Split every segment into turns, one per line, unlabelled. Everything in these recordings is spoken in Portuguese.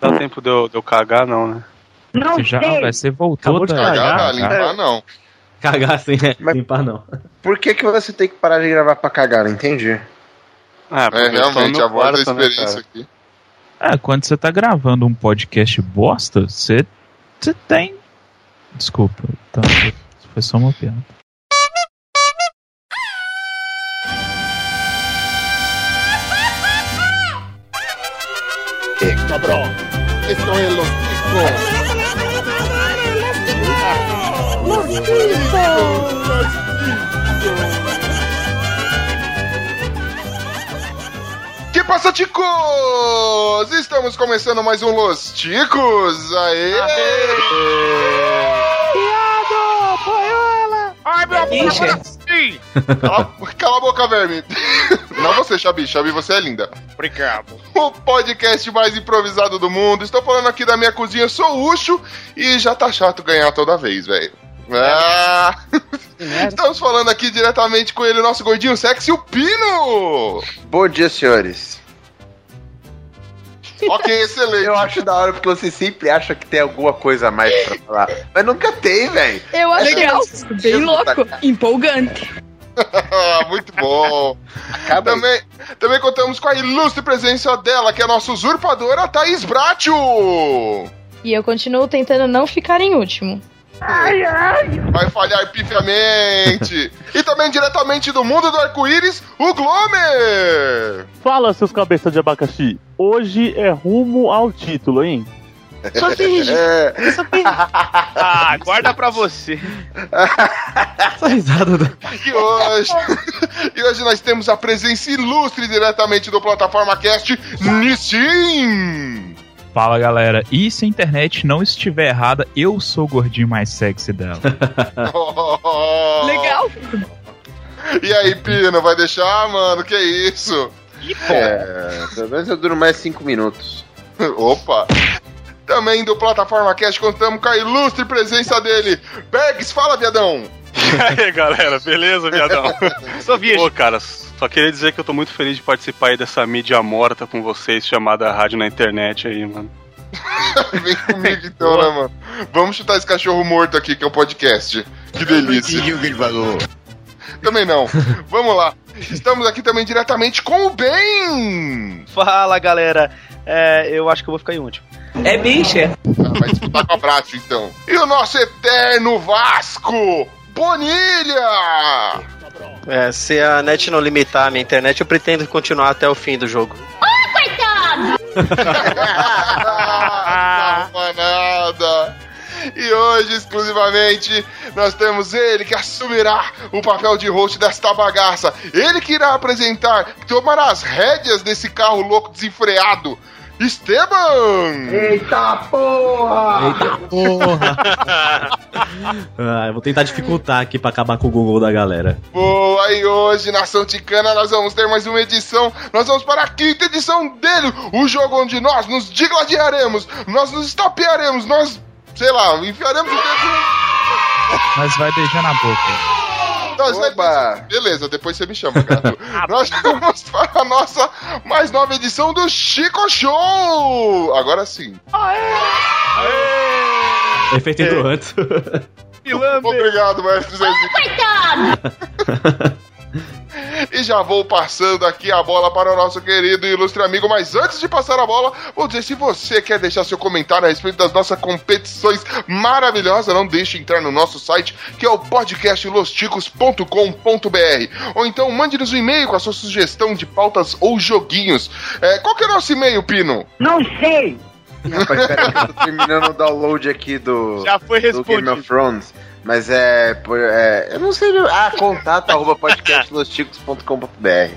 Dá tempo de eu, de eu cagar, não, né?
Não
Você já,
sei.
velho, você
Acabou
voltou
de
Ah,
da.
cagar. tá
Cagar,
Cagar,
É,
limpar não.
Cagar assim, é.
Mas-
Limpar não.
Por que, que você tem que parar de gravar pra cagar? Não entendi.
Ah, porque
É,
eu tô no
realmente,
meu
a voz da
quarto, né,
experiência
cara?
aqui.
É, quando você tá gravando um podcast bosta, você, você tem. Desculpa, tá, foi só uma piada.
Estão em los discos. Que passa, ticos? Estamos começando mais um Los Ticos. Aê! Cala, cala a boca, verme. Não você, Xabi. Xabi, você é linda.
Obrigado.
O podcast mais improvisado do mundo. Estou falando aqui da minha cozinha, eu sou o Ucho e já tá chato ganhar toda vez, velho.
É.
Ah, estamos falando aqui diretamente com ele, o nosso gordinho sexy, o Pino!
Bom dia, senhores.
Ok, excelente.
Eu acho da hora porque você sempre acha que tem alguma coisa a mais pra falar. Mas nunca tem, velho. É
Eu achei
Legal.
algo bem louco, empolgante.
Ah, muito bom.
Acaba aí.
Também, também contamos com a ilustre presença dela, que é a nossa usurpadora, Thaís Bratio!
E eu continuo tentando não ficar em último.
Vai falhar pifiamente. e também diretamente do mundo do arco-íris, o Glomer!
Fala, seus cabeças de abacaxi. Hoje é rumo ao título, hein?
Só finge,
É,
só finge.
Ah, guarda pra você.
Essa risada do...
E hoje, e hoje nós temos a presença ilustre diretamente do Plataforma Cast, Nissim!
Fala galera, e se a internet não estiver errada, eu sou o gordinho mais sexy dela.
Ah.
Legal.
E aí, Pino, vai deixar, mano? Que isso?
é, pelo menos eu duro mais cinco minutos.
Opa! Também do Plataforma Cast contamos com a ilustre presença dele, Bergs, fala, viadão!
E aí, galera, beleza, viadão? Só Pô, cara, só queria dizer que eu tô muito feliz de participar aí dessa mídia morta com vocês, chamada rádio na internet aí, mano.
Vem comigo então, né, mano? Vamos chutar esse cachorro morto aqui, que é o podcast. Que delícia.
o que ele falou.
Também não. Vamos lá. Estamos aqui também diretamente com o Ben!
Fala, galera. É, eu acho que eu vou ficar em último.
Ah, vai disputar com a Bratio, então. E o nosso eterno Vasco! Bonilha!
É, se a net não limitar a minha internet, eu pretendo continuar até o fim do jogo.
Calma nada! E hoje, exclusivamente, nós temos ele que assumirá o papel de host desta bagaça. Ele que irá apresentar, que tomará as rédeas desse carro louco desenfreado. Esteban! Ah,
Eita porra! ah, eu vou tentar dificultar aqui pra acabar com o Google da galera.
Boa, e hoje, Nação Ticana, nós vamos ter mais uma edição. Nós vamos para a quinta edição dele, o jogo onde nós nos digladiaremos, nós nos estapearemos, nós, sei lá, enfiaremos o dedo.
Mas vai beijar na boca.
Nós né?
Oba!
Beleza, depois você me chama, gato. nós vamos para a nossa mais nova edição do Chico Show! Agora sim.
É.
Efeito hidroante.
Obrigado, mestre Zezinho. E já vou passando aqui a bola para o nosso querido e ilustre amigo, mas antes de passar a bola, vou dizer se você quer deixar seu comentário a respeito das nossas competições maravilhosas, não deixe entrar no nosso site, que é o podcastlosticos.com.br, ou então mande-nos um e-mail com a sua sugestão de pautas ou joguinhos. É, qual que é o nosso e-mail, Pino?
Rapaz, pera que eu tô terminando o download aqui do,
Já foi
do Game of Thrones. Mas é, pô, é. Eu não sei. não- Ah, contato arroba podcastlosticos.com.br.
Aê!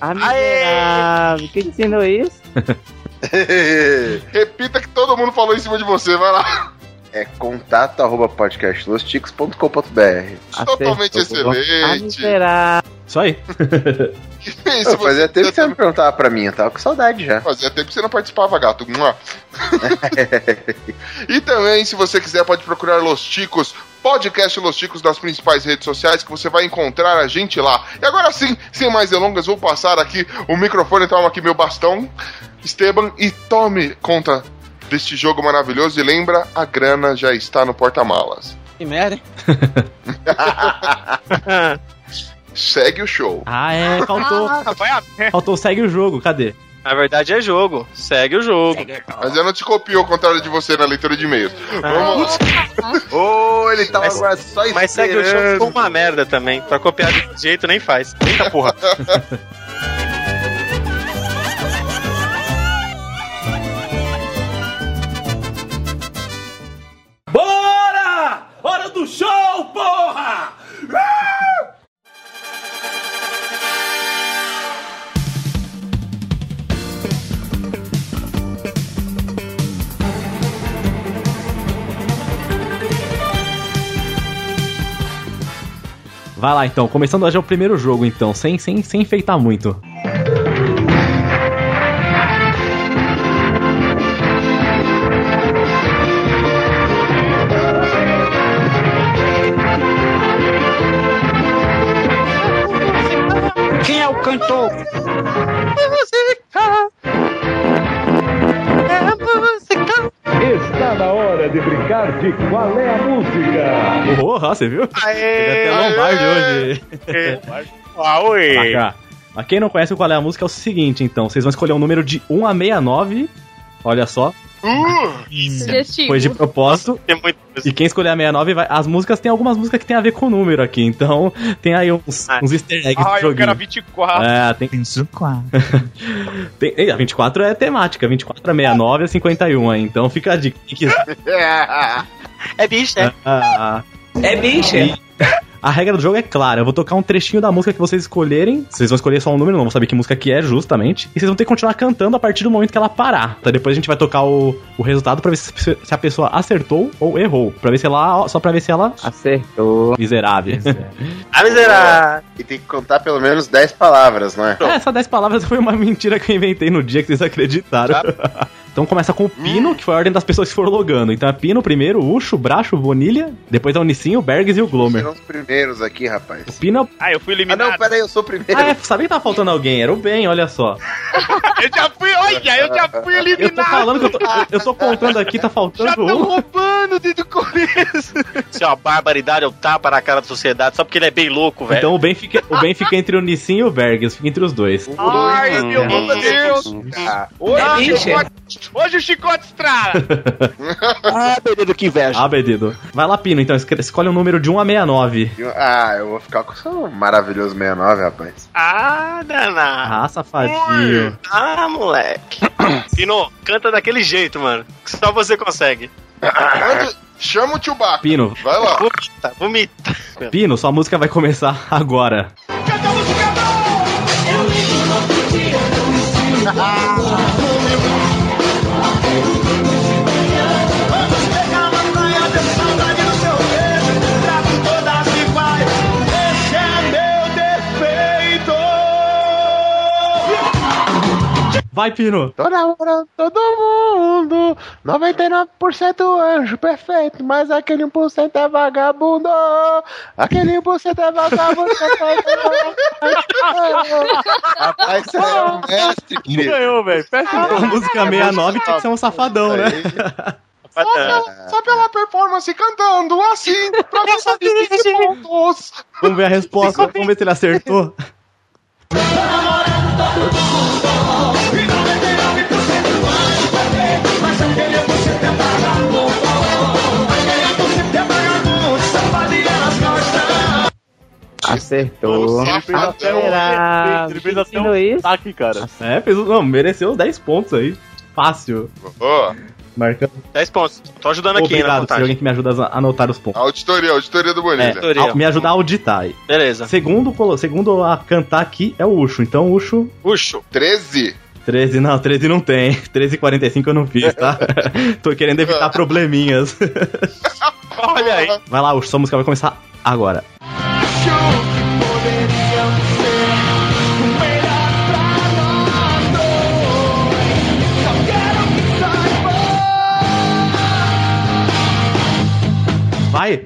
Aê! Ah, Quem ensinou isso?
Repita que todo mundo falou em cima de você, vai lá.
É contato arroba podcastlosticos.com.br.
Totalmente excelente.
Isso aí.
E se
Eu
você
fazia tempo que você não perguntava pra mim, eu tava com saudade já.
Fazia tempo que você não participava, gato. Mua. e também, se você quiser, pode procurar Los Chicos podcast Los Chicos nas principais redes sociais, que você vai encontrar a gente lá. E agora sim, sem mais delongas, vou passar aqui o microfone, toma aqui meu bastão, Esteban, e tome conta deste jogo maravilhoso. E lembra, a grana já está no porta-malas.
Que merda, hein?
Segue o show.
Ah, é, faltou. faltou segue o jogo, cadê?
Na verdade é jogo. Segue o jogo.
Mas eu não te copio, ao contrário de você na leitura de e-mails.
Ah.
Vamos lá.
Ô, ele tava
Mas-
agora só esperando.
Mas segue o jogo ficou uma merda também. Pra copiar de jeito nem faz. Eita porra.
Bora! Hora do show, porra! Vai lá então, começando já o primeiro jogo então, sem, sem, sem enfeitar muito.
Quem é o cantor?
Porra, você viu? Teve até Lombardi hoje.
Ah, oi!
Pra cá. Pra quem não conhece qual é a música, é o seguinte, então. Vocês vão escolher um número de 1 a 69. Olha só,
Sugestivo.
foi de propósito.
Tem muito
E quem escolher a 69 vai. As músicas tem algumas músicas que tem a ver com o número aqui, então tem aí uns,
Ah.
uns easter eggs
Ah,
do
eu
joguinho.
quero a 24.
É, tem,
Tem cinco quatro.
tem- ei, a 24 é temática, 24 a 69 é 51, aí, então fica a dica. Quem quiser.
É bicho, né?
Ah,
É bicho.
A regra do jogo é clara, eu vou tocar um trechinho da música que vocês escolherem. Vocês vão escolher só um número, não vou saber que música que é, justamente. E vocês vão ter que continuar cantando a partir do momento que ela parar. Tá? Depois a gente vai tocar o, o resultado pra ver se, se a pessoa acertou ou errou. Pra ver se ela. Só pra ver se ela.
Acertou.
Miserável.
Ah, miserável.
E tem que contar pelo menos 10 palavras, não é?
É, Essa 10 palavras foi uma mentira que eu inventei no dia que vocês acreditaram. então começa com o Pino, que foi a ordem das pessoas que foram logando. Então é Pino primeiro, Ucho, Bracho, Bonilha, depois é o Nissin, o Bergs e o Glomer.
Serão os primeiros aqui, rapaz.
O Pino é o...
Ah, eu fui
Ah,
eliminado.
não, peraí, eu sou o primeiro.
Ah, é, sabia que tava faltando alguém, era o Ben, olha só.
Eu já fui, olha, eu já fui
Eu tô
eliminado.
falando que eu tô, eu tô contando aqui, tá
Já
faltando
estão
um.
roubando dentro do começo.
Isso é uma barbaridade, é um tapa na cara da sociedade, só porque ele é bem louco, velho.
Então o Ben, fica, o ben fica entre o Nissin e o Bergs, fica entre os dois.
Um,
Ai,
dois,
meu
um,
Deus.
um, ah,
É
Hoje, o
bicho.
chicote, hoje o chicote estrala.
Ah, menino, que inveja.
Ah, Bedido. Vai lá, Pino, então, escre- escolhe um número de 1 a 69.
e um- Ah, eu vou ficar com o maravilhoso 69, rapaz.
Ah, danado.
Ah, safadinho.
Ah, moleque. Pino, canta daquele jeito, mano. que só você consegue.
Manda- Chama o Chewbacca.
Pino,
Vai lá.
Vomita, vomita.
Pino, sua música vai começar agora. Vai, Pino!
Toda hora, todo mundo. 99% anjo perfeito, mas aquele 1% é vagabundo. Aquele 1% é vagabundo. Rapaz, você é um mestre,
Quem
querido.
ganhou, velho? Peça
A música 69 tinha que ser um safadão, né?
Só, pela, só pela performance cantando assim, pra mim só tem 20 pontos.
Vamos ver a resposta, vamos ver se ele acertou.
Acertou.
um- Será? Ele fez até um
isso.
ataque, cara.
É, fez um, não, mereceu 10 pontos aí. Fácil.
Ó,
Marcando.
10 pontos. Tô ajudando aqui hein,
Obrigado,
na
se
contagem.
alguém que me ajuda a anotar os pontos.
auditoria, auditoria do Bonilha.
É,
Tutorial.
a- me ajudar a auditar aí.
Tá.
Beleza.
Segundo, colo- segundo a cantar aqui é o Ucho. Então, Ucho,
É.
Puxo.
13.
13, não, 13 não tem. 13 e 45 eu não fiz, tá? Tô querendo evitar probleminhas.
Olha aí.
Vai lá, Ucho, sua música vai começar agora. Vai!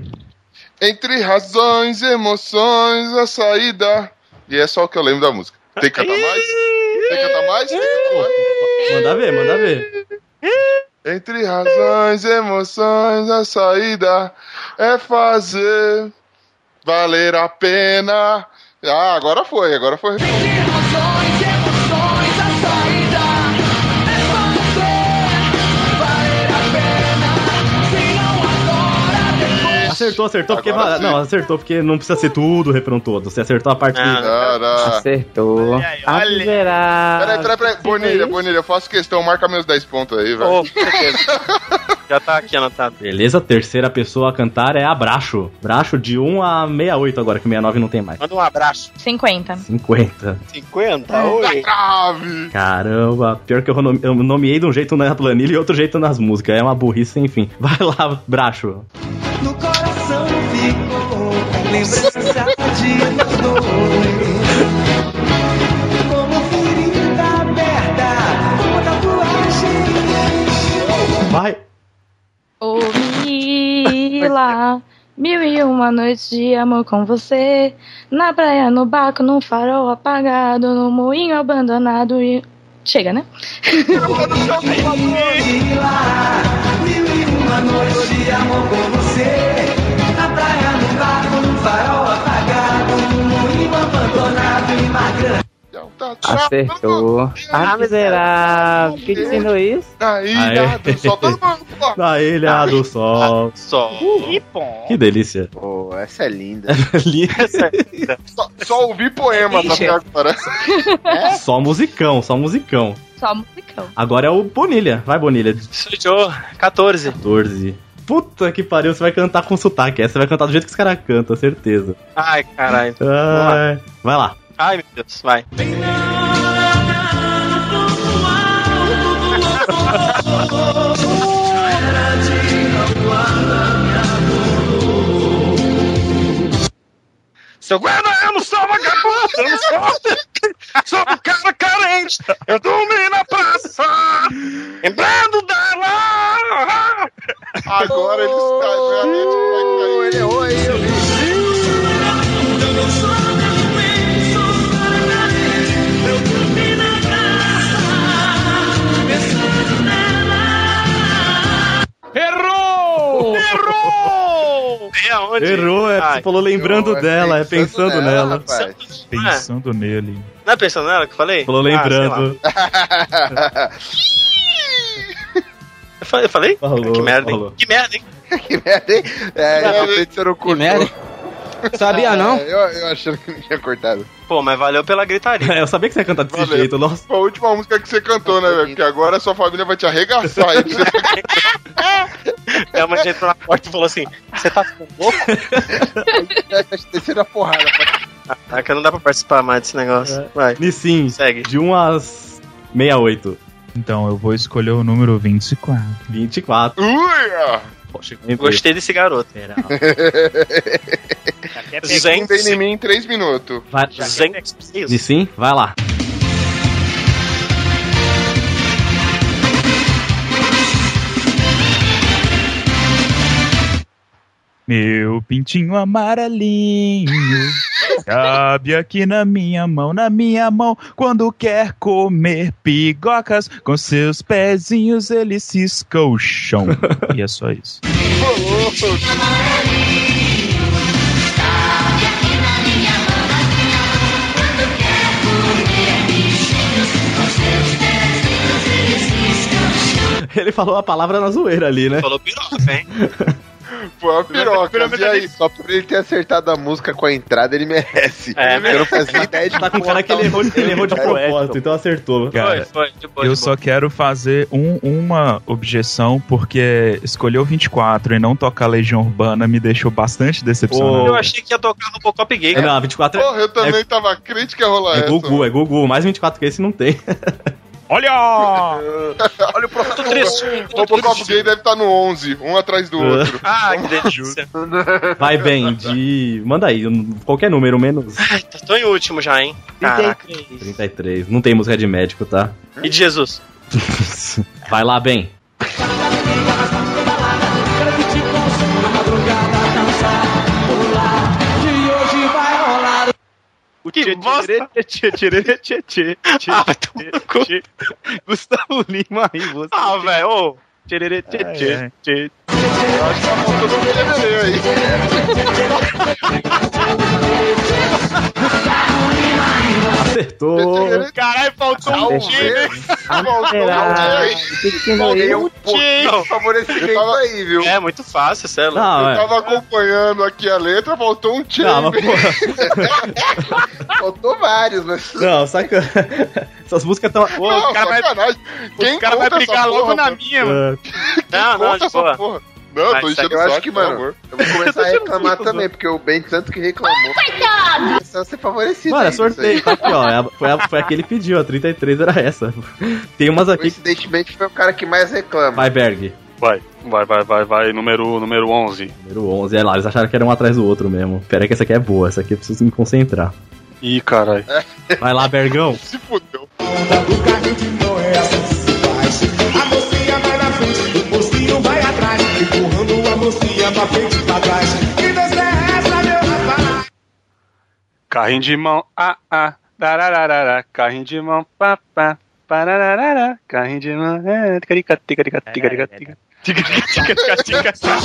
Entre razões, emoções, a saída. E é só o que eu lembro da música. Tem que cantar mais? Tem que cantar mais? Tem que cantar mais?
Manda ver, manda ver.
Entre razões, emoções, a saída é fazer valer a pena. Ah, agora foi, agora foi.
Acertou, acertou, porque.
Agora sim.
Não, acertou porque não precisa ser tudo o refrão todo. Você acertou a parte
Ah.
É.
que.
Cara.
Acertou.
Olha aí,
Ah,
olha aí.
miserável.
Peraí, peraí, peraí. Bonilha, Bonilha, eu faço questão, marca meus 10 pontos aí, velho.
Oh, com certeza. Já tá aqui anotado.
Beleza, terceira pessoa a cantar é a Bracho. Bracho de 1 a 68 agora, que 69 não tem mais.
Manda um abraço.
50.
50.
50? Oi.
Trave!
Caramba, pior que eu nome- eu nomeei de um jeito na planilha e outro jeito nas músicas. É uma burrice sem fim. Vai lá, Bracho.
No coração ficou lembrança de nós dois. Como ferida aberta, uma tatuagem.
Vai.
Ô Mila, mil e uma noites de amor com você. Na praia, no barco, num farol apagado, no moinho abandonado e. Chega, né?
Mila, mil e uma noites de amor com você. Na praia, no barco, no farol apagado, no moinho abandonado e magrão.
Acertou. Ah, miserável. Quem te ensinou isso?
Tá Aí,
Aê.
gato, só todo mundo, pô.
Na
Ah.
Ilha do Sol.
Só.
Que bom.
Que delícia.
Pô, essa é linda.
Ali
Só, só ouvi poemas até agora.
é Só musicão, só musicão.
Só
um
musicão.
Agora é o Bonilha. Vai, Bonilha.
Sujou. 14.
14. Puta que pariu, você vai cantar com sotaque. Essa você vai cantar do jeito que os caras cantam, certeza.
Ai, caralho.
Ai, vai lá.
Ai, meu Deus. Vai. Seu guarda, eu não sou vagabundo, eu não sou. Sou um cara carente, eu dormi na praça, lembrando dela.
Agora ele está realmente vai
é
cair.
Errou! É aonde?
Errou, é, você
Ai,
falou lembrando
eu- é
dela, é pensando, nela.
rapaz.
Pensando nele.
é, Não é pensando nela que eu falei?
Falou
Ah, sei lá.
lembrando.
eu falei? Eu falei?
Falou,
que merda,
falou.
hein? Que merda, hein?
que merda, hein? É, realmente você não curtiu.
merda. Sabia
tá
não?
É, eu, eu achando que não tinha cortado.
Pô, mas valeu pela gritaria.
É, eu sabia que você ia cantar desse
Valeu.
jeito, nossa.
Foi a última música que você cantou, né, velho? Porque agora a sua família vai te arregaçar. aí, porque você-
Minha mãe entrou na porta e falou assim: Você tá ficando louco?
É, acho que terceira porrada.
Ah, que não dá pra participar mais desse negócio. Vai,
Nissin,
segue.
de 1 às 68.
Então, eu vou escolher o número 24.
24.
Uia!
Poxa,
Gostei desse garoto.
Não tem em mim em 3 minutos.
Vai,
Zen.
Nissin, vai lá.
Meu pintinho amarelinho cabe aqui na minha mão, na minha mão. Quando quer comer pigocas, com seus pezinhos ele cisca o chão. E é só isso.
Ele falou a palavra na zoeira ali, né?
Falou piroca, hein?
Foi uma piroca. E aí?
Só por ele ter acertado a música com a entrada, ele merece.
É,
eu não fazia ideia de
Tá com
como
cara que
um
ele errou, ele errou de
Poético.
propósito, então acertou.
Foi,
Cara,
foi. De boa,
eu
de
só quero fazer um- uma objeção, porque escolher o 24 e não tocar Legião Urbana me deixou bastante
boa.
decepcionado.
Ô,
Eu achei que ia tocar Robocop Gay.
É,
né?
cara.
não, 24 é,
Porra, eu também tava crítica a rolar
é
essa.
Gugu, é Gugu. Mais 24 que esse não tem.
Olha!
Olha o próximo.
Três.
O Robocop gay deve estar no 11, um atrás do outro.
Ah, que delícia.
Vai bem, de. Manda aí, um- qualquer número, menos
Ai, tá- tô em último já, hein? Caraca.
33. Não tem música de médico, tá?
E de Jesus?
Vai lá, bem.
Quero te consumir na madrugada, dançar,
O tchê tchê tchê tchê tchê tchê Gustavo Lima aí, você. Ah, velho, ô. Tchê tchê tchê tchê
Acertou.
Caralho, faltou um tchê.
Faltou um pouquinho favorecimento aí, viu?
É muito fácil, sei lá.
Eu tava acompanhando aqui a letra, faltou um time.
É. Não, mas,
faltou vários, né? mas.
Não, saca. Essas músicas tão.
Pô, o cara vai,
sacanagem. Quem
o cara vai
conta essa
brigar logo
porra,
na
mano?
minha, mano. Não, não,
Conta
de
essa
boa.
porra. Não, eu tô
Mas
enchendo
eu
o
acho
saco,
que,
por
mano,
favor.
Eu vou começar a reclamar também, porque o Ben tanto que reclamou. Coitado! Só ser favorecido.
Mano, é
ainda, isso aí.
sorteio, tá aqui, ó. É a- Foi a, foi a que ele pediu, a 33 era essa. Tem umas aqui.
Coincidentemente foi o cara que mais reclama.
Vai, Berg.
Vai, vai, vai, vai, vai, número, um, número 11.
Número 11, é lá, eles acharam que era um atrás do outro mesmo. Pera aí que essa aqui é boa, essa aqui eu preciso me concentrar.
Ih, caralho.
Vai lá, Bergão.
Se fudeu.
O carrinho de Noé assim se faz. A mocinha vai na frente, o mocinho vai atrás. Empurrando a mocinha pra frente e pra trás. Que dança é essa, meu rapaz?
Carrinho de mão, ah, ah, darararara, carrinho de mão, pá, pá, parararara, carrinho de mão, é, tica, tica, tica, tica, tica, tica. Tica, tica, tica, tica,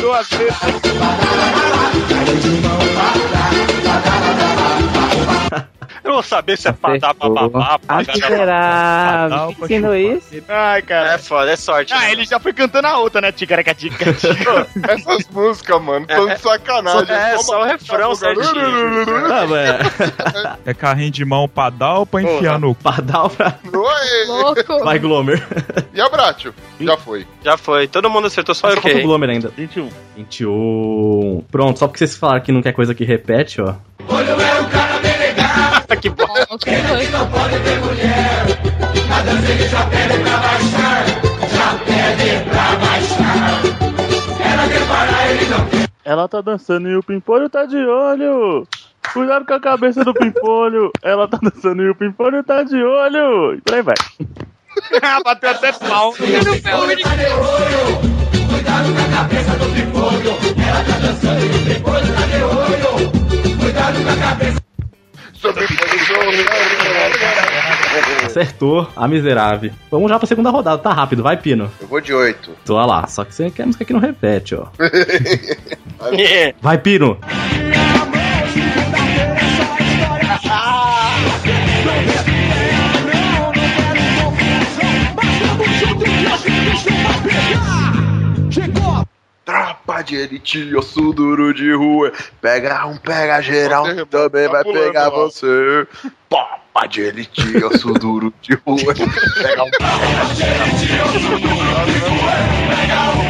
Duas vezes.
Eu vou saber se é padá, bababá,
Ah,
padá,
miserável.
babá.
Quem ensinou isso?
Ai, cara. É foda, é sorte. Ah, ele já foi cantando a outra, né? Ticaracatica.
Essas músicas, mano, tão de sacanagem.
É, só o refrão certinho.
Ah, mano.
É carrinho de mão padal pra enfiar no cu.
Padal pra.
Oi!
Louco.
Vai, Glomer.
E a Bratio? Já foi.
Já foi, todo mundo acertou, só eu que
Falta o
errei.
Glomer ainda.
21.
21. Pronto, só porque vocês falaram que não quer coisa que repete, ó.
Que bosta.
Ela tá dançando e o pimpolho tá de olho. Cuidado com a cabeça do pimpolho. Ela tá dançando e o pimpolho tá de olho. E por aí vai.
Bateu até pau.
Sobre
Acertou, a miserável. Vamos já pra segunda rodada, tá rápido, vai, Pino.
Eu vou de 8.
Tô lá, só que você quer música que não repete, ó.
É.
Vai, Pino.
Trapa de elite, osso duro de rua. Pega um, pega geral,
Você
também
tá
vai
pulando
pegar
lá.
você. Papa de elite, osso duro de rua. Pega um, um,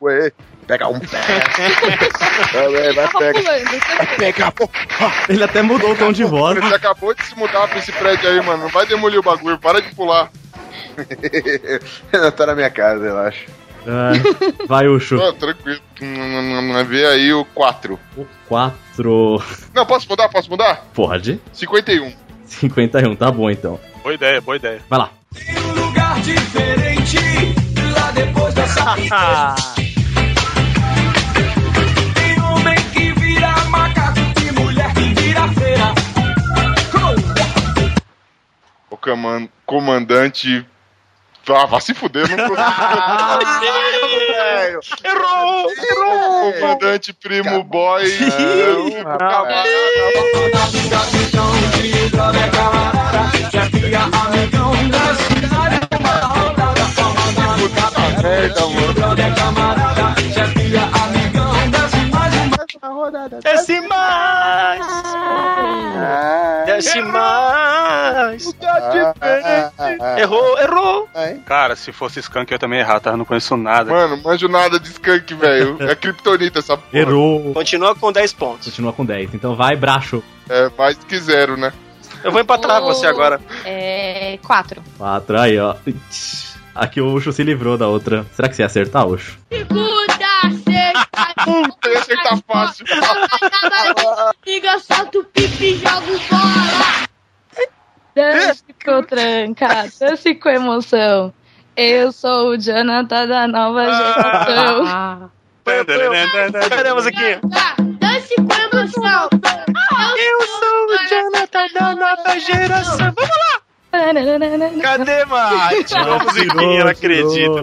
ué. Pega um, pega. também vai pegar. Vai pegar, pô.
Ele até mudou o tom de voz.
Você acabou de se mudar pra esse prédio aí, mano. Não vai demolir o bagulho, para de pular.
um,
Não, tá na minha casa, relaxa.
É. Vai, Ucho.
Não, tranquilo. Vê aí o 4.
O 4.
Não, posso mudar? Posso mudar?
Pode.
51.
51, tá bom então.
Boa ideia, boa ideia.
Vai lá.
Um lugar diferente, lá depois dessa vida. Tem homem que vira macaco, tem mulher que vira feira.
O coman- comandante. Ah, vai se fuder, não
um,
Errou!
O comandante primo boy. é, o camarada.
Desce mais! Desce mais! Errou, errou!
Cara, se fosse Skunk eu também ia errar, tá? Eu não conheço nada.
Mano, manjo nada de skunk, velho. É kryptonita essa porra.
Errou.
Continua com 10 pontos.
Continua com 10. Então vai, Bracho.
É mais que zero, né?
Eu vou empatar
Oh.
você agora.
É. Quatro.
4 aí, ó. Ixi. Aqui o Ucho se livrou da outra. Será que você ia acertar, Ucho?
Segunda, sexta,
Puta, ia acertar tá fácil.
liga, solta o pipi e joga fora.
Dance com tranca, dance com emoção.
Eu sou o Jonathan da nova geração.
Paramos aqui.
Dance com emoção. Eu sou o Jonathan da nova geração. Vamos lá!
Cadê, mano? Tirou a musiquinha, não acredito.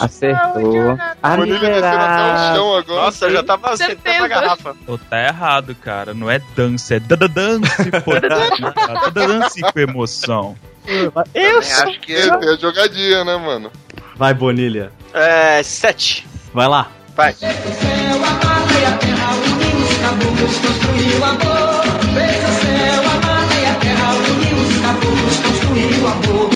Acertou. Ah,
Quando ele desceu até o chão
miserável.
agora. Nossa, eu já tava acertando a garrafa.
Ô, tá errado, cara. Não é dança, é dance, pô. Tá Dance com emoção.
Eu
acho que é. a jogadinha, né, mano?
Vai, Bonilha.
É, sete.
Vai lá.
Vai.
céu, a mata e a terra uniu os caboclos, construiu o amor. Fez o céu, a mata e a terra uniu os caboclos, construiu o amor.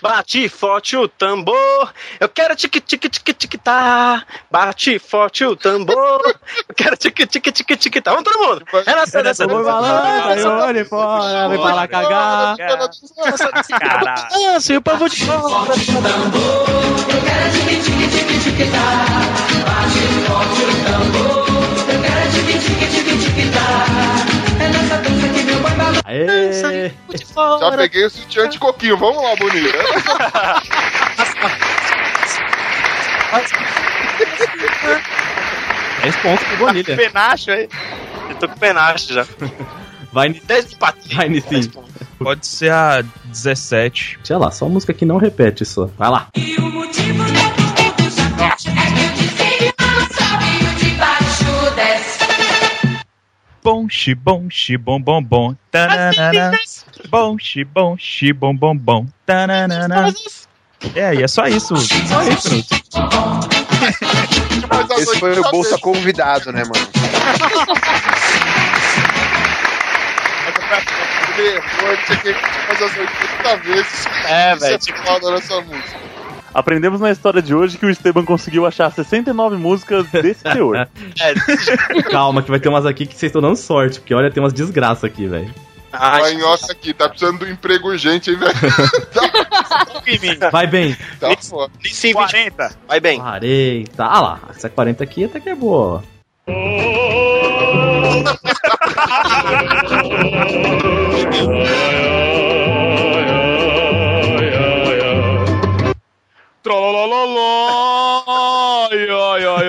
Bate forte o tambor, eu quero tique tique tique tique tá. Bate forte o tambor, eu quero tique tique tique tique tá. Vamos todo mundo. É nessa, é nessa.
Foi malandro, olhe fora, vem pra lá cagar.
Dança e o povo de fora.
Eu quero tique tique tique tique tá. Bate forte o tambor. Eu quero tique tique tique tique tá. É nessa dança que meu boi balança.
Aê!
Já peguei o sutiã de coquinho. Vamos lá, Bonilha.
É
Dez pontos pro
Tá com
Bonilha.
penacho aí. Eu tô com penacho já.
Vai, Ni-
Dez empates.
vai Nissin.
Pode ser a 17.
Sei lá, só a música que não repete só. Vai lá.
E o motivo da tudo isso é que o de cima não sabe e o de baixo desce.
Bom, xi, bom, xi, bom, bom, bom. Tananana. Bom, xi, bom, xi, bom, bom, bom. Tananana. É, e é só isso. Só isso.
Esse foi o Bolsa Convidado, né, mano?
Vergonha, você tem que fazer as 80 vezes.
É,
Isso
velho,
É foda nessa música.
Aprendemos na história de hoje que o Esteban conseguiu achar 69 músicas desse teor.
Calma, que vai ter umas aqui que vocês estão dando sorte, porque olha, tem umas desgraças aqui, velho.
Vai em ossa aqui, tá precisando de um emprego urgente, hein, velho?
Vai bem.
Tá foda.
Nissin 40. Vai bem.
40. Ah lá, essa 40 aqui até que é boa. ó.
Trololololó, ai, ai, ai,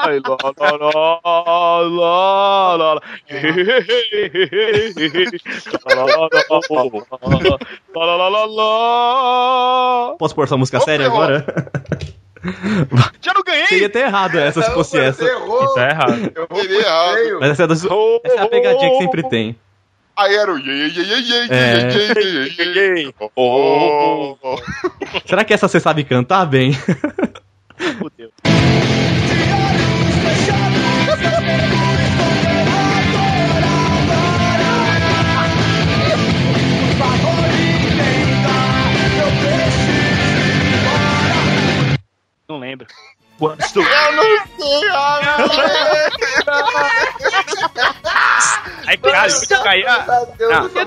ai, lá, lá, lá, lá, lá, lá. Lá, lá, lá, lá, lá.
Posso pôr essa música séria
ferrou.
agora?
Já não ganhei!
Seria até errado essa se fosse essa.
Errou,
Tá errado.
eu vou
Teria errado.
Mas essa é, das- essa é a pegadinha que sempre tem.
Aí era o iê, iê, iê, iê,
É.
iê, iê, iê, iê, iê.
Ganhei.
Oh, oh, oh.
Será que essa você sabe cantar bem?
Fudeu. Não lembro.
Quando estou
Eu não sei, ah, meu
Aí, cara, eu vou cair.
Eu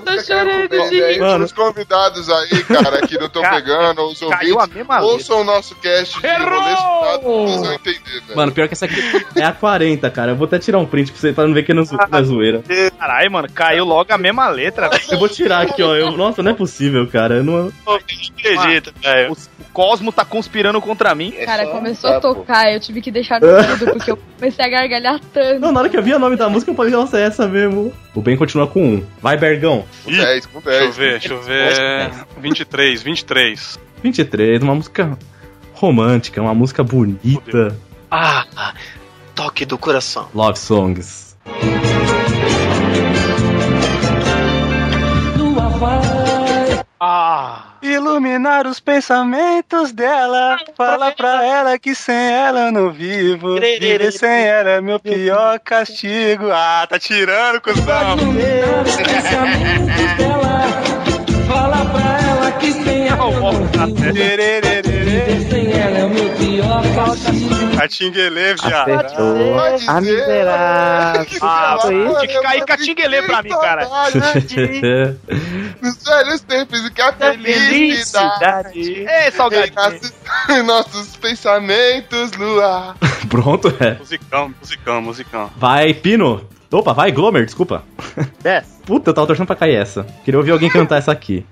tô chorando de rir.
Mano.
Os convidados aí, cara, que não estão
Ca-
pegando, os
Caiu a
ouvintes,
mesma letra.
ouçam o nosso cast de rolê chutado, vocês vão entender, velho.
Mano, pior que essa aqui é a 40, cara. Eu vou até tirar um print pra, você, pra não ver que é na zo- na zoeira.
Caralho, mano, caiu logo a mesma letra. velho.
Eu vou tirar aqui, ó. Eu- nossa, não é possível, cara. Eu não...
Não acredito, velho. O Cosmo tá conspirando contra mim.
Cara, começou
é,
Tá
a tocar, eu tive que deixar tudo, porque eu comecei a gargalhar tanto.
não, na hora que eu vi o nome da música, eu falei, nossa, é essa mesmo. O Ben continua com um. Vai, Bergão.
Com 10, com
Deixa eu
10.
ver, deixa eu ver. 23, 23.
23, uma música romântica, uma música bonita.
Ah, toque do coração.
Love Songs.
Ah,
Iluminar os pensamentos dela. Fala pra ela que sem ela eu não vivo. Viver sem ela é meu pior castigo. Ah, tá tirando, cuzão.
Iluminar os pensamentos dela. Fala pra ela que sem ela eu não vivo. Viver sem ela é o meu pior castigo.
Catinguelê, viado.
Acertou.
Pode
Ah,
dizer,
miserável.
Ah,
Foi isso?
tinha
é
que cair catinguelê pra mim, cara.
né? Nos velhos tempos e que a felicidade
Ei,
em
é salgadinho.
nossos, em nossos pensamentos, Lua.
Pronto, é.
Musicão, musicão, musicão.
Vai, Pino. Opa, vai, Glomer, desculpa.
Desce.
Puta, eu tava torcendo pra cair essa. Queria ouvir alguém cantar essa aqui.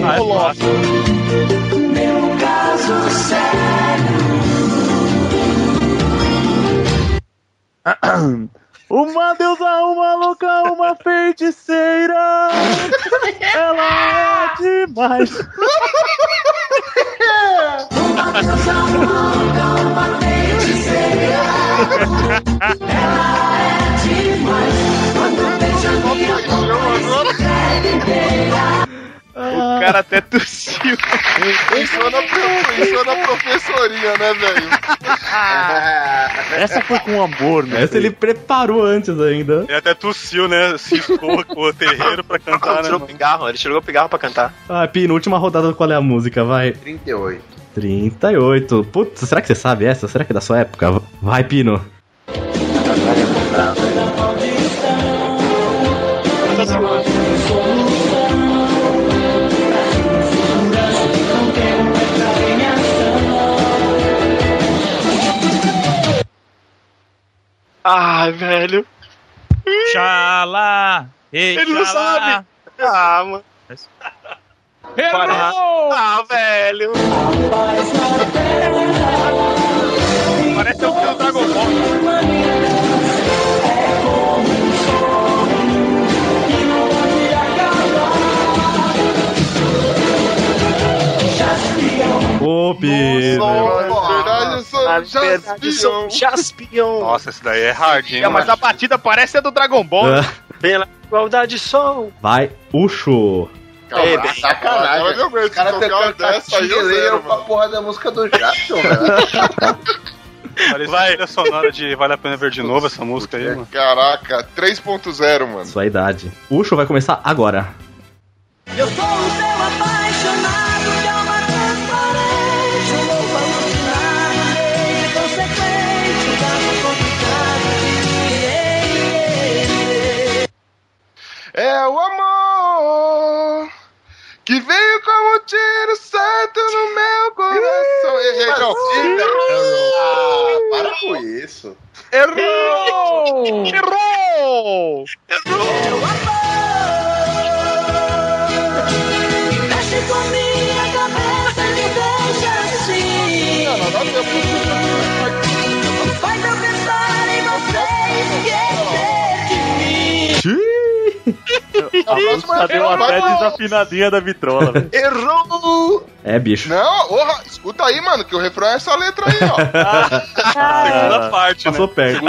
Nossa! Meu caso
Uma deusa, uma louca, uma feiticeira. Ela é demais.
Uma deusa, uma louca, uma feiticeira. Ela é demais. Quando beija minha boca, escorrega inteira.
O cara até tossiu. Pensou na, pro- pensou na professorinha, né, velho?
Essa foi com amor, meu
Essa ele preparou antes ainda.
Ele até tossiu, né? Ciscou com o terreiro pra cantar,
Ele
né?
tirou
mano?
pigarro, ele tirou pigarro pra cantar.
Ah, Pino, última rodada, qual é a música? Vai.
38.
38. Putz, será que você sabe essa? Será que é da sua época? Vai, Pino.
Ai, velho.
Xalá!
Ele não sabe. Ah, mano.
Errou!
Ah, velho!
Parece o do Dragon
Ô, Pino.
É verdade, eu sou
Na verdade, eu sou Ah, Jaspion.
Nossa, esse daí é hard, hein?
É, mas
mano?
a batida parece a do Dragon Ball.
Pela igualdade sou.
Vai, Ucho.
É,
tá
Calma,
bem,
sacanagem.
né?
agora,
Os caras tocando Catilheiro pra porra da música do Jackson, velho.
Parece a trilha sonora de Vale a Pena Ver de Novo essa música aí, mano.
Caraca, 3.0, mano.
Sua idade. Ucho vai começar agora.
Eu sou o seu apaixonado, que é alma transparente, um louco alucinado, desde consequente, um caso complicado.
É o amor que veio como um tiro santo no meu coração. Errei, não.
Ah, para com isso.
Errou! Errou! Mexe com minha cabeça e me deixa assim. Faz eu pensar em você e esquecer de mim.
A música deu até desafinadinha da vitrola, velho.
Errou!
É, bicho.
Não, orra, escuta aí, mano, que o refrão é essa letra aí,
Segunda
Ah. parte, né?
Passou perto.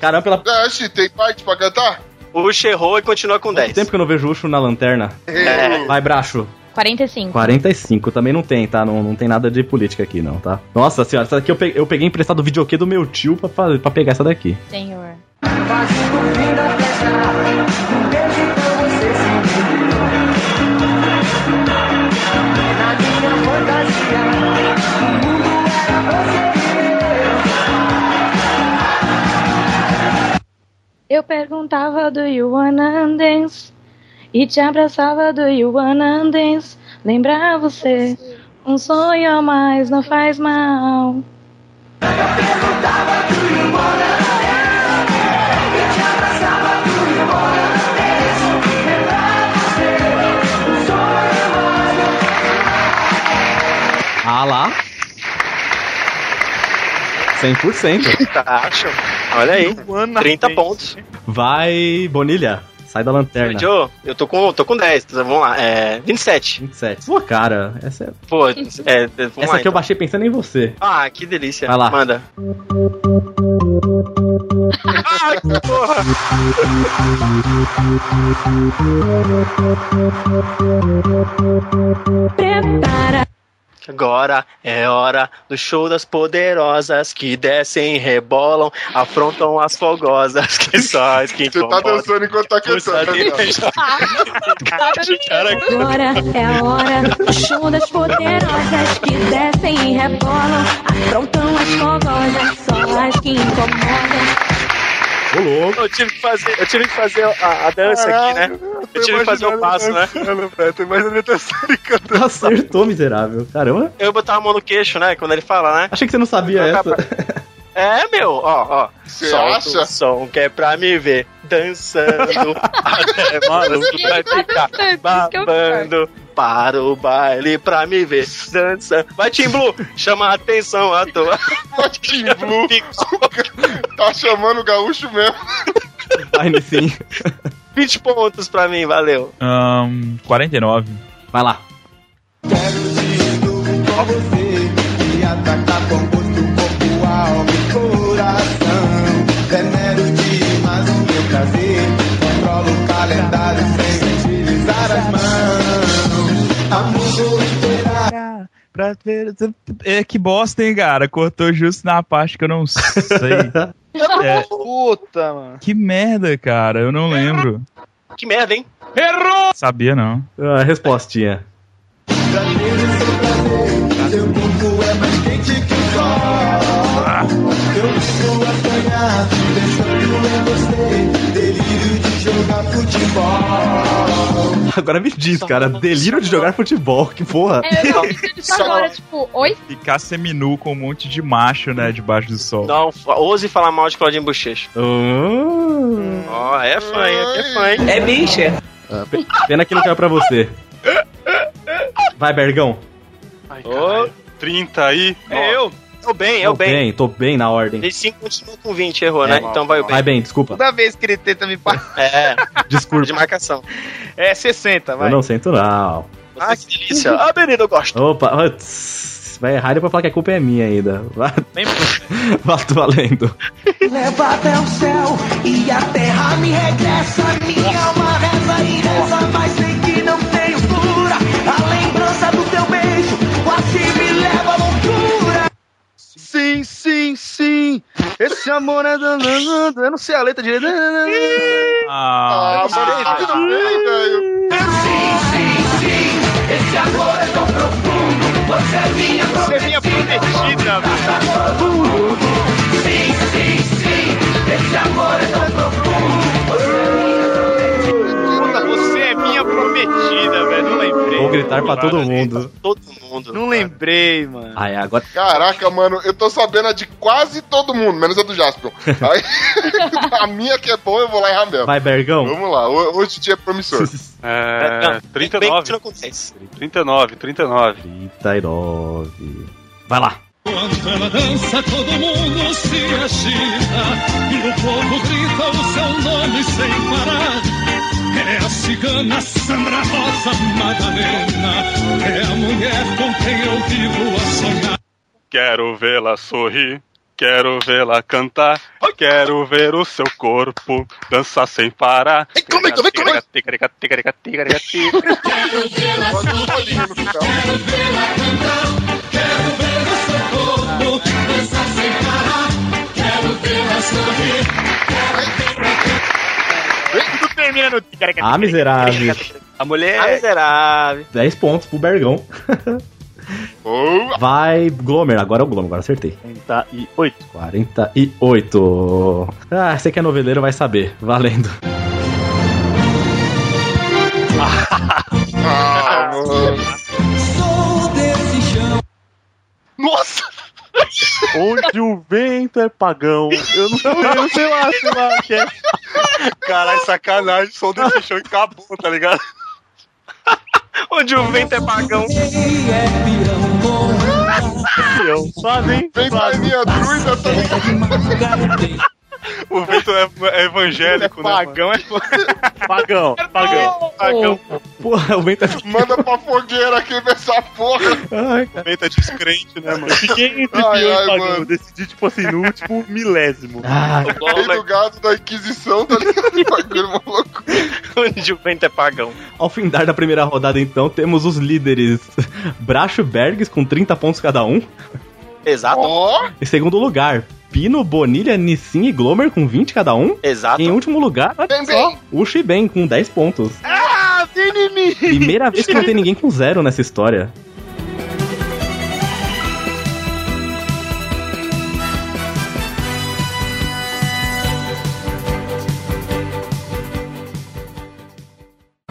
Caramba, pela
ó. Oxi, tem parte pra cantar?
O errou e continua com 10.
tempo que eu não vejo Ucho na lanterna.
É.
Vai, Bracho.
45.
45 também não tem, tá? Não, não tem nada de política aqui, não, tá? Nossa senhora, essa daqui eu peguei, eu peguei emprestado o videokê do meu tio pra, fazer, pra pegar essa daqui.
Senhor.
Eu perguntava do you wanna dance e te abraçava do you wanna dance. Lembrar você, um sonho a mais não faz mal.
Ah lá. 100%.
tá? Acho. Olha aí. 30 pontos.
Vai, Bonilha. Sai da lanterna.
Joe, eu tô com, tô com 10. então Vamos lá. É, 27.
27. Sua cara. Essa, é-
Pô, é, vamos
essa
lá, então.
aqui eu baixei pensando em você.
Ah, que delícia.
Vai lá.
Manda.
Ai, que porra!
Prepara.
Agora é hora do show das poderosas que descem, rebolam, afrontam as fogosas que só
Você tá dançando enquanto tá cantando. né, cara?
Agora é a hora do show das poderosas que descem e rebolam, afrontam as fogosas, só as que incomodam.
Ô, louco.
Eu tive que fazer, eu tive que fazer a, a dança aqui, né? Eu tive que fazer o passo, né?
Acertou, miserável. Caramba.
Eu botava a mão no queixo, né? Quando ele fala, né?
Achei que você não sabia essa.
É, meu, ó, ó.
Cê
Solta
acha?
o som que é pra me ver dançando até maluco vai ficar babando para o baile pra me ver dançando. Vai, Tim Blue, chama a atenção à toa.
Tim Blue. tá chamando o gaúcho mesmo.
Vai, sim.
20 pontos pra mim, valeu.
Ahn, 49.
Vai lá.
Só você que ataca com gosto o corpo, a alma e coração. Venero demais o meu prazer. Controlo o calendário sem utilizar as mãos. Amor, vou esperar.
Pra ver- É, que bosta, hein, cara? Cortou justo na parte que eu não sei. É,
Puta, mano.
que merda, cara. Eu não lembro.
Que merda, hein?
Errou!
Sabia, não.
Ah, respostinha.
Seu corpo é mais quente que o sol. Eu fico a sonhar, te deixando em você. Delírio de jogar futebol.
Agora me diz, cara, delírio de jogar futebol, que porra.
É, eu tava pensando isso agora, tipo, oi?
Ficar seminu com um monte de macho, né, debaixo do sol.
Não, ouse falar mal de Claudinho Bochecha.
Ah.
Ó, é fã, hein? Aqui é fã, hein?
É bicha. Ah, pe- Pena que não caiu pra você. Vai, Bergão.
Ô, 30 aí.
É eu. Eu bem, eu
Tô
bem.
bem, tô bem na ordem.
Ele 5 continua com 20, errou, né? então vai o bem.
Vai bem, desculpa.
Toda vez que ele tenta me passar.
É,
Desculpa.
de marcação.
É 60, vai.
Eu não sinto, não.
Ah, que delícia. Ah, menino, eu gosto.
Opa, putz, vai errar e pra falar que a culpa é minha ainda. Vai, vai valendo.
Leva até o céu e a terra me regressa. Minha alma reza e reza, mas sei que não tenho cura. A lembrança do teu beijo quase me leva à loucura.
Sim, sim, sim. Esse amor é danado. Eu não sei a letra direito.
Ah,
é
Ah, mano, que não tem, velho.
Esse amor é tão profundo. Você é minha prometida. Sim, sim, sim. Esse amor é tão
Você é minha prometida, velho. Não lembrei.
Vou gritar pra todo mundo.
Não lembrei, mano.
Ai, agora.
Então,
Caraca, mano, eu tô sabendo a de quase todo mundo, menos a do Jaspion. Aí, a minha que é boa, eu vou lá errar mesmo.
Vai, Bergão.
Vamos lá, ho- hoje o dia é promissor.
É, 39. 39, 39.
39. Vai lá.
Quando ela dança, todo mundo se agita e o povo grita o seu nome sem parar. É a cigana Sandra Rosa Madalena, é a mulher com quem eu vivo a sonhar.
Quero vê-la sorrir. Quero vê-la cantar, quero ver o seu corpo dançar sem parar.
come, come, come.
Ticarica, ticarica, ticarica,
Quero
ticarica.
vê-la sorrir, quero vê-la cantar, quero ver o seu corpo dançar sem parar. Quero vê-la sorrir,
Tu termina no.
Ah, miserável.
A mulher.
É.
A miserável.
10 pontos pro Bergão. Vai, Glomer. Agora é o Glomer, agora acertei.
48.
48. Ah, você que é noveleiro vai saber. Valendo.
Ah, mano.
Sou desse chão.
Nossa!
Onde o vento é pagão. Eu não sei, eu não sei lá, sei lá. Que é.
Caralho, sacanagem, som desse chão e acabou, tá ligado?
Onde o vento é pagão.
Ei, é pirão bom.
Eu, sabe, hein?
Vem pra minha druida, tá ligado?
De madrugada tem
O Vitor é, é evangélico, né? mano?
Pagão é
Pagão,
É
pagão.
Pagão.
Porra, o vento é.
Manda pra fogueira aqui ver essa porra.
Ai, cara.
O vento é descrente, né, mano?
Eu fiquei entre
Ai,
peão
ai,
e pagão.
mano.
Eu decidi, tipo assim, no último milésimo.
Ah,
O
Rei do
Glomer,
gado da Inquisição, tá ligado? Bagulho maluco.
onde o vento é pagão.
Ao findar da primeira rodada, então, temos os líderes Bracho Bergs com 30 pontos cada um.
Exato,
Ó,
Em segundo lugar, Pino, Bonilha, Nissin e Glomer com 20 cada um.
exato.
E em último lugar,
bem,
olha só,
bem.
o Shiben com 10 pontos.
Ah, inimigo!
Primeira vez que não tem ninguém com zero nessa história.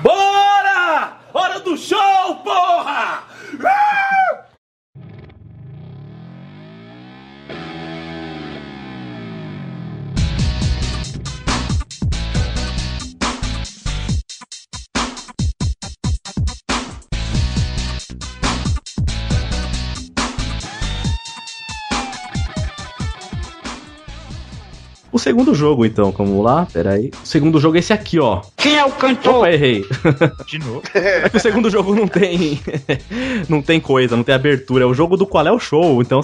Bora! Hora do show, porra!
O segundo jogo, então, vamos lá, peraí. O segundo jogo é esse aqui, ó.
Quem é o cantor?
Opa, errei.
De novo.
É que o segundo jogo não tem. não tem coisa, não tem abertura. É o jogo do qual é o show, então.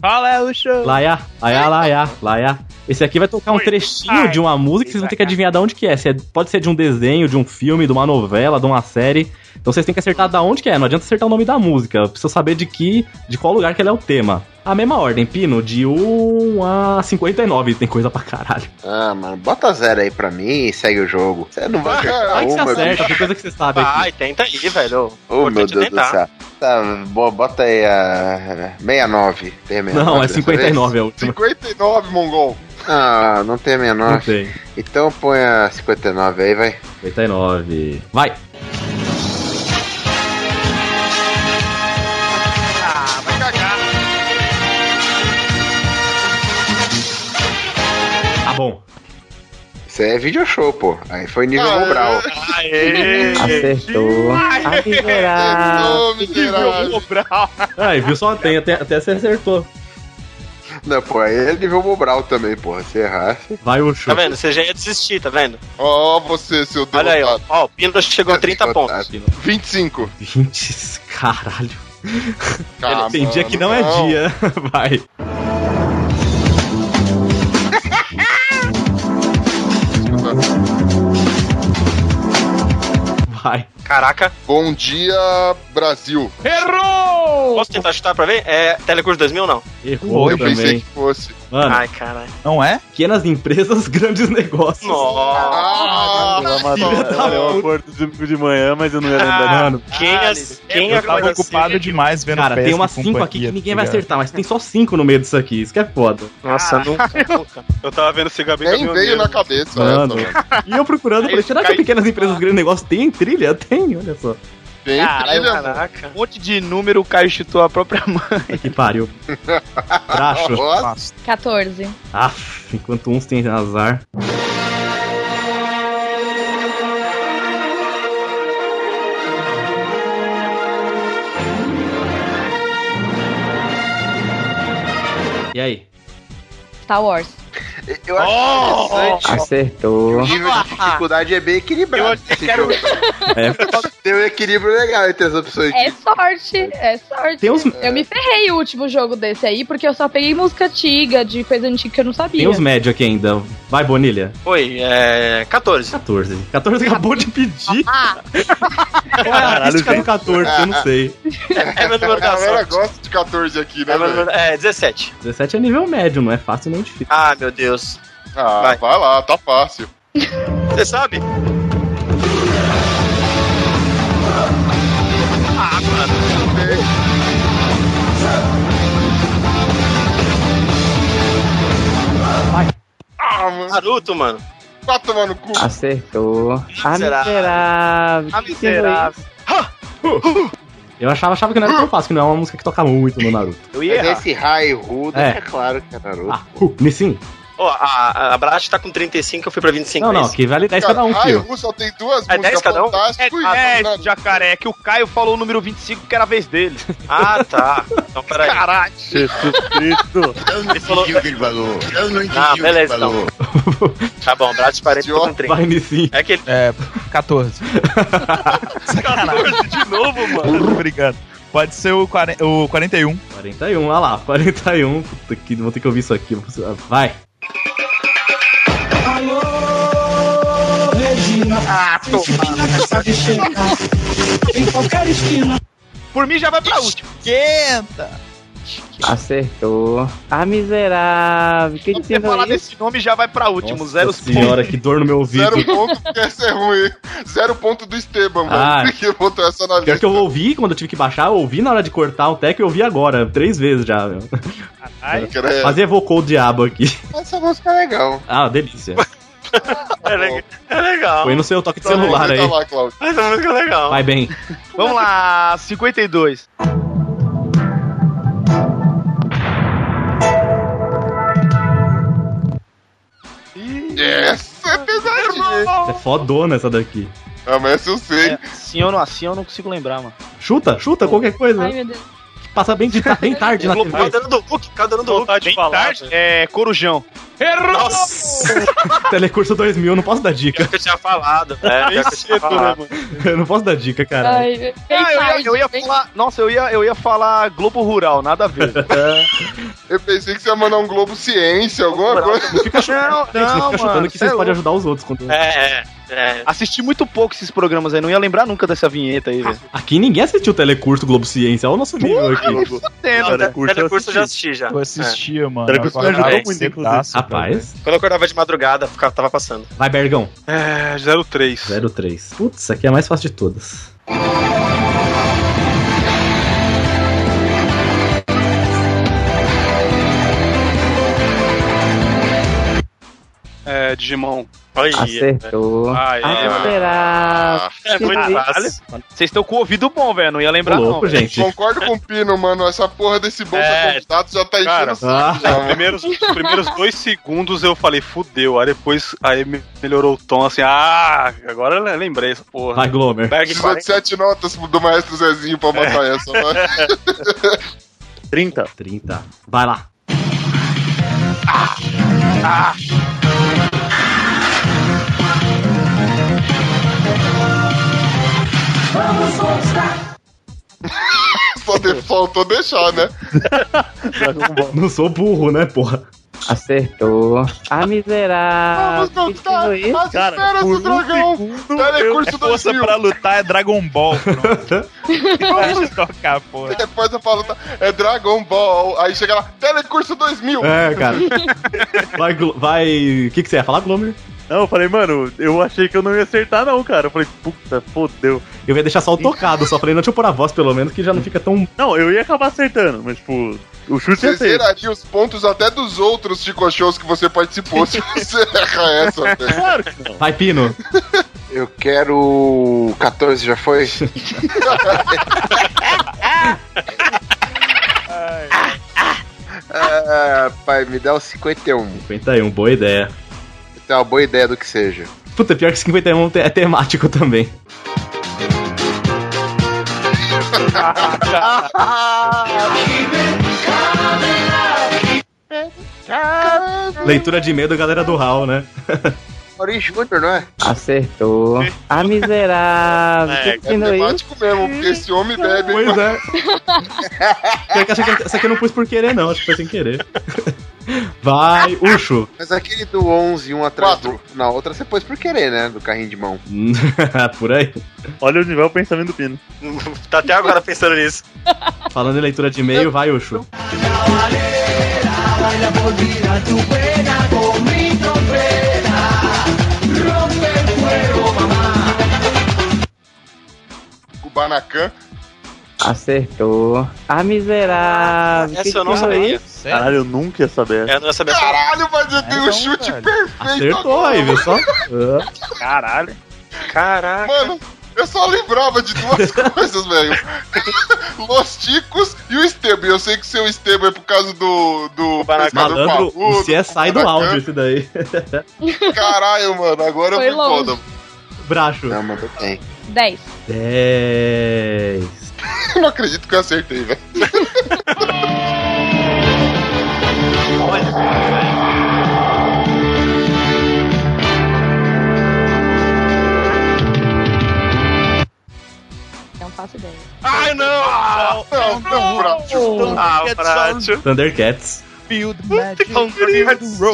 Qual é o show?
Laia, laia, laia, laia. é Esse aqui vai tocar um trechinho de uma música que vocês vão ter que adivinhar de onde que é. Se é- Pode ser de um desenho, de um filme, de uma novela, de uma série. Então vocês têm que acertar da onde que é. Não adianta acertar o nome da música. Precisa saber de que, de qual lugar que ela é o tema. A mesma ordem, Pino, de 1 a 59. Tem coisa pra caralho.
Ah, mano, bota zero aí pra mim e segue o jogo. Você não vai acertar
Vai que você
uma,
acerta,
bicho.
tem coisa que você sabe aqui.
Vai, tenta aí, velho. Tá
Ô, meu
Importante
Deus
tentar.
do céu. Tá, bo- bota aí a 69. Tem a 69
Não, é
dessa
59
vez?
a última.
59, Mongol.
Ah, não tem a 69.
Não tem.
Então põe a 59 aí, vai.
59. Vai.
Ah, vai cagar.
Tá bom.
Isso aí é video show, pô. Aí foi nível
Ah,
Mobral.
Aê!
Acertou.
Ai,
miserável.
miserável.
Aí, viu só? Tem, até, até você acertou.
Não, pô, aí é nível Mobral também, pô. Se errasse.
Vai o
Tá
show.
vendo? Você já ia desistir, tá vendo?
Ó, você, seu
Olha aí, ó. Ó, o Pino chegou a 30 pontos.
25.
20, caralho.
Tá
Ah,
tem
mano,
dia que não,
então.
é dia. Vai. Vai.
Caraca.
Bom dia, Brasil.
Errou! Posso tentar chutar pra ver? É Telecurso 2000 ou não?
Errou
eu
também.
pensei que fosse.
Ah,
Mano,
Ai, caralho.
Não é?
pequenas empresas, grandes negócios.
Ah,
Nossa!
Eu amava-
Filha da
é
eu olhei o acordo de, de manhã, mas eu não ia lembrar.
Mano,
Quem, as, quem
é
Eu tava
agradeceu?
ocupado demais vendo
cara, tem
pesca
umas
e
5 aqui
companhia,
que ninguém
tá
vai
ligado?
acertar, mas tem só 5 no meio disso aqui. Isso que é foda.
Nossa, nunca, nunca.
Eu tava vendo esse Gabi
Nem veio na cabeça. né?
Mano.
essa, mano.
E eu procurando, falei, será que
cai-
pequenas empresas, grandes negócios tem trilha? Tem, olha só.
Tem
Caralho,
trilha, mano.
caraca.
Um monte de número, o Caio chutou a própria mãe.
Puta Que pariu. Tracho.
Nossa,
14.
Aff, enquanto uns têm azar. E aí?
Star Wars.
Eu acho interessante.
Acertou.
O nível de dificuldade é bem equilibrado. esse jogo.
É.
Tem um equilíbrio legal entre as opções.
É sorte, é sorte.
Tem uns-
Eu me ferrei o último jogo desse aí, porque eu só peguei música antiga, de coisa antiga que eu não sabia.
Tem os médios aqui ainda. Vai, Bonilha.
Foi, é. 14.
14. 14 acabou de pedir.
Ah,
Qual é a
Caralho,
artística do
gente.
14? Eu não sei.
É meu
A
número da
galera
sorte.
gosta de 14 aqui, né?
É, meu
velho?
número- é, 17.
17 é nível médio, não é fácil nem difícil.
Ah, meu Deus.
Ah, vai.
Vai.
lá, tá fácil.
Você sabe? Ah, mano.
Ah, mano,
Naruto, mano.
vai tomar no cu.
Acertou. Ah, miserável.
Ah, miserável.
Eu achava, achava que não era tão fácil, que não é uma música que toca muito no Naruto.
Eu ia
Mas
errar.
esse raio rudo
É.
é. claro que é Naruto.
Ah, uh, Nissin?
Ó, a, a Brat tá com 35, eu fui pra 25.
Não,
é
não,
isso?
aqui vale 10 cada um,
Raio
tio.
Russo só tem duas
É
músicas
10 cada um?
fantásticas.
É
Ah,
10, jacaré, que o Caio falou o número 25, que era a vez dele.
Ah, tá. Então, peraí.
Caralho.
Jesus Cristo.
Eu não entendi o que ele falou. Eu não entendi
Ah, beleza, então. Tá bom, Brat 40 tô com 30.
Vai, Nissin.
É que ele
É, 14.
14 de novo, mano.
Obrigado. Pode ser o, 40, o 41.
41, olha lá, 41. Puta que vou ter que ouvir isso aqui. Vai.
Por mim já vai pra última.
Acertou. Ah, miserável. Que
Se você
ensino
falar
isso?
desse nome, já vai pra última.
Nossa
Zero
senhora, que dor no meu ouvido.
Zero ponto porque essa é ruim. Zero ponto do Esteban,
Ah.
mano. Que botou essa na
Pior
lista.
que eu ouvi quando eu tive que baixar, eu ouvi na hora de cortar o tec, eu ouvi agora, três vezes já. Meu.
É.
Credo.
Mas evocou o diabo aqui.
Essa música é legal.
Ah, delícia.
É, legal. é legal.
Foi no seu toque de
Tá bom,
celular aí.
Tá lá, Cláudio.
Mas a música é legal.
Vai bem.
Vamos lá, 52.
Essa é pesadinha.
Essa É fodona essa daqui.
Ah, mas essa eu sei.
Sim ou não assim, eu não consigo lembrar, mano.
Chuta, chuta, qualquer coisa.
ai meu Deus.
Passa bem, de, bem tarde na
Cadê
TV.
o dano do Tá Hulk? Cadê o dano do Hulk?
Vontade de
Bem
falar,
tarde.
velho.
É, Corujão.
Errou!
Telecurso 2000, não posso dar dica.
que eu tinha falado. É, pior que eu tinha falado.
Eu não posso dar dica, cara.
Ah, eu, ia, eu ia falar. Nossa, eu ia, eu ia falar Globo Rural, nada a ver.
Eu pensei que você ia mandar um Globo Ciência, alguma coisa.
Não,
Gente,
não,
fica chutando
mano,
que
cê é
vocês podem
louco.
ajudar os outros. Quando...
É, é.
Assisti muito pouco esses programas aí, não ia lembrar nunca dessa vinheta aí, velho.
Aqui ninguém assistiu o Telecurso Globo Ciência, olha o nosso nível aqui.
Não,
Telecurso eu
telecurso eu já
assisti.
assisti já.
Eu assistia, mano.
Telecurso me
Agora
ajudou
é
muito,
setaço,
Rapaz.
Quando eu acordava de madrugada, ficava, tava passando.
Vai, Bergão.
É, 03.
03. Putz, aqui é a mais fácil de todas.
É, Digimon.
Aí,
é,
Acertou.
Ai, ai,
Ah,
ai.
Ah,
será?
É muito
Que
fácil.
delícia.
Vocês estão com o ouvido bom, velho. Não ia lembrar, não. velho.
Concordo com o Pino, mano. Essa porra desse bolsa
É.
contato já tá enchendo
Cara,
o saco
Ah,
já, mano.
primeiros, primeiros dois segundos eu falei, fudeu. Aí depois aí me- melhorou o tom assim, ah, agora eu lembrei essa porra.
Vai, Glomer.
Berg
Precisou de
40.
sete notas do maestro Zezinho pra matar essa, mano.
30.
30. Vai lá.
Ah.
Vamos Só de- faltou deixar, né?
Não sou burro, né, porra?
Acertou. Ah, miserável.
Vamos voltar às
Cara,
esferas
por
do
um
dragão. Telecurso
Eu, força
2000.
pra lutar é Dragon Ball. pronto. Deixa eu tocar, porra.
Depois eu falo, tá, é Dragon Ball. Aí chega lá, Telecurso 2000.
É, cara. Vai, Glo- vai. O que, que você ia falar, Glomer?
Não, eu falei, mano, eu achei que eu não ia acertar, não, cara. Eu falei, puta, fodeu.
Eu ia deixar só o tocado, só falei, não, deixa eu pôr a voz pelo menos, que já não fica tão.
Não, eu ia acabar acertando, mas, tipo, o chute ia
Você
ser.
zeraria os pontos até dos outros Chico Shows que você participou se você errar essa. velho.
Claro que não.
Vai, Pino.
Eu quero. 14 já foi? ah, pai, me dá o 51.
51, boa ideia.
Tem Tá uma boa ideia do que seja.
Puta, pior que 51 te- é temático também. Leitura de medo, galera do Hall, né?
Maurício Gunter, não é?
Acertou.
É.
Ah, miserável.
É,
Que
é
ensino isso?
Tipo mesmo, porque esse homem bebe.
Pois é. Pior que essa aqui, essa aqui eu não pus por querer, não. Acho que foi sem querer. Vai, Ucho.
Mas aquele do 11, um atrás do. Na outra você pôs por querer, né? Do carrinho de mão.
Por aí.
Olha o nível o pensamento do Pino.
tá até agora pensando nisso.
Falando em leitura de e-mail, vai, Ucho.
Baila por vida tu pena con mi trompeta. Rompe el cuero, mamá.
Kubanacan.
Acertou. Ah, miserável.
Essa
que
eu não
ensino
sabia.
isso?
Caralho, eu nunca ia saber.
Eu É, não ia saber falar.
Caralho, mas eu tenho um chute perfeito
Acertou aí, viu só? Ah,
Caralho. Caraca.
Mano, eu só lembrava de duas coisas, velho. Los Ticos e o Esteban. Eu sei que seu Esteban é por causa do. do pescador
Malandro, o
parrudo,
CSI do
Kubanacan.
áudio, esse daí.
Caralho, mano, agora
Foi
eu fui
longe.
foda.
Bracho.
Não, mandou bem.
10.
10.
Não acredito que eu acertei, velho.
Não faço ideia.
Ai, não!
Não, tipo, não, Brátio.
Ah, o Prático.
Thundercats.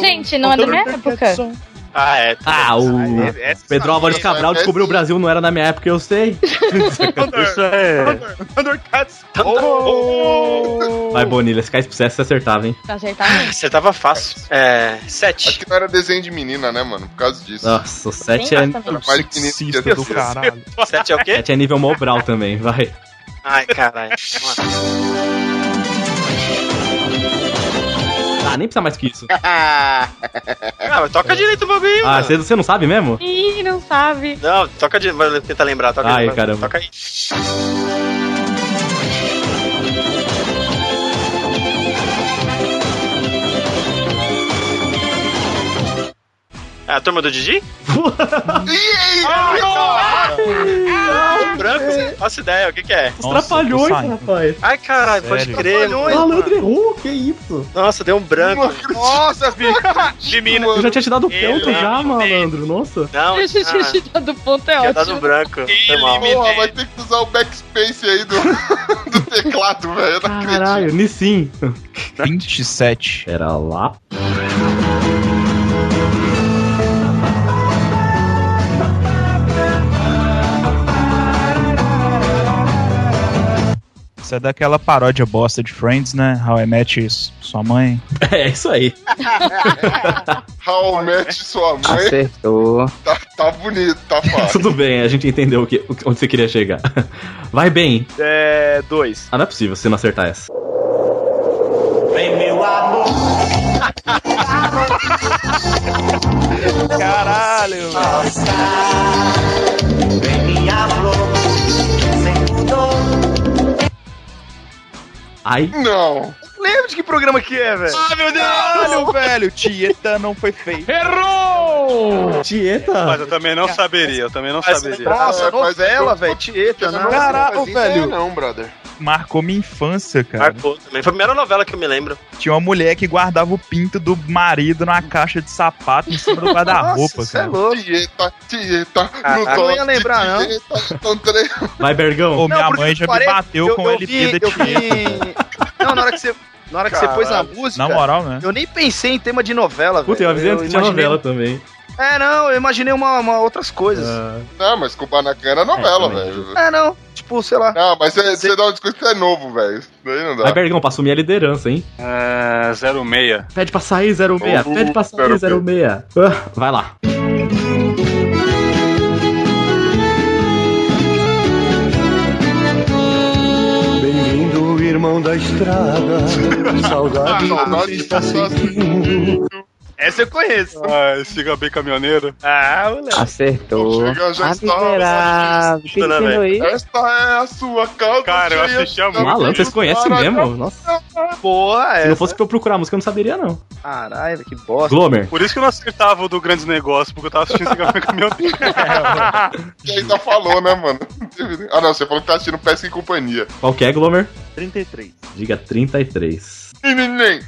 Gente, não é da minha época.
Ah, é.
Ah, o Pedro
né?
Álvares Cabral
mas
descobriu o Brasil não era na minha época, eu sei.
Isso é.
Thundercats.
Vai, Bonilha, se caísse pro CS, você acertava, hein?
Tá acertado?
Você tava fácil. É,
Acho
sete.
que não era desenho de menina, né, mano? Por causa disso.
Nossa, o 7 é,
Bem mais também.
Era mais que menino que
Sexta do
ia ser.
caralho.
Sete é o quê?
sete é nível Mobral também, vai.
Ai, caralho. Mano.
Ah, nem precisa mais que isso.
Ah, mas toca direito o bagulho,
Ah,
mano.
você, você não sabe mesmo?
Ih, não sabe.
Não, toca direito. Vai tentar lembrar. Toca
Ai,
direito,
caramba.
Toca aí. É a turma do Didi?
E aí?
O Um branco, não faço ideia, o que que é?
Trapalhões, rapaz.
Ai, caralho, pode
Sério?
crer.
Trapalhões,
mano.
Tá Malandro errou, que isso?
Nossa, deu um branco.
Nossa,
De mina.
Eu já tinha te dado
Ele-
ponto já, malandro. Nossa.
Não, ah.
Deixa eu te dar do ponto, é
tinha
ótimo.
dado um branco. Foi mal.
Porra, vai ter que usar o backspace aí do, do teclado, velho. Eu não acredito.
Caralho, Nissin.
27.
Pera lá.
Isso é daquela paródia bosta de Friends, né? How I Met Is- Sua Mãe.
É, isso aí.
Raul mete sua mãe.
Acertou.
Tá, tá bonito, tá fácil.
Tudo bem, a gente entendeu o que, o que- onde você queria chegar. Vai bem.
É. Dois.
Ah, não é possível você não acertar essa.
Vem, meu amor.
Caralho.
Vem, minha
Ai.
Não.
Lembra de que programa que é, velho?
Ah, meu Deus!
Caralho, velho. Tieta não foi feita.
Errou! Tieta?
Mas eu também não saberia, eu também não saberia.
Ah,
Nossa,
É, mas é
novela, velho. Tieta,
não
não.
Caralho,
velho.
Não, brother.
Marcou minha infância, cara.
Marcou também. Foi a primeira novela que eu me lembro.
Tinha uma mulher que guardava o pinto do marido numa caixa de sapato em cima do guarda-roupa,
é
é
cara.
Tieta, tieta.
Caraca.
não
Eu ia lembrar,
não.
Vai, Bergão.
Ô, minha
Não, porque,
mãe já me
parece-
bateu
eu-
com
eu
LP
vi-
da
eu
Tieta.
Não, na hora que você. Na hora que você pôs a
Caralho.
música.
Na moral, né?
Eu nem pensei em tema de novela, velho.
Puta, eu avisei antes que tinha
imaginei-
novela também. Ah.
É, não, eu imaginei uma, uma outras coisas.
Não, mas Kubanacan é novela, velho.
É, não. Tipo, sei lá.
Não, mas você você dá um discurso que você é novo, velho. Isso daí não
Vai,
dá.
Bergão, pra assumir a liderança, hein?
Ah, 06.
Pede pra sair, 06. Pede pra sair, 06. Ah, Vai lá.
Bem-vindo, irmão da estrada.
Ah,
Saudade,
Saudade
você está sentindo.
Essa eu conheço.
Ah, siga bem caminhoneiro.
Ah, moleque.
Acertou.
Chega, já
Ah,
está-
miserável. Que
Né,
dizendo
velho? É,
aí?
Esta é a sua casa.
Cara, eu assisti a música.
Malandro, vocês conhecem mesmo? Nossa.
é.
Boa,
Se não
essa.
fosse pra eu procurar a música, eu não saberia, não.
Caralho, que bosta.
Glomer.
Por isso que eu não acertava o do Grandes Negócios, porque eu tava assistindo Siga bem caminhoneiro.
Você ainda falou, né, mano? Ah, não, você falou que tá assistindo Pesca e Companhia.
Qual que é, Glomer?
33.
Diga 33.
Neném.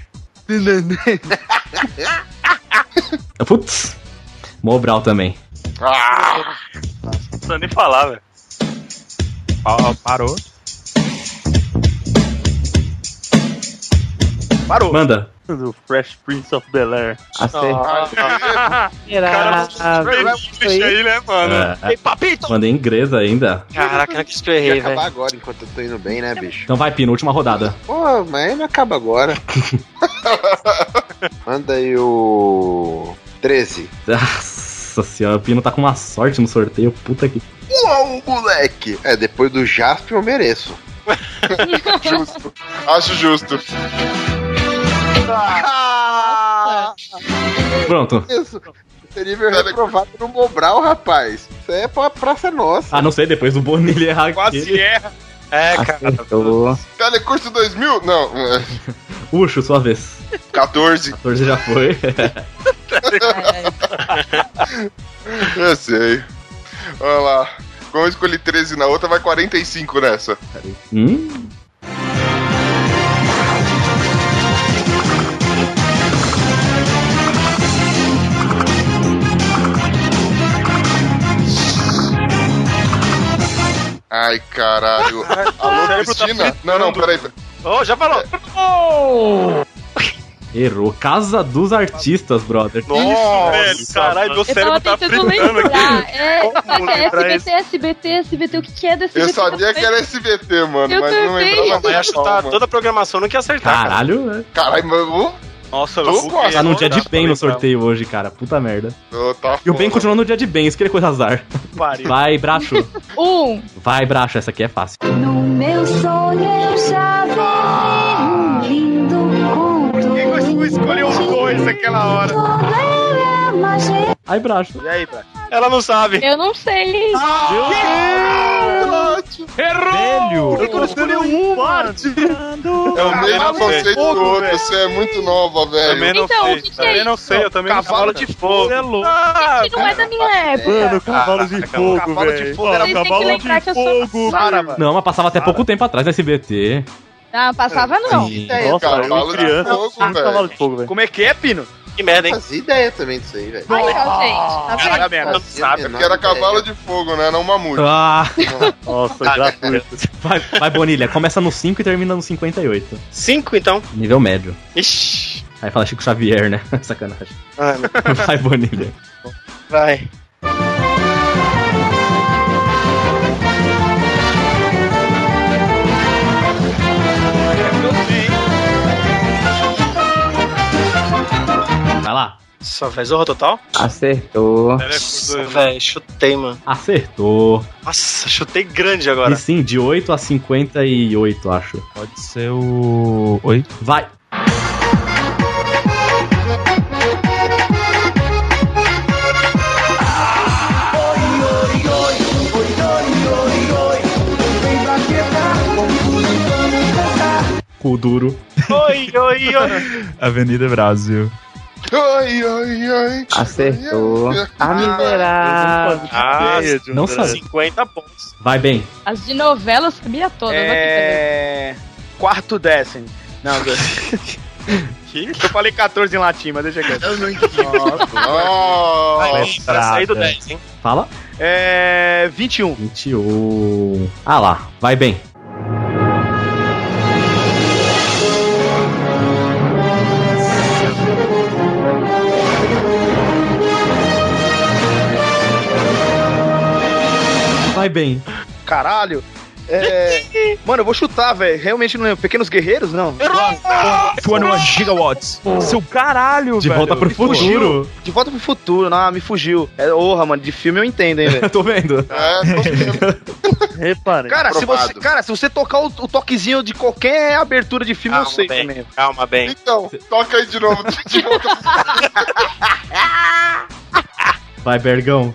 Ah, Putz. Mobral também.
Ah,
Não precisa nem falar, velho.
Pa- Parou.
Parou.
Manda.
Do Fresh Prince of Bel Air.
Acertou.
Cara,
Miserável.
Esse bicho aí, né, mano?
É,
papito!
mandei em inglês ainda.
Caraca, não quis que eu
Ia
errei,
acabar
velho.
agora enquanto eu tô indo bem, né, bicho?
Então vai, Pino, última rodada.
Pô, mas não acaba agora. Manda aí o. 13.
Nossa senhora, o Pino tá com uma sorte no sorteio. Puta que.
Uau, moleque! É, depois do Jasp eu mereço.
justo. Acho justo.
Pronto.
Isso. Esse nível é reprovado no Mobral, rapaz. Isso aí é pra Praça Nossa.
Ah, não sei, depois do Bonilha errar aquele.
erra.
É, cara.
Acertou.
Telecurso 2000? Não, é,
Puxo, sua vez.
14.
14 já foi.
Eu sei. Olha lá. Como eu escolhi 13 na outra, vai 45 nessa.
hum?
Ai, caralho. Alô, Cristina? Não, não, peraí.
Ô, já falou.
Errou. Casa dos Artistas, brother.
Nossa,
Velho, caralho, meu
Eu tava
cérebro tá
tentando
fritando aqui.
lembrar. É,
Como
é
lembrar
SBT, SBT, SBT, o que que é desse
Eu
SBT?
sabia que era SBT, mano,
Eu
mas não
também.
lembrava
é-
Mas ia
mais.
chutar
Calma.
toda a programação, não quer acertar, cara.
Caralho, né?
Caralho, mas eu
Nossa,
Tô
eu
quase.
tá num dia de
Nossa,
bem
falei
no
pra-
sorteio hoje, cara. Puta merda.
vou. Tá
E o Ben
foda.
continuou no dia de bem, isso que ele é coisa azar.
Pariu.
Vai, Bracho.
Um.
Vai, Bracho, essa aqui é fácil.
No meu sonho eu já vivi um lindo conto.
Por que eu escolhi os dois naquela hora?
Como eu era mais
Ai, Bracho.
É.
E aí, Brad?
Ela não sabe.
Eu não sei.
Errou!
Eu tô
escolhendo um, mano.
É o mesmo conceito do outro, você é muito nova, velho.
Também não Então, sei. o que que é Também não isso? sei, eu também não
Cavalo
sei.
de fogo.
é louco.
que não é da minha época.
Mano, cavalo de fogo, velho.
Cavalo de fogo era
Vocês têm que lembrar que eu sou
Sara,
Sara.
Não, mas passava até pouco tempo atrás no SBT.
Não, Ah, passava não.
Nossa,
é.
eu
cavalo de
criança.
fogo,
sim,
velho.
Cavalo de fogo, velho.
Como é que é, Pino?
Que merda, hein?
Não fazia ideia também disso aí, velho.
Aí, ó, gente. Tá vendo?
Cara,
não sabe.
Porque era cavalo de fogo, né? Era um mamute.
Ah.
Nossa, gratuito.
Vai, vai, Bonilha, começa no 5 e termina no 58.
5 então?
Nível médio.
Ixi.
Aí fala Chico Xavier, né? Sacanagem.
Ai, meu-
Vai, Bonilha.
Vai.
Vai lá.
Só fez horror total?
Acertou.
Nossa, velho, chutei, mano.
Acertou.
Nossa, chutei grande agora.
E sim, de 8 a 58, acho.
Pode ser o. Oi?
Vai. Cu duro.
Oi, oi, oi.
Avenida Brasil.
Oi, oi, oi.
Acertou. Ah, miserável.
Ah,
Não sabe.
50 pontos.
Vai bem.
As de novela eu sabia todas. É...
É. Quarto décimo. Não, eu falei 14 em latim, mas deixa quieto.
Eu não entendi. Nossa.
Vai sair do 10, hein?
Fala.
É. 21.
21. Ah lá. Vai bem. Vai bem.
Caralho. É... Mano, eu vou chutar, velho. Realmente não lembro. Pequenos Guerreiros, não.
One gigawatts. Seu caralho,
De
velho.
volta pro
fugiu.
futuro.
De volta pro futuro. Não, me fugiu. É orra, mano. De filme eu entendo, hein, velho.
Tô vendo.
É,
Reparem.
Cara se,
Aprovado.
você, cara, se você tocar o, o toquezinho de qualquer abertura de filme, eu sei
Ah, bem.
também.
Calma, bem.
então, toca aí de novo. De volta.
Vai, Bergão.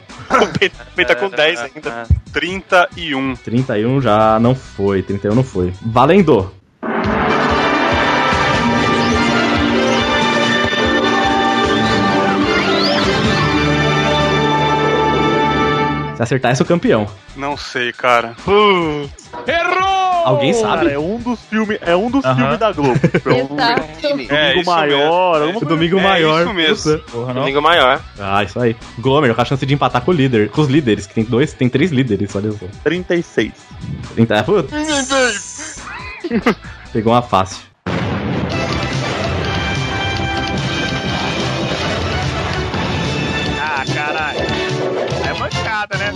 Bem tá com 10 ainda.
31.
31 já não foi. 31 não foi. Valendo. Se acertar, é seu campeão.
Não sei, cara.
Alguém
Cara,
sabe?
é um dos filmes, é um dos
Aham.
filmes da Globo. É um
Exato.
É,
domingo
isso
maior,
mesmo.
alguma
O domingo
É
maior.
isso mesmo.
Puta.
Porra, não.
Domingo maior.
Ah, isso aí. Glomer, com a chance de empatar com o líder, com os líderes, que tem dois, tem três líderes, olha só.
36.
30, putz. Pegou uma fácil.
Ah, caralho. É mancada, né?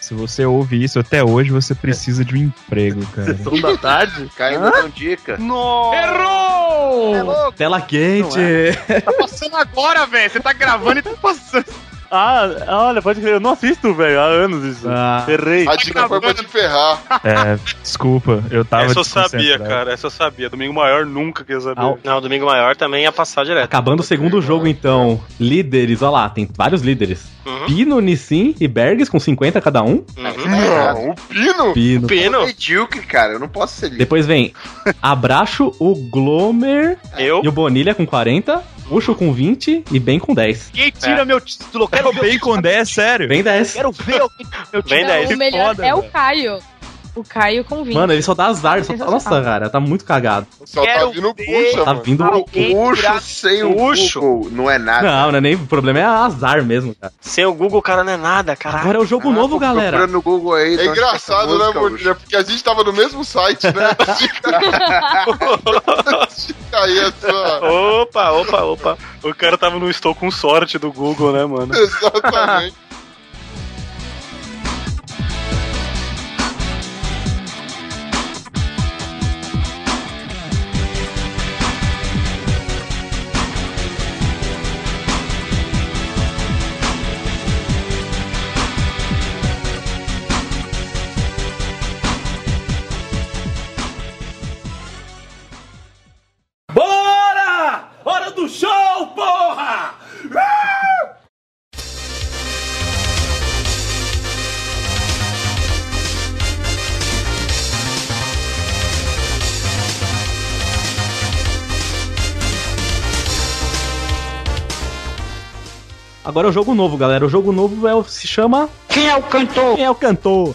Se você ouve isso até hoje, você precisa de um emprego, cara.
Sessão da tarde?
Caindo
um
com dica.
Nossa.
Tela quente.
é. Tá Passando agora, velho. Você tá gravando e tá passando.
Ah, olha, pode crer, eu não assisto, velho, há anos isso.
Ah,
Errei.
A dica foi pra te ferrar.
É, desculpa, eu tava.
Essa eu sabia,
desconcentrado.
cara. Essa eu sabia. Domingo maior nunca quis saber.
Au.
Não, domingo maior também ia passar direto.
ah, acabando o segundo jogo, então. Líderes, olha lá, tem vários líderes.
Uhum.
Pino, Nissin e Bergs com 50 cada um.
É,
Uhum.
Não, o Pino?
Pino.
Pino,
Medíocre, cara. Eu não posso ser livre.
Depois vem Abraço, o Glomer
eu.
e o Bonilha com 40, Ucho com 20 e Ben com 10.
Ninguém tira meu título. Eu
É
quero
o
ver.
Bacon 10, sério?
Ben 10.
Quero ver alguém tirar meu
Vem
título.
daí.
Não, o melhor
foda,
é o
velho.
Caio. O Caio com 20.
Mano, ele só dá azar. Só tá- nossa, cara, tá muito cagado.
Só tá
Quero
vindo
ver.
puxa,
Tá
mano.
vindo.
tirar Puxo sem o
Puxo.
Google não é nada.
Não, não é nem. O problema é azar mesmo, cara.
Sem o Google, o cara não é nada, caralho.
Agora é o jogo
Ah,
novo,
pô,
galera.
procura no Google
Então,
aí.
É engraçado, né,
Murilo?
Murilo? Porque a gente tava no mesmo site, né? Fica aí é a sua.
Opa, opa, opa.
O cara tava no Estou com sorte do Google, né, mano?
Exatamente.
Bora! Hora do show, porra!
Agora é o jogo novo, galera. O jogo novo é o- se chama.
Quem é o cantor?
Quem é o cantor?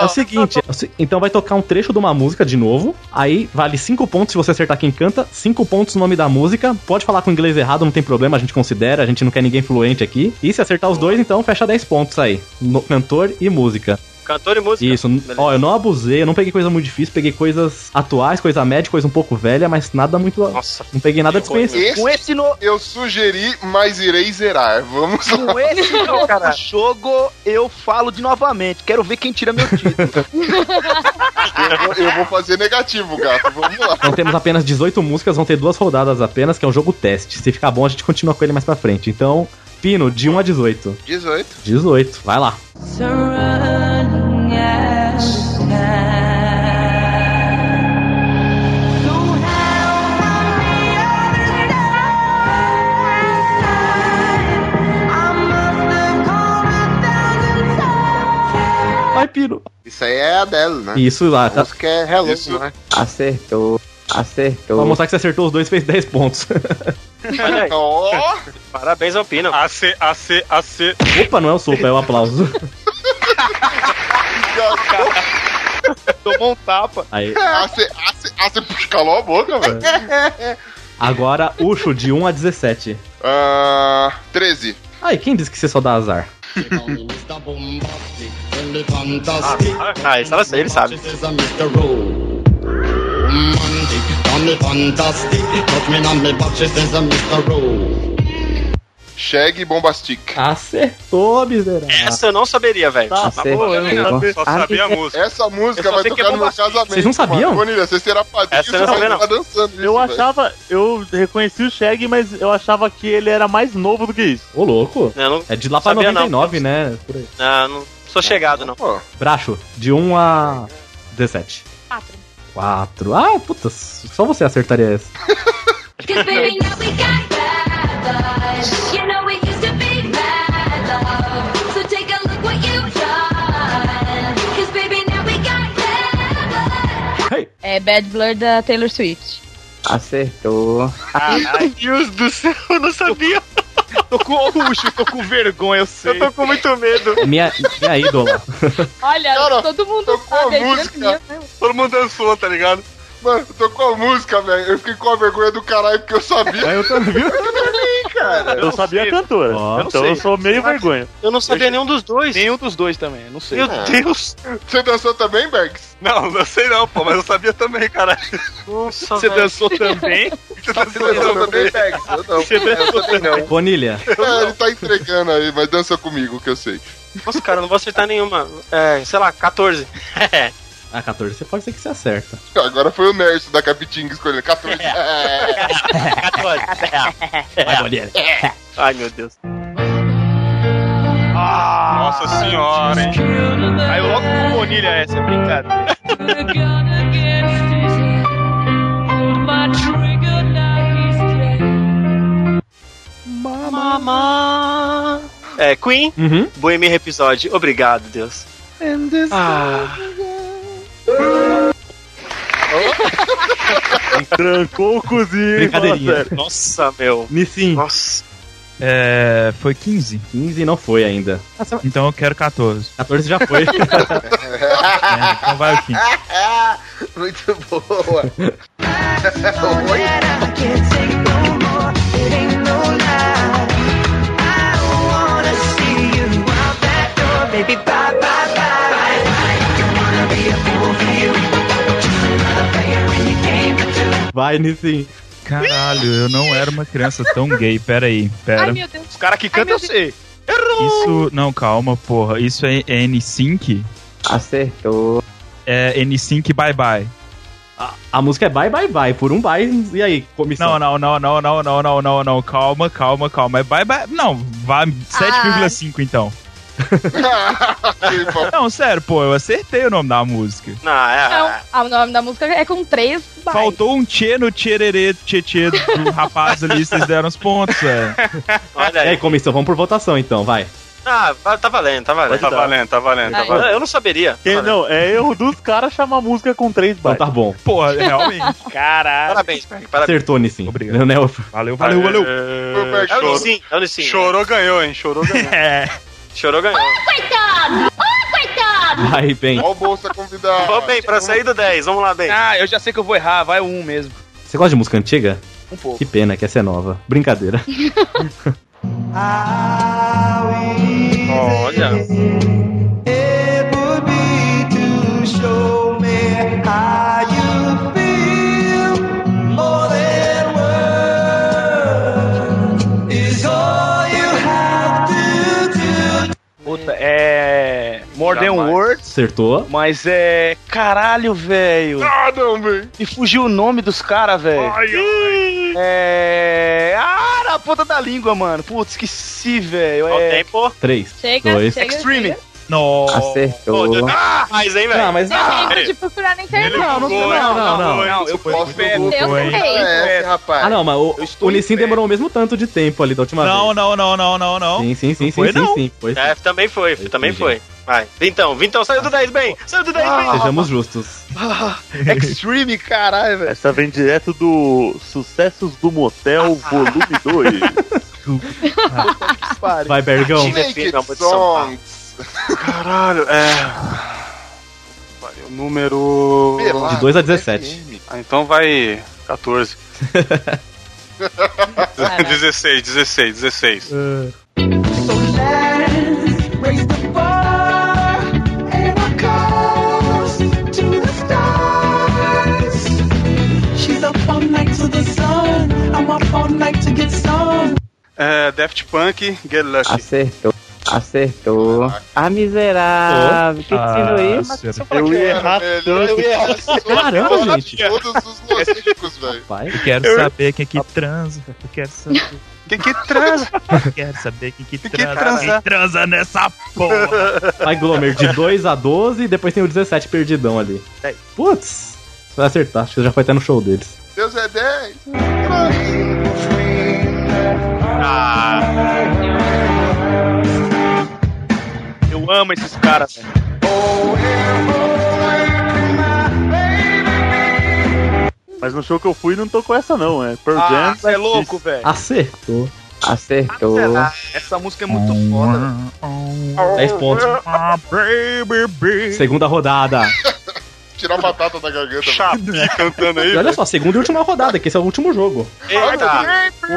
É o seguinte, é o se- então vai tocar um trecho de uma música de novo. Aí vale 5 pontos se você acertar quem canta, 5 pontos o nome da música. Pode falar com inglês errado, não tem problema, a gente considera, a gente não quer ninguém fluente aqui. E se acertar os dois, então fecha 10 pontos aí. No- cantor e música.
Cantor e música.
Isso, ó, eu não abusei, eu não peguei coisa muito difícil, peguei coisas atuais, coisa média, coisa um pouco velha, mas nada muito. Nossa, não peguei nada desconhecido.
Com esse no... Eu sugeri, mas irei zerar. Vamos lá.
Com esse novo jogo, eu falo de novamente. Quero ver quem tira meu título.
Eu vou, eu vou fazer negativo, gato. Vamos lá.
Então temos apenas 18 músicas, vão ter duas rodadas apenas, que é um jogo teste. Se ficar bom, a gente continua com ele mais pra frente. Então, Pino, de 1 a 18.
18.
18, vai lá.
Running out of time. Don't help on the other side. I must have called a thousand times.
Vai, Pino.
Isso aí é a Adele, né?
Isso lá, tá.
Que é Hello, né?
Acertou. Acertou.
Pra mostrar que você acertou os dois, fez 10 pontos.
Olha aí. Parabéns ao Pino.
AC, AC, AC.
Opa, não é o sopa, é o aplauso.
Tomou um tapa.
Aí.
Ah, você ah, você- ah, você calou a boca, velho.
Agora, Ucho, de 1 a 17.
Ah, 13.
Aí, quem disse que você só dá azar?
Ah, ah, ele sabe, ele sabe.
Shag Bombastic.
Ah, Acertou, miserável.
Essa eu não saberia, velho.
Tá
Na boa, eu não sabia.
Essa música
Eu só
vai
sei que é
tocar no meu
bombastic.
casamento.
Vocês não sabiam?
mano. Bonilha, você será padrinho,
Essa eu
você
não sabia,
vai
não.
estar tá dançando. nisso,
Eu
velho.
achava, eu reconheci o Shag, mas eu achava que ele era mais novo do que isso.
Ô, louco.
Eu não
É de lá pra
sabia, não.
99, né? Por aí.
Ah, não
É.
sou chegado, não.
Bracho, de 1 a 17.
4.
4. Ah, puta, só você acertaria essa.
Cause baby, now we got bad love. You know we used to be mad love. So take a look what you've done. Cause baby, now we got
É Bad Blur da Taylor Swift.
Acertou.
Meu Deus do céu, eu não sabia. Tô com luxo, tô com vergonha, eu sei. Eu tô com muito medo.
Minha, minha ídola.
Olha, todo mundo sabe. é grande
música.
Todo mundo dançou, tá ligado?
Mano, eu tô com a música, velho. Eu fiquei com a vergonha do caralho porque eu sabia.
eu também.
cara.
Eu sabia a cantora.
Ó. Eu
então
sei.
eu sou meio
Será que-
vergonha.
Eu não sabia nenhum dos dois.
Nenhum dos dois também, não sei. É.
Meu Deus.
Você dançou também, Bergs?
Não, não sei não, pô, mas eu sabia também, cara.
Nossa,
Você
velho.
dançou também?
Você dançou também, Bergs? Eu não.
Você dançou
Eu também não.
Bonilha.
É, ele tá entregando aí, mas dança comigo que eu sei.
Nossa, cara, eu não vou acertar nenhuma. É, sei lá, 14.
É.
Ah, 14, você pode ser que você acerta.
Agora foi o Nerso da Capitinga escolhendo 14. É.
Vai, Bonilha.
Ai, meu Deus.
Nossa senhora, hein?
Aí eu Ah. logo com Bonilha essa, é brincadeira.
Mamá. É, Queen,
uhum.
Bohemian Episódio. Obrigado, Deus. Ah.
Trancou o cozinho.
Brincadeirinha.
fala sério.
Nossa, meu.
Nissin.
Nossa.
É, foi 15.
15 não foi ainda.
Então eu quero 14.
14 já foi.
É, então vai o 15.
Muito boa.
Baby, bye, bye, bye, bye, bye. You wanna be a fool for you. Just another player in the game, but you
Vai, Nissin.
Caralho, eu não era uma criança tão gay. Pera aí, pera.
Deus.
Os caras que cantam, eu sei.
Isso. Não, calma, porra. Isso é N-Sync?
Acertou.
É N-Sync Bye Bye.
A, a música é bye, bye, bye. Por um bye, e aí,
Não,
comissão?
não, não, não, não, não, não, não, não. Calma, calma, calma. É Bye Bye. Não, vá 7,5
Ah.
então. Não, sério, pô, eu acertei o nome da música.
Não, é.
Não, ah, o nome da música é com três bytes.
Faltou um tchê no tchererê, tchê tchê do rapaz ali, vocês deram os pontos, é. velho.
Olha
E
aí.
É. aí, comissão, vamos por votação então, vai.
Ah, va- tá valendo, tá valendo.
Tá valendo, tá valendo, tá valendo.
Eu não saberia.
Quem não, é erro dos caras chamar música com três bytes.
tá bom.
Porra,
realmente. Caralho. Parabéns, Berg, parabéns.
Acertou, Nissin. é Obrigado. Valeu,
Valeu, valeu. É o
Chorou.
Nissin, é o Nissin.
Chorou, ganhou, hein? Chorou, ganhou.
É,
Chorou, ganhou.
Coitado! Oh, coitado!
Vai, bem.
Ó o Bolsa convidado.
Vamos bem, pra sair do 10, vamos lá, bem.
Ah, eu já sei que eu vou errar, vai um mesmo.
Você gosta de música antiga?
Um pouco.
Que pena que essa é nova. Brincadeira.
Olha.
Puta, é. More than words,
Acertou.
mas é. Caralho, velho.
Ah, não, velho.
E fugiu o nome dos caras, velho. É. Ah, na ponta da língua, mano. Putz, esqueci, velho.
Qual
É.
tempo?
Três.
Chega,
dois.
chega,
Extreme.
chega.
Nossa.
Acertou.
Ah, mas, hein, velho?
Não, mas- ah!
Eu
Ah,
lembro
é.
de procurar na internet.
Não, não, não, não, não.
eu posso ver.
Eu sei.
É, rapaz.
Ah, não, mas o,
estou
o Nissin demorou o mesmo tanto de tempo ali da última
Não, não, não, não, não, não.
vez. Sim, sim, sim, sim,
foi,
sim,
não.
sim. Foi sim.
É, também foi, também foi. Vai. Vintão, Vintão, saiu do 10, bem. Saiu do 10, bem.
Sejamos justos.
Extreme, caralho, velho.
Essa vem direto do Sucessos do Motel, volume 2.
Pare.
Vai, Bergão.
Sim.
Make
Defina a
it
posição,
songs.
Caralho, é. Vai, o número.
Pelado
De 2
é
a 17.
FM.
Ah, então vai 14. 16, 16, 16. É, Daft Punk, Get
Ah,
Lucky.
Acertou. Acertou. Ah, miserável. O que
Ah,
ensinou isso?
senhora.
Eu ia
Cara,
errar
velho,
tanto.
eu ia errar
Caramba, gente.
todos os logísticos, velho.
Vai.
Eu quero saber quem que transa. Eu quero saber,
Quem que transa?
eu quero saber quem que transa. Quem transa nessa porra.
Vai, Glomer, de 2 a 12 e depois tem o 17 perdidão ali.
É.
Putz, você vai acertar, acho que já foi até no show deles.
Deus é 10.
Eu amo esses caras, velho.
Mas no show que eu fui não tocou essa não, é Pearl
Ah,
Jam.
você é louco, velho.
Acertou.
Acertou.
Essa música é muito
Hum.
foda, velho.
10 pontos.
Ah, baby, baby.
Segunda rodada.
Tirar a batata da garganta. velho.
Chapi cantando aí.
E olha só, segunda e última rodada, que esse é o último jogo.
Eita. Não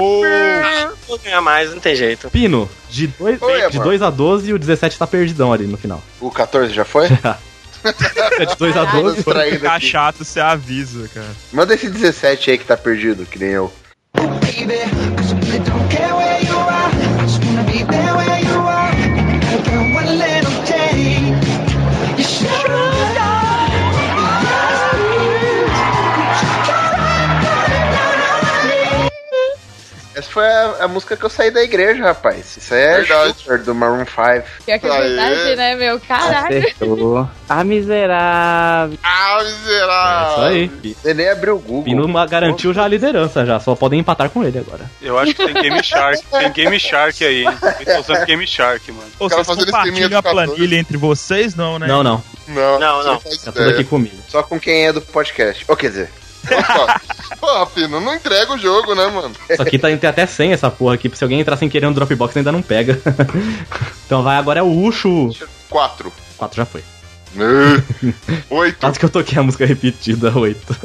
Vou ganhar mais, não tem jeito.
Pino, de 2
Oi,
de
amor.
dois a 12 e o 17 tá perdidão ali no final.
O 14 já foi?
É de 2 a
Tô
12.
distraído
Tá
aqui.
chato, você avisa, cara.
Manda esse 17 aí que tá perdido, que nem eu. Essa foi a, a música que eu saí da igreja, rapaz. Isso aí é
Verdade.
Sugar, do Maroon 5.
Pior que é verdade, né, meu? Caralho.
É
Acertou. Ah, miserável.
Ah,
É Isso
miserável.
aí.
Você nem abriu o Google.
Pino ma- garantiu já a liderança já, só podem empatar com ele agora.
Eu acho que tem Game Shark. Tem Game Shark aí. hein? Eles tô usando Game Shark, mano.
Pô,
cara
vocês
fazendo esqueminha
compartilham
de
a
14.
planilha entre vocês, não, né?
Não, não,
Não,
Não,
você
não.
faz
tá tudo
ideia.
aqui comigo.
Só com quem é do podcast. Ou quer dizer,
Olha só. Porra, Pino, não entrega o jogo, né, mano?
Isso aqui tá, tem até 100 essa porra aqui, se alguém entrar sem querer no Dropbox ainda não pega. então vai, agora é o Ucho.
Quatro.
4 já foi.
Né? Oito.
Tanto que eu toquei a música repetida, 8.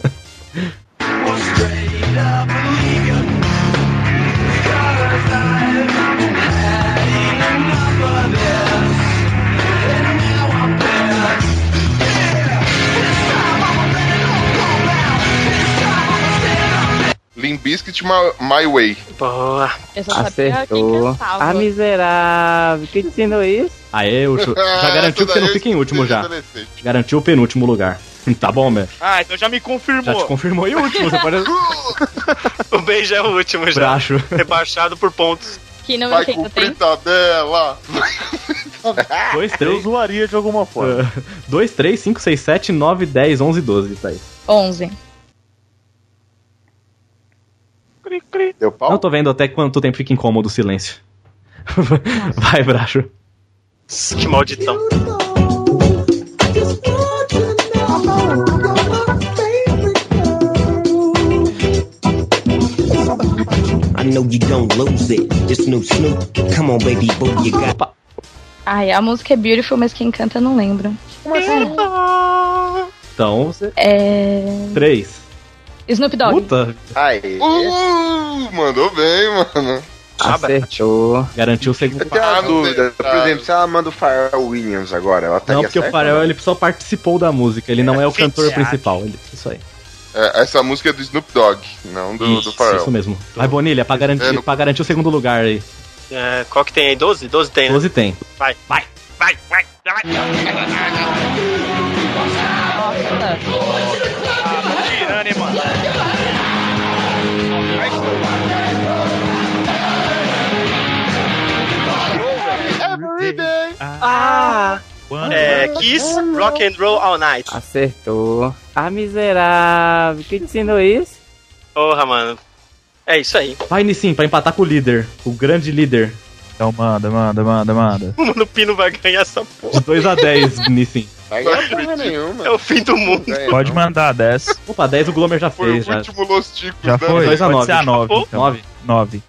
Limbiskit My Way.
Boa.
Eu só sabia quem
Acertou. Ah,
cantava.
miserável. Quem te ensinou isso?
Aê, Ucho. Já garantiu que você não fica em último já. Garantiu o penúltimo lugar. Tá bom, meu.
Ah, então já me
Já te
confirmou.
confirmou em último, você pode.
O beijo é o último já.
Bracho.
Rebaixado por pontos.
Que não
Vai
entendo
com
tem.
fritadela.
2,
Eu
3.
zoaria de alguma forma.
2, 3, 5, 6, 7, 9, 10, 11, 12, tá aí.
11.
deu pau?
Não tô vendo até quanto tempo fica incômodo o silêncio. Vai, Bracho.
Que maldição.
I know you don't lose it. Just new Snoop. Come on, baby boo, you got.
Ai, a música é beautiful, mas quem canta eu não lembro.
Então, você...
É.
Três.
Snoop Dogg.
Puta.
Aí. Uh, mandou bem, mano.
Acertou.
Garantiu o segundo.
Eu tenho uma dúvida. Por
tá.
exemplo, se ela manda o Pharrell Williams agora, ela tá
Não, porque o
né?
Pharrell ele só participou da música, ele não é o cantor
Fetiado.
principal. ele- isso aí.
É, essa música é do Snoop Dogg, não do, do
Isso,
Pharrell.
isso mesmo. Vai, Bonilha, pra
É,
garantir,
não-
pra garantir o segundo lugar aí.
É, qual que tem aí? 12? 12 tem, né?
12 tem.
Vai, vai, vai, vai, vai.
Tirando, hein, mano.
Ah! É, Kiss, Rock and Roll All Night.
Acertou. Ah, miserável. Quem te ensinou isso?
Porra, mano. É isso aí.
Vai, Nissim, pra empatar com o líder. O grande líder.
Então manda, manda, manda, manda.
Mano, o Pino vai ganhar essa porra.
De 2 a 10, Nissim.
É o fim do mundo.
Pode mandar, 10.
Opa, 10 o Glomer já fez. já.
Já foi?
2 a
Pode
9.
ser a 9. Então.
9.
9.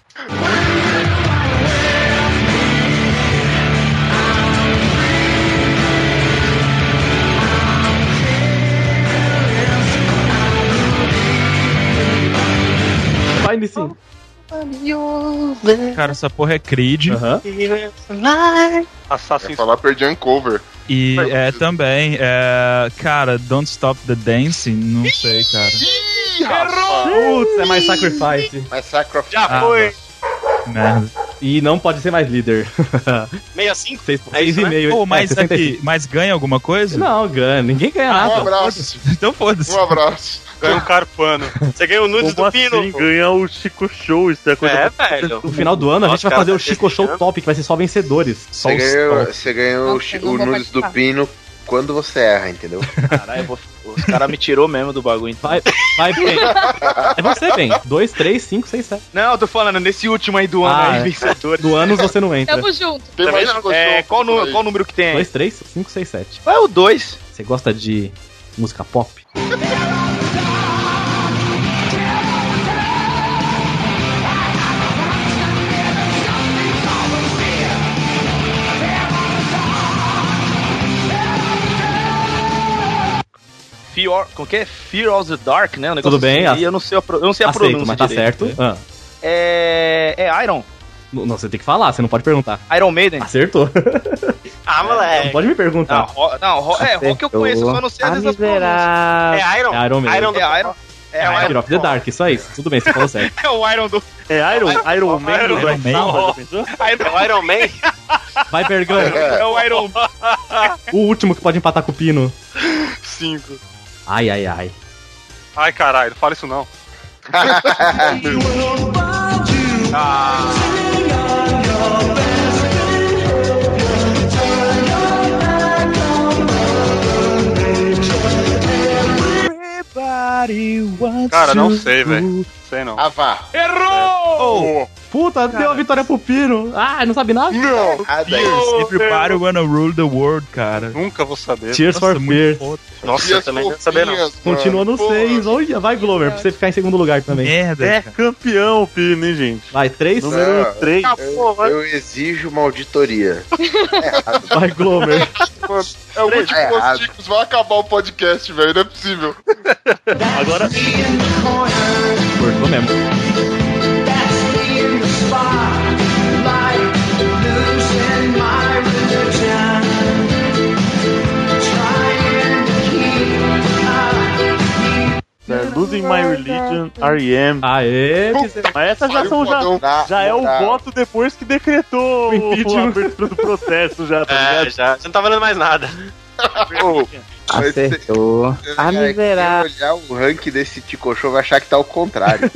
Vai, Nissim.
Cara, essa porra é Creed.
Assassin's falar perdi um cover.
E é também, é, cara, Don't Stop the Dancing, não sei, cara.
Ih, rapaz.
Putz, é mais sacrifice.
Mais sacrifice.
Já foi.
Merda.
E não pode ser mais líder.
65?
6,5.
É isso, né?
Pô, mas,
é, 65.
aqui, mas ganha alguma coisa?
Não, ganha. Ninguém
Ah,
ganha nada.
Um abraço.
Então foda-se.
Um abraço.
Ganha um carpano. Você ganhou o nudes
Como
do Pino.
assim ganhar o Chico Show? Isso é coisa
É,
mais-
velho.
No final do ano a
Nossa,
gente vai
cara,
fazer o
tá
Chico Show Top, que vai ser só vencedores. Só
Você
os-
ganhou,
só os-
você ganhou o chi-
eu não
o
vou
nudes do
participar.
Pino quando você erra, entendeu?
Caralho, eu vou- os caras me tirou mesmo do bagulho. então.
Vai, vai, Ben. É você, Ben. 2, 3, 5, 6, 7.
Não, eu tô falando, nesse último aí do ano
Ah,
aí,
é.
vencedores.
Do ano você não entra.
Tamo junto.
Tem mais
Também não.
coisa
É,
aí.
qual, nu- qual número que tem?
2, 3, 5, 6, 7.
Qual é o 2?
Você gosta de música pop?
Fear, como que é? Fear of the Dark, né? O negócio
Tudo bem,
assim,
a-
eu não sei a, pro- eu não sei a
Aceito,
pronúncia
mas tá
direito. né?
certo. Ah,
É, é Iron.
não, não, você tem que falar, você não pode perguntar.
Iron Maiden.
Acertou.
Ah,
Não
moleque.
pode me
É. Não,
Tá
perguntar.
Ah, ro- não ro- é, rock eu conheço, só não sei
Ah,
as dessas pronúncias.
miserável.
É Iron?
É Iron Maiden.
Iron do...
É Iron. É,
É
Iron.
Fear of the Dark, isso aí. Tudo bem, você falou certo.
É o Iron do...
É Iron? Iron Man?
Iron
Iron
Man.
Man. pensou?
É o Iron Man?
Vai, Bergão.
É o Iron Man.
O último que pode empatar com o Pino.
5.
Ai, ai, ai.
Ai, caralho, não fala isso não.
Everybody wants
Cara, não
to
sei,
go.
velho. Sei não.
Ah, vá.
Oh,
Puta, deu a vitória pro Pino. Ah, não sabe nada?
Não.
Errada aí.
Deus, everybody wanna rule the world, cara.
Nunca vou saber.
Tears
Nossa,
for
muito
Fears.
foda.
Nossa, eu também não sabia não.
Continua no 6. Olha, vai, Glover, pra você ficar em segundo lugar também.
Merda.
É
cara.
campeão, Pino, hein, gente?
Vai, 3.
é.
É.
Não,
3.
Ah,
eu, eu exijo uma auditoria.
Vai, Glover.
É o
Tá
último
É errado.
Posticos, vai acabar o podcast, velho. Não é possível.
Agora,
Cortou mesmo.
né, Losing My Religion, R.E.M.
Aê, miserável.
Mas essas já são já...
Na
Já é o
moral.
voto depois que
O
decretou o-
impeachment.
a abertura do processo já, tá ligado?
É, já. Você não tá valendo mais nada.
Pô, mas cê-
Acertou. Ah,
cara,
miserável.
Quem olhar o ranking desse Tico Show vai achar que tá ao contrário.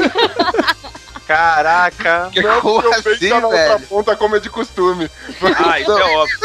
Caraca.
Como
Porque o Ben
assim,
tá na outra
velho?
ponta, como é de costume.
Ah, isso é óbvio.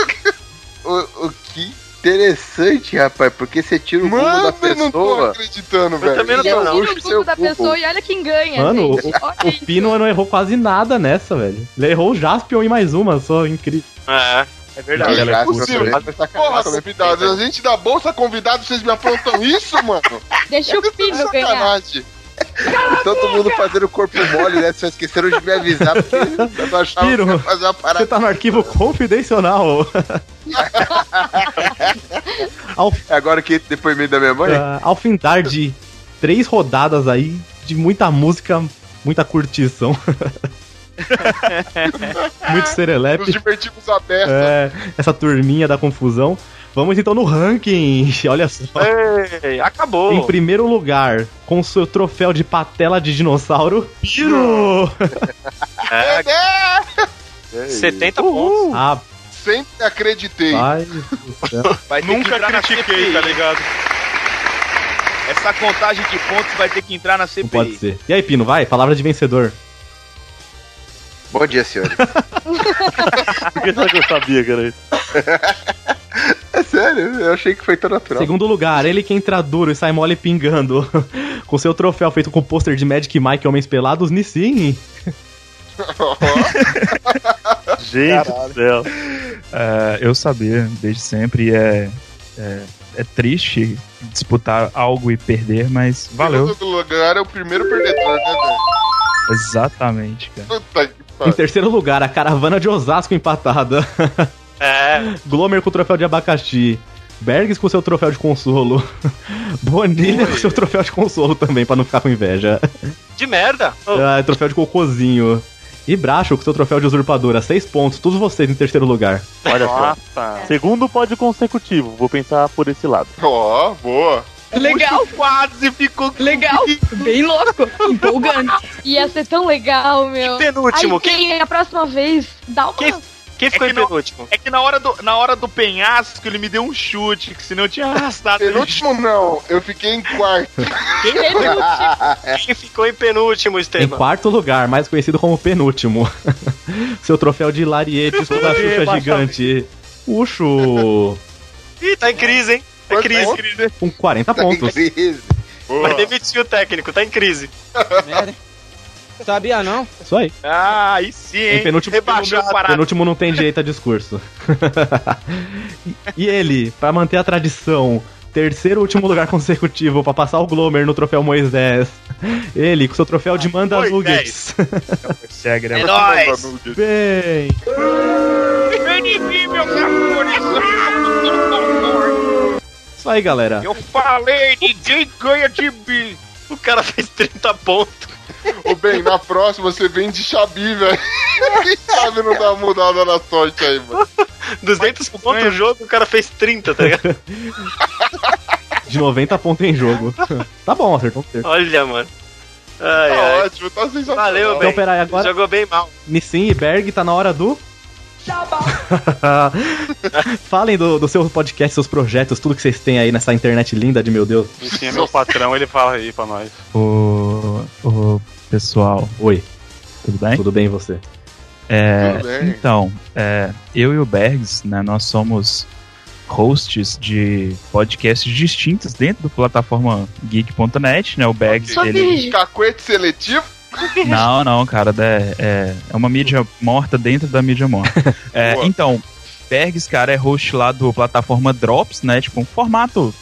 O, o que interessante, rapaz, porque você tira o rumo da
Mano, eu não tô
pessoa.
acreditando,
Eu
velho.
também não
E eu
tô não.
Puxa
tiro o
o
Google
seu
da
Google.
pessoa e olha quem ganha,
Mano,
gente. Olha
O
isso.
Pino não errou quase nada nessa, velho. Ele errou o Jaspion e mais uma só, incrível.
É. É verdade.
Não,
Ela
é
é
possível.
conservadora.
Porra, convidados, a gente dá bolsa convidado, vocês me aprontam isso, mano?
Deixa o Pino ganhar.
Sacanagem. Tá Todo mundo fazendo corpo mole, né? Só esqueceram de me avisar porque eu não achava
Piro,
que ia fazer uma
Você
parada.
tá no arquivo confidencial.
É agora que entra depoimento da minha mãe?
Ah, ao findar de três rodadas aí de muita música, muita curtição. Muito serelepe.
Nos divertimos a peça.
É, essa turminha da confusão. Vamos então no ranking. Olha só.
Ei, acabou.
Em primeiro lugar, com seu troféu de patela de dinossauro, Piro!
É,
É isso.
70 pontos.
Ah,
É. Sempre acreditei.
pai do céu.
Vai ter que entrar na CPI.
tá ligado?
Essa contagem de pontos vai ter que entrar na CPI.
Não pode ser. E aí, Pino, vai? Palavra de vencedor.
Bom dia, senhores.
Por que será que eu sabia que era isso?
É sério, eu achei que foi tão natural.
Segundo lugar, ele que entra duro e sai mole pingando. com seu troféu feito com pôster de Magic Mike e Homens Pelados, Nissin.
Gente do céu.
É, eu sabia desde sempre e é, é, é triste disputar algo e perder, mas
tá
valeu.
Segundo lugar é o primeiro perdedor, né, velho?
Exatamente, cara.
Puta que
Em
pariu.
terceiro lugar, a caravana de Osasco empatada.
É.
Glomer com o troféu de abacaxi. Bergs com seu troféu de consolo. Bonilha com seu troféu de consolo também, pra não ficar com inveja.
De merda.
É.
Ô,
Ah, troféu de cocôzinho. E Bracho com seu troféu de usurpadora. Seis pontos, todos vocês em terceiro lugar.
Olha só.
Nossa.
Segundo pódio consecutivo, vou pensar por esse lado.
Ó, boa.
Legal.
Ah,
Quase ficou
Legal. Bem louco. Empolgante.
Ia ser tão legal, meu.
penúltimo,
Aí, quem... é A próxima vez, dá uma...
Quem ficou
é
em
que não-
penúltimo?
É que na hora, do, na hora do penhasco ele me deu um chute, que senão eu tinha
Tá
arrastado ele.
Penúltimo não, eu fiquei em quarto.
Quem ficou, em- quem ficou em penúltimo,
Em
Esteban?
quarto lugar, mais conhecido como penúltimo. seu troféu de Lariete com a Xuxa gigante. Uxo!
Ih, tá em crise, hein? Tá em crise.
Com 40
Tá
pontos.
Vai demitir o técnico, tá em crise.
Sabia não?
Isso aí.
Ah, aí sim,
Em
hein?
penúltimo,
Rebaixado.
penúltimo não tem direito a discurso. e, e ele, pra manter a tradição, terceiro e último lugar consecutivo pra passar o Glomer no troféu Moisés. Ele, com seu troféu de Manda Nuggets.
Segue, né?
É nóis.
Bem.
é
Isso aí, galera.
Eu falei, ninguém ganha de mim.
O cara fez 30 pontos.
Ô, bem, na próxima você vem de Xabi, velho. Quem sabe não dá uma mudada na sorte aí, mano.
200 pontos o jogo, o cara fez 30, tá ligado?
De 90 pontos em jogo. tá bom, acertou. acertou.
Olha, mano. Ai,
Tá
ai.
ótimo, tá sensacional.
Valeu,
Então,
bem.
peraí, agora-
Jogou bem mal.
Nissin e Berg, tá na hora do. Falem do, do seu podcast, seus projetos, tudo que vocês têm aí nessa internet linda de meu Deus.
Sim, é meu patrão, ele fala aí pra nós.
Ô, ô, pessoal,
Oi,
tudo bem?
tudo bem e você?
É,
Tudo
né?
bem.
Então, é, eu e o Bergs, né, nós somos hosts de podcasts distintos dentro da plataforma geek.net, né? O Bergs,
Só
ele...
virgem.
Cacuete seletivo?
Não, não, cara. É, é, é uma mídia morta dentro da mídia morta. É,
Boa.
então, Bergs, cara, é host lá do plataforma Drops, né? Tipo, um formato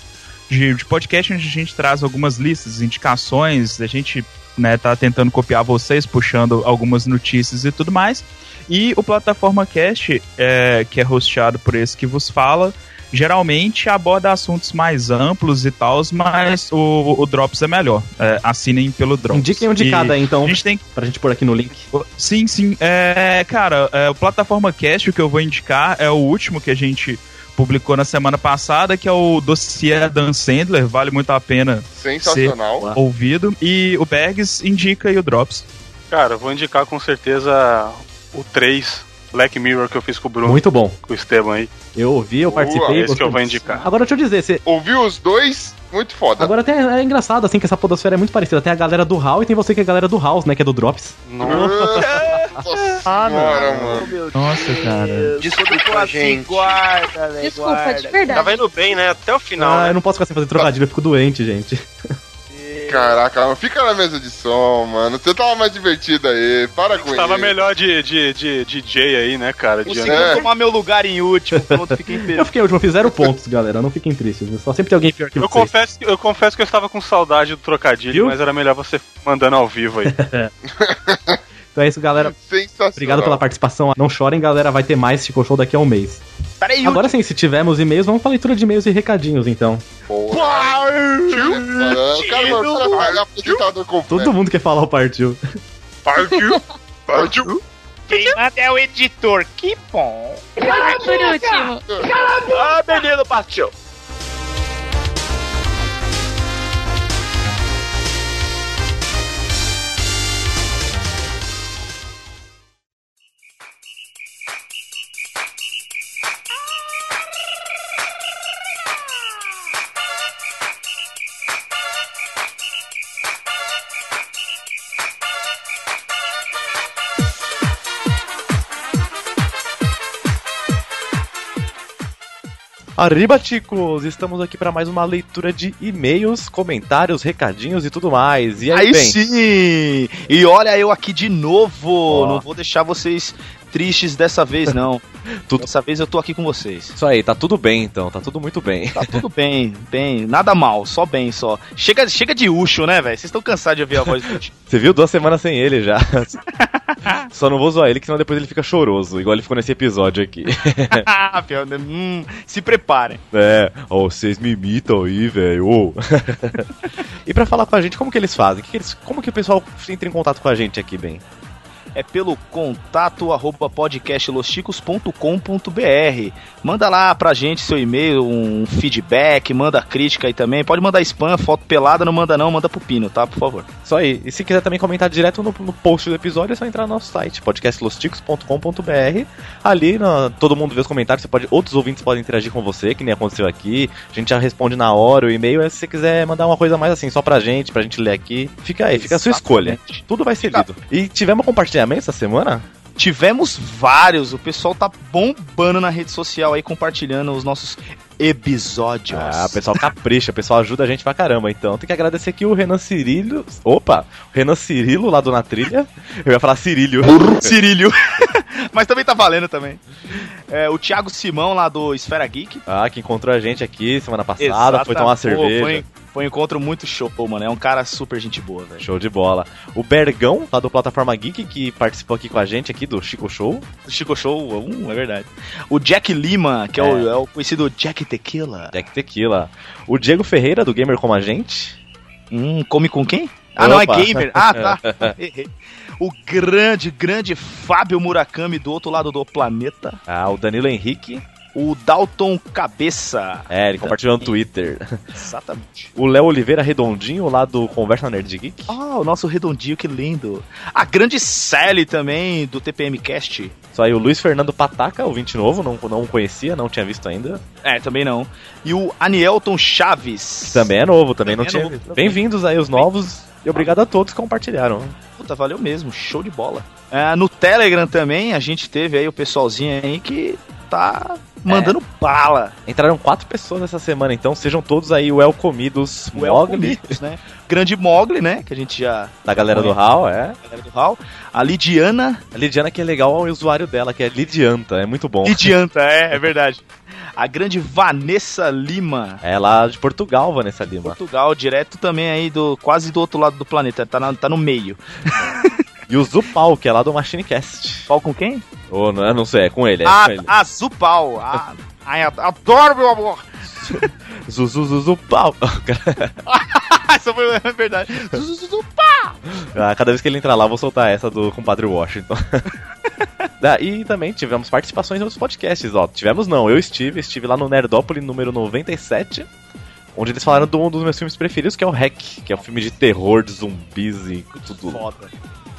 de, de podcast onde a gente traz algumas listas, indicações, a gente né, tá tentando copiar vocês, puxando algumas notícias e tudo mais. E o Plataforma Cast, é, que é hosteado por esse que vos fala, geralmente aborda assuntos mais amplos e tal, mas o, o Drops é melhor. É, assinem pelo Drops.
Indiquem um de
E
cada aí, então,
A gente tem
pra gente pôr aqui no link.
Sim, sim. É, cara, é, o Plataforma Cast, o que eu vou indicar, é o último que a gente publicou na semana passada, que é o dossiê Dan Sandler, vale muito a pena
Sensacional.
Uau.
ouvido. E o Bergs indica e o Drops.
Cara, eu vou indicar com certeza o 3, Black Mirror, que eu fiz com o Bruno,
Muito bom.
com o Esteban aí.
Eu ouvi, eu
Boa,
participei.
esse que eu
gostei.
vou indicar.
Agora deixa eu dizer, você...
Ouviu os dois? Muito foda.
agora até é engraçado, assim, que essa podosfera é muito parecida. Tem a galera do Hall e tem você que é a galera do House, né, que é do Drops.
Nossa
Ah,
senhora, mano.
Nossa, cara.
Desculpa, assim, guarda, velho.
Desculpa, de
guarda.
verdade.
Tava indo bem, né? Até o final,
ah, eu
né?
não posso ficar sem fazer trocadilho, eu fico doente, gente.
Caraca, mano, fica na mesa de som, mano. Você tava mais divertido aí. Para com isso.
Tava melhor de, de, de, DJ aí, né, cara? De
Consegui tomar meu lugar em último, pronto, fiquei em
Eu fiquei em último, eu fiz zero pontos, galera. Não fiquem tristes. Só sempre tem alguém pior que
Eu
vocês.
confesso, que- eu confesso que eu estava com saudade do trocadilho, mas era melhor você mandando ao vivo aí.
Então é isso, galera.
Sensacional.
Obrigado pela participação. Não chorem, galera. Vai ter mais Chico Show daqui a um mês.
Peraí,
Agora sim, se tivermos e-mails, vamos pra leitura de e-mails e recadinhos, então.
O cara, mano, o cara é apresentador completo.
Todo mundo quer falar o partiu.
Partiu! Partiu!
Quem manda é o editor, que bom.
Cala por último.
Cala a boca. Ah, menino, partiu.
Arriba, chicos! Estamos aqui para mais uma leitura de e-mails, comentários, recadinhos e tudo mais. E aí,
Aí
bem?
sim! E olha eu aqui de novo!
Ó.
Não vou deixar vocês tristes dessa vez, não. Dessa vez eu tô aqui com vocês.
Isso aí, tá tudo bem então, tá tudo muito bem.
Tá tudo bem, bem, nada mal, só bem, só. Chega, chega de Ucho, né, velho? Vocês estão cansados de ouvir a voz do Ucho.
Você viu duas semanas sem ele já. Só não vou zoar ele, que senão depois ele fica choroso, igual ele ficou nesse episódio aqui.
Ah, pior, né? Hum, se preparem.
É, ó, vocês me imitam aí, velho. ô. e pra falar com a gente, como que eles fazem? Que que eles- como que o pessoal entra em contato com a gente aqui, bem?
É pelo contato arroba podcastlosticos.com.br. Manda lá pra gente seu e-mail, um feedback, manda crítica aí também. Pode mandar spam, foto pelada, não manda não, manda pro Pino, tá? Por favor.
Só aí. E se quiser também comentar direto no, no post do episódio, é só entrar no nosso site, podcastlosticos.com.br. Ali na- todo mundo vê os comentários, você pode, outros ouvintes podem interagir com você, que nem aconteceu aqui. A gente já responde na hora o e-mail. É se você quiser mandar uma coisa mais assim, só pra gente, pra gente ler aqui. Fica aí, fica a sua escolha. Tudo vai ser lido. E tivemos compartilhamento essa semana?
Tivemos vários, o pessoal tá bombando na rede social aí, compartilhando os nossos episódios.
Ah, o pessoal capricha, o pessoal ajuda a gente pra caramba. Então tem que agradecer aqui o Renan Cirilho. Opa! O Renan Cirilo lá do Na Trilha. Eu ia falar Cirilho.
Cirilho. Mas também tá valendo também. É, o Thiago Simão lá do Esfera Geek.
Ah, que encontrou a gente aqui semana passada,
Exatamente.
foi tomar uma
Pô,
cerveja.
Foi, foi um encontro muito show, mano. É um cara super gente boa, velho.
Show de bola. O Bergão, lá do Plataforma Geek, que participou aqui com a gente, aqui do Chico Show.
O Chico Show, um, é verdade. O Jack Lima, que é, o,
É.
é o conhecido Jack Tequila.
Jack Tequila. O Diego Ferreira, do Gamer Como a Gente.
Hum, come com quem? Ah, não, é gamer. Ah, tá. Errei. O grande, grande Fábio Murakami do outro lado do planeta.
ah, o Danilo Henrique.
O Dalton Cabeça.
É, ele compartilhou no Twitter.
Exatamente.
O Léo Oliveira Redondinho, lá do Conversa Nerd Geek.
Ah, o nosso redondinho, que lindo. A grande Sally também, do TPM Cast.
Só aí o Luiz Fernando Pataca, ouvinte novo, não, não conhecia, não tinha visto ainda.
É, também não. E o Anielton Chaves.
Que também é novo,
Também
também,
é
não tinha
novo,
visto.
também.
Bem-vindos aí os novos. E obrigado a todos que compartilharam.
Puta, valeu mesmo, show de bola. Ah, no Telegram também a gente teve aí o pessoalzinho aí que tá mandando bala.
Entraram quatro pessoas essa semana, então sejam todos aí welcomidos.
o El
Mogli,
Comitos, né? Grande Mogli, né? Que a gente já.
da galera do HAL, é.
Galera do Hall. A Lidiana.
A Lidiana que é legal é o usuário dela, que é Lidianta, é muito bom.
Lidianta, é, é verdade. A grande Vanessa Lima.
É lá de Portugal, Vanessa Lima.
Portugal, direto também aí do. Quase do outro lado do planeta. Tá, na- tá no meio.
E o Zupal, que é lá do Machinecast.
Pau com quem?
Ou não, eu não sei, é com ele, é
ah,
com ele.
a Zupal. Ah, ai, adoro, meu amor.
Zuzuzuzupal.
Essa foi é verdade. Zupal!
Ah, Cada vez que ele entrar lá, eu vou soltar essa do compadre Washington. Ah, e também tivemos participações em outros podcasts, ó. Tivemos não, eu estive, estive lá no Nerdópolis número 97, onde eles falaram de um dos meus filmes preferidos, que é o Hack, que é um filme de terror, de zumbis e tudo.
Foda.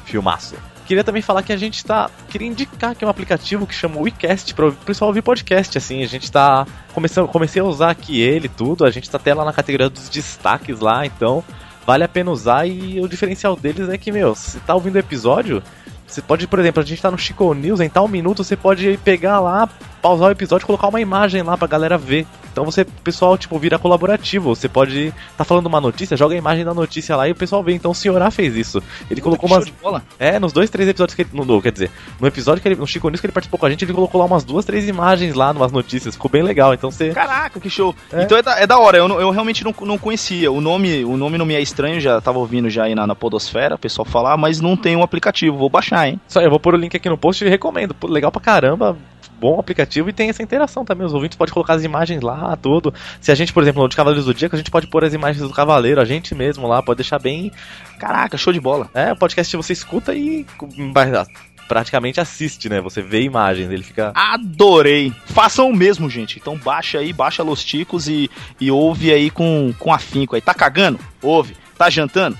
Filmaço. Queria também falar que a gente tá. Queria indicar que é um aplicativo que chama WeCast para o pessoal ouvir podcast, assim. A gente tá. Comecei, comecei a usar aqui ele e tudo. A gente tá até lá na categoria dos destaques lá, então vale a pena usar. E o diferencial deles é que, meu, se tá ouvindo o episódio, você pode, por exemplo, a gente tá no Chico News, em tal minuto você pode pegar lá, pausar o episódio e colocar uma imagem lá pra galera ver. Então Então você, o pessoal, tipo, vira colaborativo. Você pode tá falando uma notícia, joga a imagem da notícia lá e o pessoal vê. Então o Senhorá fez isso. Ele colocou umas. É, nos dois, três episódios que ele. No, no- quer dizer, no episódio que ele. No Chico News que ele participou com a gente, ele colocou lá umas duas, três imagens lá, umas notícias. Ficou bem legal. Então você.
Caraca, que show. Então é da, é da hora, eu, não- eu realmente não, não conhecia. O nome, o nome não me é estranho, já tava ouvindo já aí na, na Podosfera, o pessoal falar, mas não tem um aplicativo, vou baixar, hein?
Só eu vou pôr o link aqui no post e recomendo. Pô, Legal pra caramba. Bom aplicativo e tem essa interação também. Os ouvintes podem colocar as imagens lá, tudo. Se a gente, por exemplo, no de Cavaleiros do Dia, que a gente pode pôr as imagens do Cavaleiro, a gente mesmo lá, pode deixar bem.
Caraca, show de bola.
É, o podcast você escuta e mas, ah, praticamente assiste, né? Você vê imagens, ele fica.
Adorei. Façam o mesmo, gente. Então baixa aí, baixa Los Ticos e, e ouve aí com, com afinco aí. Tá cagando? Ouve. Tá jantando?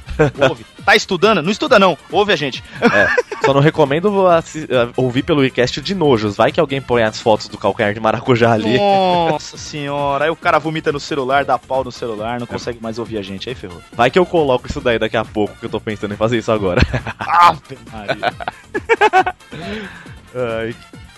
Ouve. Tá estudando? Não estuda não. Ouve a gente.
É, só não recomendo assi- eh, ouvir pelo WeCast de nojos. Vai que alguém põe as fotos do calcanhar de maracujá ali.
Nossa senhora. Aí o cara vomita no celular, dá pau no celular, não consegue mais ouvir a gente. Aí ferrou.
Vai que eu coloco isso daí daqui a pouco, que eu tô pensando em fazer isso agora.
Ave Maria.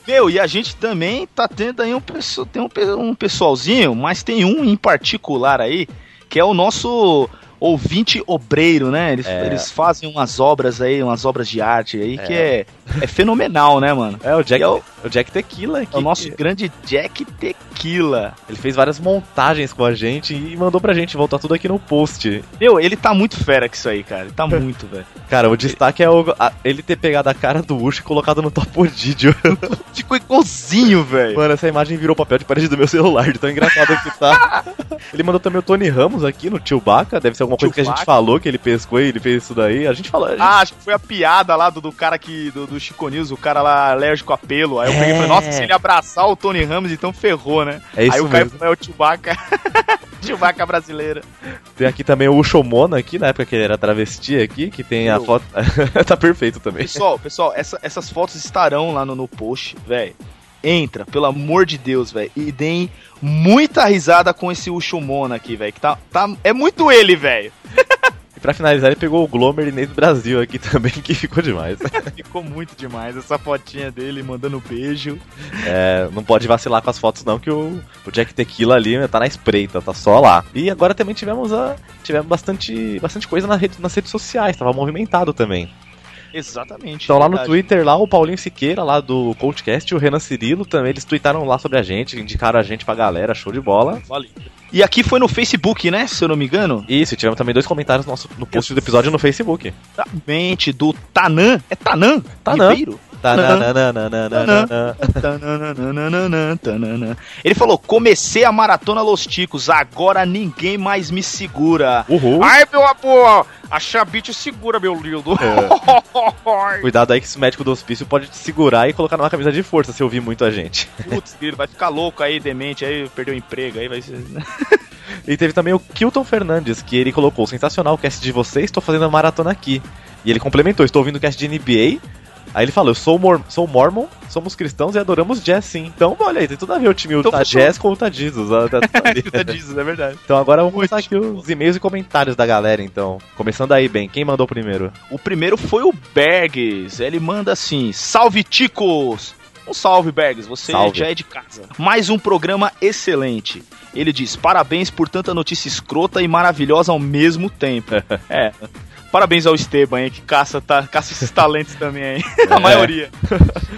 Meu, e a gente também tá tendo aí um, pesso- tem um, pe- um pessoalzinho, mas tem um em particular aí, que é o nosso ouvinte obreiro, né? Eles,
É.
eles fazem umas obras aí, umas obras de arte aí, que
É.
é, é fenomenal, né, mano?
É, o Jack,
é
o...
o-
Jack Tequila aqui.
É o nosso grande Jack Tequila.
Ele fez várias montagens com a gente e mandou pra gente voltar tudo aqui no post.
Meu, ele tá muito fera com isso aí, cara. Ele tá muito, velho.
Cara, o destaque é o- a- ele ter pegado a cara do Ush e colocado no topodídio.
Ficou igualzinho, velho.
Mano, essa imagem virou papel de parede do meu celular, de tão engraçado que tá. ele mandou também o Tony Ramos aqui no Tio Baca, deve ser alguma coisa que a gente
Chewbacca.
falou, que ele pescou e ele fez isso daí. A gente falou. a gente-
Ah, acho que foi a piada lá do, do cara que. Do, do Chico News, o cara lá alérgico a pelo. Aí eu peguei e falei, nossa, se ele abraçar o Tony Ramos, então ferrou, né?
É isso
Aí o Caio
mesmo.
falou, é o Chewbacca. Chewbacca brasileira.
Tem aqui também o Ushomona aqui, na época que ele era travesti aqui, que tem a
Meu.
foto. tá perfeito também.
Pessoal, pessoal, essa- essas fotos estarão lá no, no post, velho. Entra, pelo amor de Deus, velho. E deem muita risada com esse Ushumona aqui, velho. Que tá, tá. É muito ele, velho.
E pra finalizar, ele pegou o Glomer Inês do Brasil aqui também, que ficou demais.
Ficou muito demais essa fotinha dele mandando beijo.
É, não pode vacilar com as fotos, não, que o, o Jack Tequila ali né, tá na espreita, tá só lá. E agora também tivemos a. Tivemos bastante, bastante coisa na rede- nas redes sociais, tava movimentado também.
Exatamente.
Então lá no
verdade.
Twitter, lá o Paulinho Siqueira, lá do Coachcast, e o Renan Cirilo também, eles tweetaram lá sobre a gente, indicaram a gente pra galera, show de bola.
Valeu. E aqui foi no Facebook, né? Se eu não me engano.
Isso, e tivemos também dois comentários no, nosso, no post do episódio no Facebook.
Tá
Tá
Exatamente, do Tanan. É Tanan?
Tanã.
Ribeiro?
tá,
Tanan.
Tananananananananã.
Tananananananã, tananã. Ele falou: comecei a maratona Los Ticos, agora ninguém mais me segura.
Uhul.
Ai, meu amor, a Xabit segura, meu lindo.
Cuidado aí que esse médico do hospício pode te segurar e colocar numa camisa de força se ouvir muito a gente.
Putz, ele vai ficar louco aí, demente, aí perdeu o emprego, aí vai ser.
E teve também o Kilton Fernandes, que ele colocou: sensacional o cast de vocês, tô fazendo a maratona aqui. E ele complementou: estou ouvindo o cast de NBA. Aí ele falou: eu sou, mor sou mormon, somos cristãos e adoramos jazz sim. Então, olha aí, tem tudo a ver o time Utah Jazz com o Utah Jesus. ó, tá tudo ali.
é verdade.
então agora vamos começar aqui os e-mails e comentários da galera, então. Começando aí, Ben, quem mandou primeiro?
O primeiro foi o Bergs. Ele manda assim: Salve Ticos! Um salve, Bergs. Você
Salve.
já é de casa. Mais um programa excelente. Ele diz: parabéns por tanta notícia escrota e maravilhosa ao mesmo tempo. é. Parabéns ao Esteban, hein, que caça, tá, caça esses talentos também, hein? A maioria.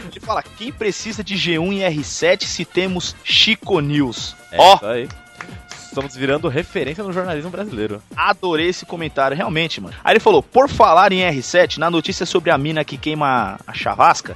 Ele fala: quem precisa de G1 e R7 se temos Chico News? Ó,
É Isso aí. Estamos virando referência no jornalismo brasileiro.
Adorei esse comentário, realmente, mano. Aí ele falou: por falar em R7, na notícia sobre a mina que queima a chavasca,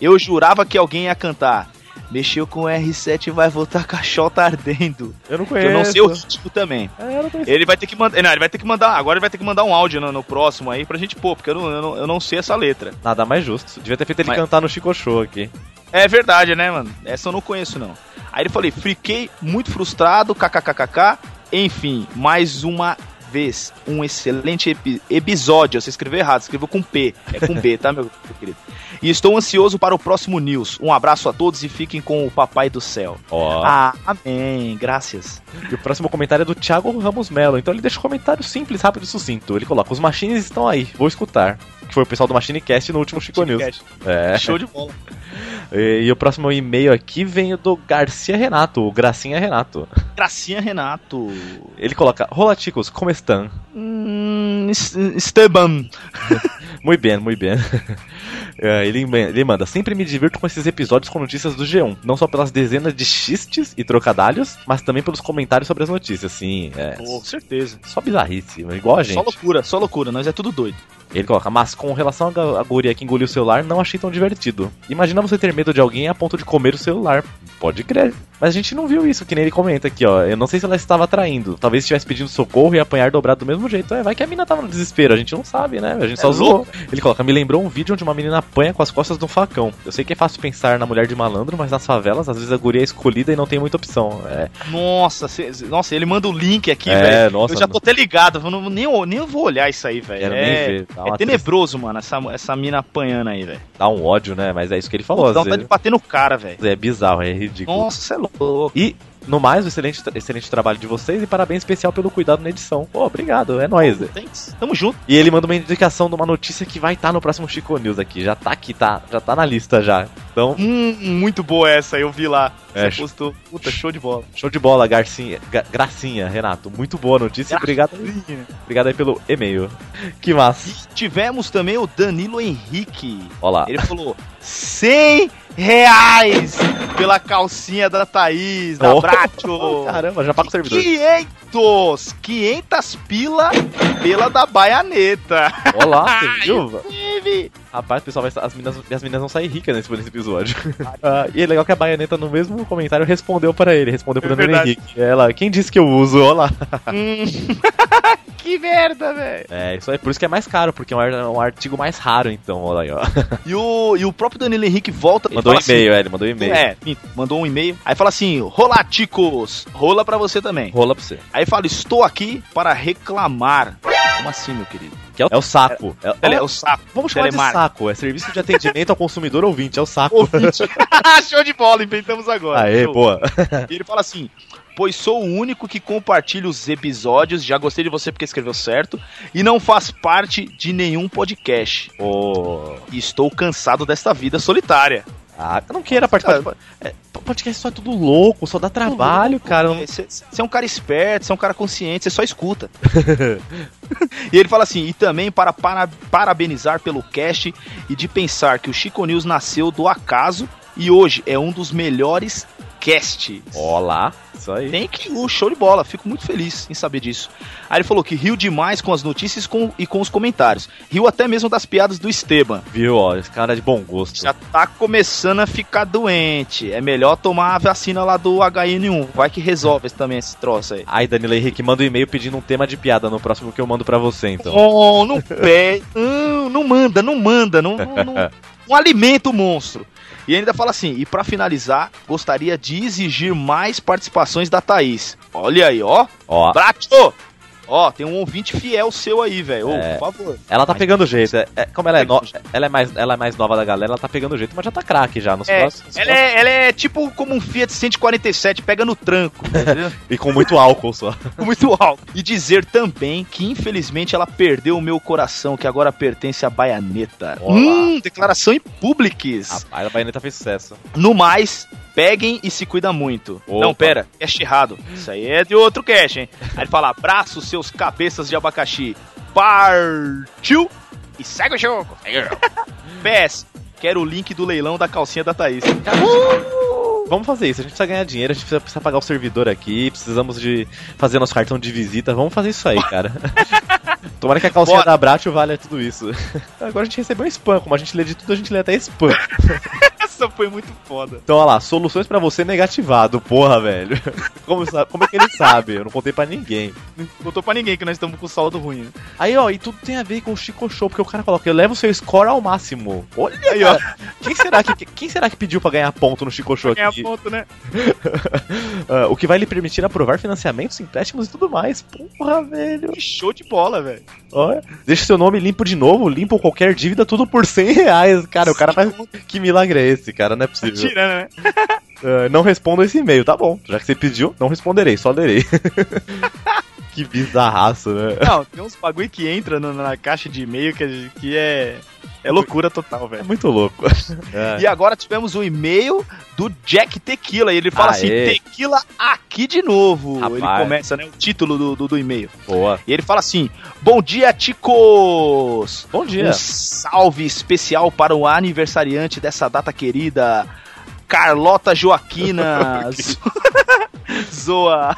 eu jurava que alguém ia cantar. Mexeu com R7 e vai voltar com a chota ardendo.
Eu não
Eu não sei o
conheço.
ritmo também.
É, eu não conheço.
Ele vai ter que mandar. Não, ele vai ter que mandar. Agora ele vai ter que mandar um áudio no, no próximo aí pra gente pôr, porque eu não, eu não, eu não sei essa letra.
Nada mais justo. Devia ter feito ele
Mas-
cantar no Chico Show aqui.
É verdade, né, mano? Essa eu não conheço, não. Aí ele falou, fiquei muito frustrado, kkkk. Enfim, mais uma vez, um excelente epi- episódio. Você escreveu errado, escreveu com P. É com B, tá, meu querido? E estou ansioso para o próximo News. Um abraço a todos e fiquem com o Papai do Céu.
Ó.
Ah, amém, graças.
E o próximo comentário é do Thiago Ramos Melo. Então ele deixa um comentário simples, rápido e sucinto. Ele coloca: Os machines estão aí, vou escutar. Que foi o pessoal do Machinecast no último Chico News.
Machinecast.
É.
Show de bola.
E, e o próximo e-mail aqui vem do Garcia Renato, o Gracinha Renato.
Gracinha Renato.
Ele coloca: Rola, chicos, como estão?
Hum, es- Esteban.
Muito bem, muito bem. É, ele, ma- ele manda: Sempre me divirto com esses episódios com notícias do G1. Não só pelas dezenas de xistes e trocadalhos, mas também pelos comentários sobre as notícias. Sim, é.
Com certeza.
Só bizarrice, igual a gente.
Só loucura, só loucura. Nós é tudo doido.
Ele coloca, mas com relação à ga- à guria que engoliu o celular, não achei tão divertido. Imagina você ter medo de alguém a ponto de comer o celular. Pode crer. Mas a gente não viu isso, que nem ele comenta aqui, ó. Eu não sei se ela estava traindo. Talvez estivesse pedindo socorro e apanhar dobrado do mesmo jeito. É, vai que a mina tava no desespero, a gente não sabe, né? A gente só
É
zoou.
louco.
Ele coloca, me lembrou um vídeo onde uma menina apanha com as costas de um facão. Eu sei que é fácil pensar na mulher de malandro, mas nas favelas, às vezes a guria é escolhida e não tem muita opção. É.
Nossa, cê- cê- nossa, ele manda o link aqui,
É,
velho.
nossa,
eu já
não.
tô até ligado, eu não, nem, nem eu vou olhar isso aí, velho.
Quero
É,
nem ver, dá
é
uma
tenebroso, mano, essa, essa mina apanhando aí, velho.
Dá um ódio, né? Mas é isso que ele falou.
Dá
às
vontade de
vezes-
bater no cara, velho.
É bizarro, é ridículo.
Nossa, você é louco.
E, no mais, um excelente, excelente trabalho de vocês e parabéns especial pelo cuidado na edição. Pô, obrigado, é nóis.
Thanks. Tamo junto.
E ele manda uma indicação de uma notícia que vai estar no próximo Chico News aqui. Já tá aqui, tá, já tá na lista já. Então,
Hum, muito boa essa, eu vi lá.
É,
Você postou. Puta, show de bola.
show de bola, Garcinha, Ga- Gracinha, Renato. Muito boa notícia. e Obrigado, obrigado aí pelo e-mail. Que massa.
Tivemos também o Danilo Henrique.
Olha lá.
Ele falou 100 reais pela calcinha da Thaís, da
Oh.
Bracho.
Caramba, já paga o servidor.
500! 500 pila pela da Baianeta.
Olá, você viu?
Inclusive.
Rapaz, pessoal, vai sa- as meninas, as meninas vão sair ricas nesse, nesse episódio. Ah, e é legal que a Baianeta, no mesmo comentário, respondeu para ele, respondeu para o Danilo
É verdade. Hum,
Henrique. Ela, quem disse que eu uso? Olá.
que merda, velho.
É, isso aí. Por isso que é mais caro, porque é um ar- é um artigo mais raro, então. Olha aí, ó.
E o, e o próprio Danilo Henrique volta ele
Mandou um
fala assim-
e-mail, é, ele mandou um e-mail.
É, enfim, mandou um e-mail. Aí fala assim: Rola, ticos! Rola pra você também.
Rola pra você.
Aí fala: Estou aqui para reclamar. Como assim, meu querido?
Que é, o... é o saco. É,
Tele-
é
o saco.
Vamos chamar de
Telemarketing.
saco. É serviço de atendimento ao consumidor ouvinte. É o saco.
Show de bola, inventamos agora.
Aê,
Show.
boa.
E ele fala assim: Pois sou o único que compartilha os episódios. Já gostei de você porque escreveu certo. E não faz parte de nenhum podcast. E Estou cansado desta vida solitária.
Ah, eu não queira participar. de- é, podcast só é tudo louco, só dá trabalho, cara.
Uhum. Você é um cara esperto, você é um cara consciente, você só escuta. E ele fala assim, e também para, para- parabenizar pelo cast e de pensar que o Chico News nasceu do acaso e hoje é um dos melhores casts.
Olá, isso aí.
Tem que o show de bola, fico muito feliz em saber disso. Aí ele falou que riu demais com as notícias com- e com os comentários. Riu até mesmo das piadas do Esteban.
Viu, ó, esse cara é de bom gosto.
Já tá começando a ficar doente. É melhor tomar a vacina lá do HN1. Vai que resolve esse- também esse troço aí.
Ai, Danilo Henrique, manda um e-mail pedindo um tema de piada no próximo que eu mando pra você, então.
Oh, não pede. Não, não manda, não manda. Não, não, não, não alimenta o monstro. E ainda fala assim: e pra finalizar, gostaria de exigir mais participações da Thaís. Olha aí, ó.
Ó.
Bracho! Ó, tem um ouvinte fiel seu aí, velho. Ô,
É.
Por favor.
Ela tá pegando o jeito. É, é- como ela é, no- ela, é mais, ela é mais nova da galera, ela tá pegando o jeito, mas já tá craque já. Nos
É,
próximos-
ela, é, ela é tipo como um Fiat 147, pega no tranco. entendeu?
E com muito álcool só.
Com muito alto. E dizer também que, infelizmente, ela perdeu o meu coração, que agora pertence à Baianeta.
Olá.
Hum, declaração em publics.
Rapaz, a baioneta tá fez sucesso.
No mais, peguem e se cuida muito.
Opa.
Não, pera, cash errado. Isso aí é de outro cash, hein? Aí ele fala, abraço seus cabeças de abacaxi. Partiu e segue o jogo. PS, quero o link do leilão da calcinha da Thaís.
Vamos fazer isso, a gente precisa ganhar dinheiro, a gente precisa, precisa pagar o servidor aqui, precisamos de fazer nosso cartão de visita, vamos fazer isso aí, cara. Tomara que a calcinha da Bratio valha tudo isso. Agora a gente recebeu um spam, como a gente lê de tudo, a gente lê até spam.
Essa foi muito foda.
Então, olha lá, soluções pra você negativado, porra, velho. Como, sa- como é que ele sabe? Eu não contei pra ninguém.
Não contou pra ninguém que nós estamos com saldo ruim. né?
Aí, ó, e tudo tem a ver com o Chico Show, porque o cara coloca, eu levo seu score ao máximo. Olha aí, ó. Quem será que, quem será que pediu pra ganhar ponto no Chico Show
Ganhar
aqui?
ponto, né?
Ah, o que vai lhe permitir aprovar financiamentos, empréstimos e tudo mais. Porra, velho.
Show de bola, velho.
Ó, deixa seu nome limpo de novo, limpa qualquer dívida, tudo por 100 reais. Cara, o cara faz. Que milagre é esse, cara? Não é possível.
Tirando, né?
Ah, não respondo esse e-mail, tá bom. Já que você pediu, não responderei, só lerei. Que bizarraço, né?
Não, tem uns bagulho que entra no- na caixa de e-mail que, é- que é. É loucura total, velho.
Muito louco.
E agora tivemos o e-mail do Jack Tequila. E ele fala assim:
Aê.
Tequila aqui de novo. Ele
Rapaz.
começa, né? O título do, do, do e-mail.
Boa.
E ele fala assim: Bom dia, Ticos! Bom
dia.
Um salve especial para o aniversariante dessa data querida, Carlota Joaquina. Zoa.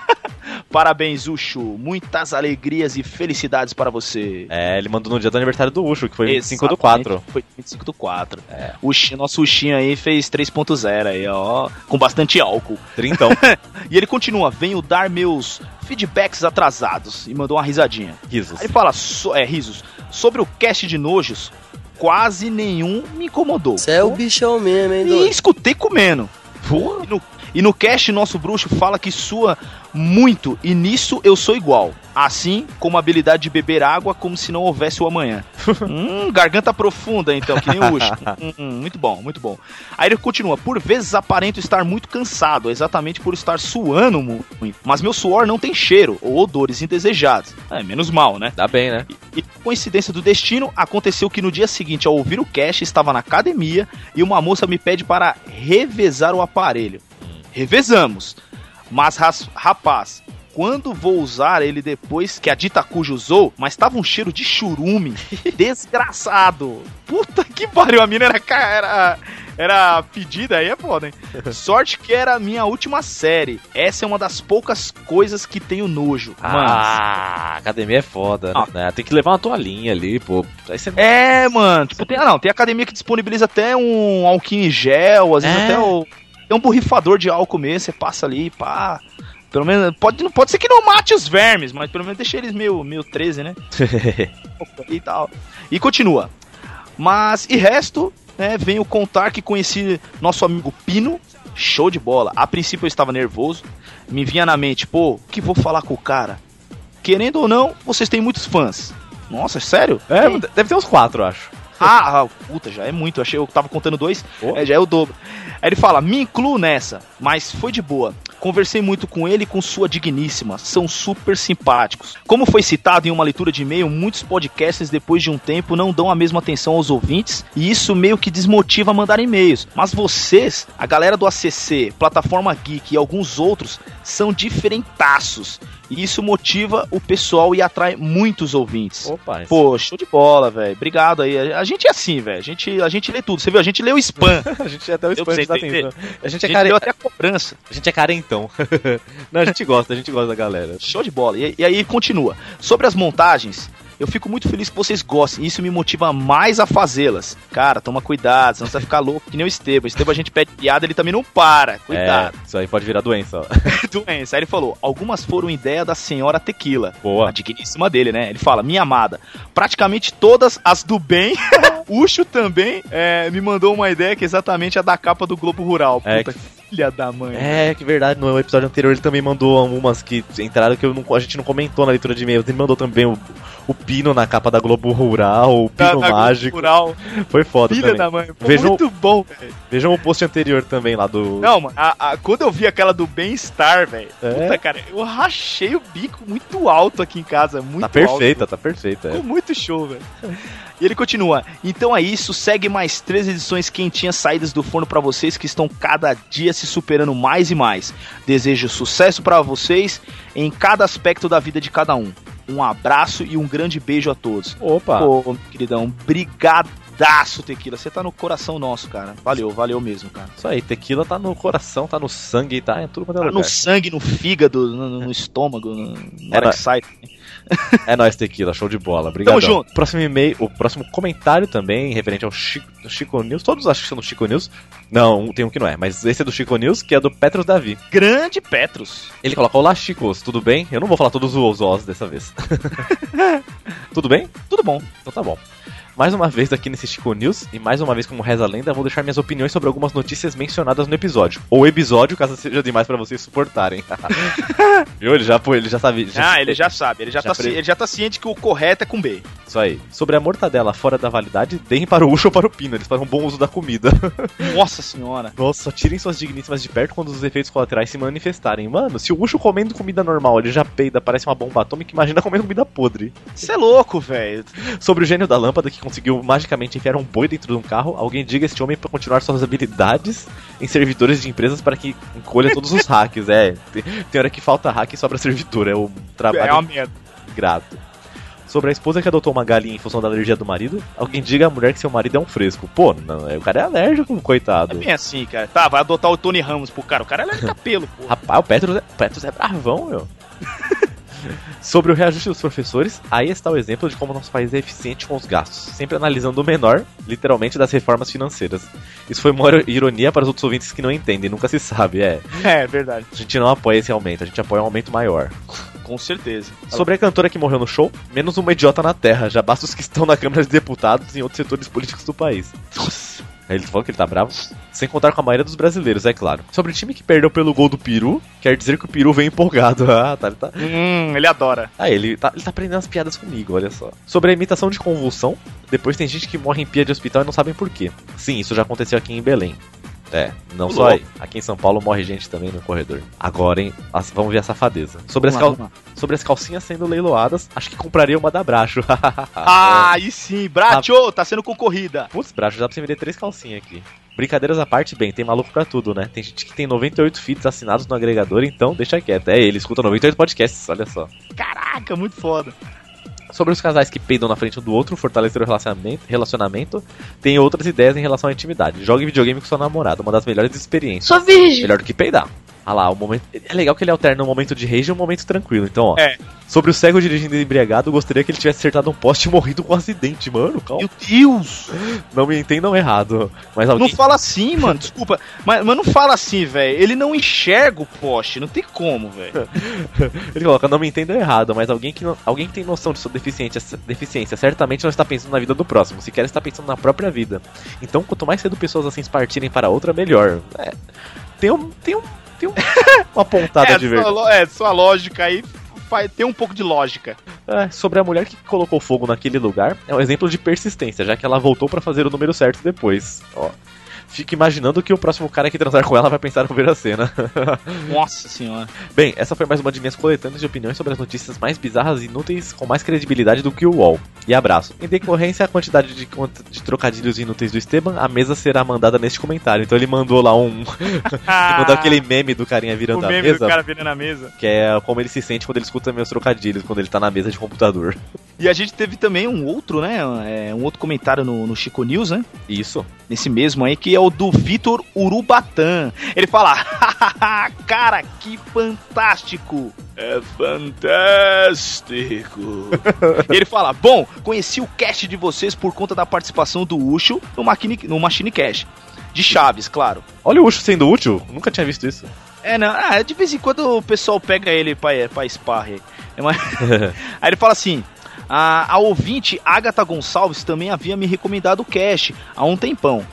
Parabéns, Ucho. Muitas alegrias e felicidades para você.
É, ele mandou no dia do aniversário do Ucho, que foi 25 do É.
Exatamente,
4.
Foi 25 do 4. O Xi- nosso Uxinho aí fez 3.0 aí, ó. Com bastante álcool.
Trintão.
e ele continua, venho dar meus feedbacks atrasados. E mandou uma risadinha.
Risos.
Aí ele fala, so- é, risos. Sobre o cast de nojos, quase nenhum me incomodou. Você é o bichão mesmo, hein, E escutei comendo. E no, e no cast, nosso bruxo fala que sua muito, e nisso eu sou igual. Assim como a habilidade de beber água como se não houvesse o amanhã. hum, garganta profunda, então, que nem o Ucho. Hum, hum, muito bom, muito bom. Aí ele continua. Por vezes aparento estar muito cansado, exatamente por estar suando muito. Mas meu suor não tem cheiro ou odores indesejados. É, menos mal, né?
Dá bem, né?
E, e coincidência do destino, aconteceu que no dia seguinte, ao ouvir o cast, estava na academia e uma moça me pede para revezar o aparelho. Revezamos. Mas, ras- rapaz, quando vou usar ele depois que a dita cuja usou, mas tava um cheiro de churume desgraçado. Puta que pariu, a mina era, ca- era, era pedida, aí é foda, hein? Sorte que era a minha última série. Essa é uma das poucas coisas que tenho nojo.
Ah, academia é foda, né? Tem que levar uma toalhinha ali, pô. Aí você...
É, mano. Tipo, tem, ah, não, tem academia que disponibiliza até um álcool em gel, às vezes até o, tem um borrifador de álcool mesmo, você passa ali, pá. Pelo menos, pode, não pode ser que não mate os vermes, mas pelo menos deixa eles meio, meio 13, né? e tal. E continua. Mas, e resto, né, venho contar que conheci nosso amigo Pino, show de bola. A princípio eu estava nervoso, me vinha na mente, pô, o que vou falar com o cara? Querendo ou não, vocês têm muitos fãs. Nossa, sério?
É, deve ter uns quatro, eu acho.
Ah, ah, puta, já é muito. Eu Achei eu tava contando dois, é, já é o dobro. Aí ele fala: me incluo nessa, mas foi de boa. Conversei muito com ele e com sua digníssima. São super simpáticos. Como foi citado em uma leitura de e-mail, muitos podcasts, depois de um tempo, não dão a mesma atenção aos ouvintes e isso meio que desmotiva a mandar e-mails. Mas vocês, a galera do ACC, Plataforma Geek e alguns outros, são diferentaços. E isso motiva o pessoal e atrai muitos ouvintes.
Opa, isso-
Pô, show de bola, velho. Obrigado aí. A a gente é assim, velho. A gente, a gente lê tudo. Você viu? A gente lê o spam.
a gente até o spam,
pra você
tá
entender.
atento. A gente é
leu
care-
até a cobrança.
A gente é carentão. Não, a gente gosta, a gente gosta da galera.
Show de bola. E, e aí continua. Sobre as montagens, eu fico muito feliz que vocês gostem. Isso me motiva mais a fazê-las. Cara, toma cuidado, senão você vai ficar louco que nem o Esteban. O Esteban a gente pede piada, ele também não para. Cuidado.
É, isso aí pode virar doença, ó.
doença. Aí ele falou: algumas foram ideia da senhora Tequila. Boa. A digníssima dele, né? Ele fala: minha amada, praticamente todas as do bem. Ucho também é, me mandou uma ideia que é exatamente a da capa do Globo Rural.
É,
Puta,
que-
filha da mãe.
É, que verdade, no episódio anterior ele também mandou algumas que entraram que eu não- a gente não comentou na leitura de e-mails. Ele mandou também o, o Pino na capa da Globo Rural, o
Da-
Pino
da Globo
Mágico.
Rural.
Foi foda
Filha
também.
da mãe, pô,
Vejam,
muito bom, velho.
vejam o post anterior também lá do... Tá
Não, mano, a- a- quando eu vi aquela do bem-estar, velho,
É?
puta, cara, eu rachei o bico muito alto aqui em casa, muito
tá
alto.
perfeita, tá perfeita. é.
Ficou muito show, velho. E ele continua. Então é isso, segue mais três edições quentinhas saídas do forno pra vocês que estão cada dia se superando mais e mais. Desejo sucesso pra vocês em cada aspecto da vida de cada um. Um abraço e um grande beijo a todos.
Opa.
Pô, queridão, brigadaço, Tequila. Você tá no coração nosso, cara. Valeu, valeu mesmo, cara.
Isso aí, tequila tá no coração, tá no sangue, tá em tudo quanto é
Tá
lugar.
no sangue, no fígado, no, no- no estômago, no, na hora
nó-
que sai.
É nóis, tequila, show de bola. Obrigado.
Tamo junto.
Próximo e-mail, o próximo comentário também, referente ao Chico, Chico News. Todos acho que são do Chico News. Não, tem um que não é, mas esse é do Chico News, que é do Petros Davi.
Grande Petros.
Ele coloca: Olá, Chicos, tudo bem? Eu não vou falar todos os os dessa vez. tudo bem?
Tudo bom.
Então tá bom. mais uma vez aqui nesse Chico News e mais uma vez como reza a lenda, vou deixar minhas opiniões sobre algumas notícias mencionadas no episódio. Ou episódio, caso seja demais pra vocês suportarem. Viu? Ele já, pô, ele já sabe.
Ah, ele já sabe, ele já, tá, ci-
pre-
ele já tá ciente que o correto é com B.
Isso aí. Sobre a mortadela fora da validade, deem para o Ucho ou para o Pino, eles fazem um bom uso da comida.
Nossa senhora.
Nossa, tirem suas digníssimas de perto quando os efeitos colaterais se manifestarem. Mano, se o Ucho comendo comida normal ele já peida, parece uma bomba atômica, imagina comendo comida podre.
Você é louco, velho.
Sobre o gênio da lâmpada que conseguiu magicamente enfiar um boi dentro de um carro, alguém diga a este homem para continuar suas habilidades em servidores de empresas para que encolha todos os hacks. É, tem, tem hora que falta hack e sobra servidor, é o trabalho.
É uma merda.
Grato. Sobre a esposa que adotou uma galinha em função da alergia do marido, alguém diga à mulher que seu marido é um fresco. Pô, não, é- o cara é alérgico, coitado.
Bem assim, cara. Tá, vai adotar o Tony Ramos pro cara. O cara é capelo, pô.
Rapaz, o Petros é, o Petros é bravão, meu. Sobre o reajuste dos professores, aí está o exemplo de como nosso país é eficiente com os gastos, sempre analisando o menor, literalmente, das reformas financeiras. Isso foi uma ironia para os outros ouvintes que não entendem, nunca se sabe, é.
É, verdade.
A gente não apoia esse aumento, a gente apoia um aumento maior.
Com certeza.
Sobre a cantora que morreu no show, menos uma idiota na terra, já basta os que estão na Câmara de Deputados e em outros setores políticos do país. Nossa. Ele falou que ele tá bravo. Sem contar com a maioria dos brasileiros, é claro. Sobre o time que perdeu pelo gol do Peru, quer dizer que o Peru vem empolgado. Ah, tá, ele tá.
Hum, ele adora.
Ah, ele tá, ele tá aprendendo as piadas comigo, olha só. Sobre a imitação de convulsão, depois tem gente que morre em pia de hospital e não sabem por quê. Sim, isso já aconteceu aqui em Belém. É, não
Ô,
só aí.
louco.
Aqui em São Paulo morre gente também no corredor. Agora, hein? as- Vamos ver a safadeza. Sobre as,
Vamos lá,
cal- sobre as calcinhas sendo leiloadas, acho que compraria uma da Bracho.
Ah, aí sim, Bracho, tá sendo concorrida.
Putz, Bracho, dá pra você vender três calcinhas aqui. Brincadeiras à parte, bem, tem maluco pra tudo, né? Tem gente que tem 98 feeds assinados no agregador, então deixa quieto. É ele, escuta 98 podcasts, olha só.
Caraca, muito foda.
Sobre os casais que peidam na frente um do outro, fortalecer o relacionamento, relacionamento, tem outras ideias em relação à intimidade. Jogue videogame com sua namorada, uma das melhores experiências.
Sou virgem.
Melhor do que peidar. Ah lá, o momento. É legal que ele alterna um momento de rage e um momento tranquilo, então, ó.
É.
Sobre o cego dirigindo embriagado, gostaria que ele tivesse acertado um poste e morrido com um acidente, mano. Calma. Meu
Deus!
Não me entendam errado. Mas alguém.
Não fala assim, mano, desculpa. Mas, mas não fala assim, velho. Ele não enxerga o poste, não tem como, velho.
Ele coloca, não me entendam errado, mas alguém que, não- alguém que tem noção de sua deficiência, deficiência certamente não está pensando na vida do próximo, sequer está pensando na própria vida. Então, quanto mais cedo pessoas assim partirem para outra, melhor. É, tem um. Tem um. Tem um- uma pontada
é,
de
sua,
verdade.
lo- é, sua lógica aí faz- tem um pouco de lógica.
É, sobre a mulher que colocou fogo naquele lugar, é um exemplo de persistência, já que ela voltou pra fazer o número certo depois. Ó. Fica imaginando que o próximo cara que transar com ela vai pensar ao ver a cena.
Nossa senhora.
Bem, essa foi mais uma de minhas coletâneas de opiniões sobre as notícias mais bizarras e inúteis com mais credibilidade do que o UOL. E abraço. Em decorrência à quantidade de, cont- de trocadilhos inúteis do Esteban, a mesa será mandada neste comentário. Então ele mandou lá um. ele mandou aquele meme do carinha virando
Ah. o meme
a mesa.
do cara virando a mesa.
Que é como ele se sente quando ele escuta meus trocadilhos, quando ele tá na mesa de computador.
E a gente teve também um outro, né? é, Um outro comentário no, no Chico News, né?
Isso.
Nesse mesmo aí, que é o do Vitor Urubatã. Ele fala: Cara, que fantástico! É fantástico! Ele fala: Bom, conheci o cast de vocês por conta da participação do Ucho no, Machine, no Machine Cash. De Chaves, claro.
Olha o Ucho sendo útil, nunca tinha visto isso.
É, não. Ah, de vez em quando o pessoal pega ele pra, pra esparre. É, mas- Aí ele fala assim. A, a ouvinte Agatha Gonçalves também havia me recomendado o cast há um tempão.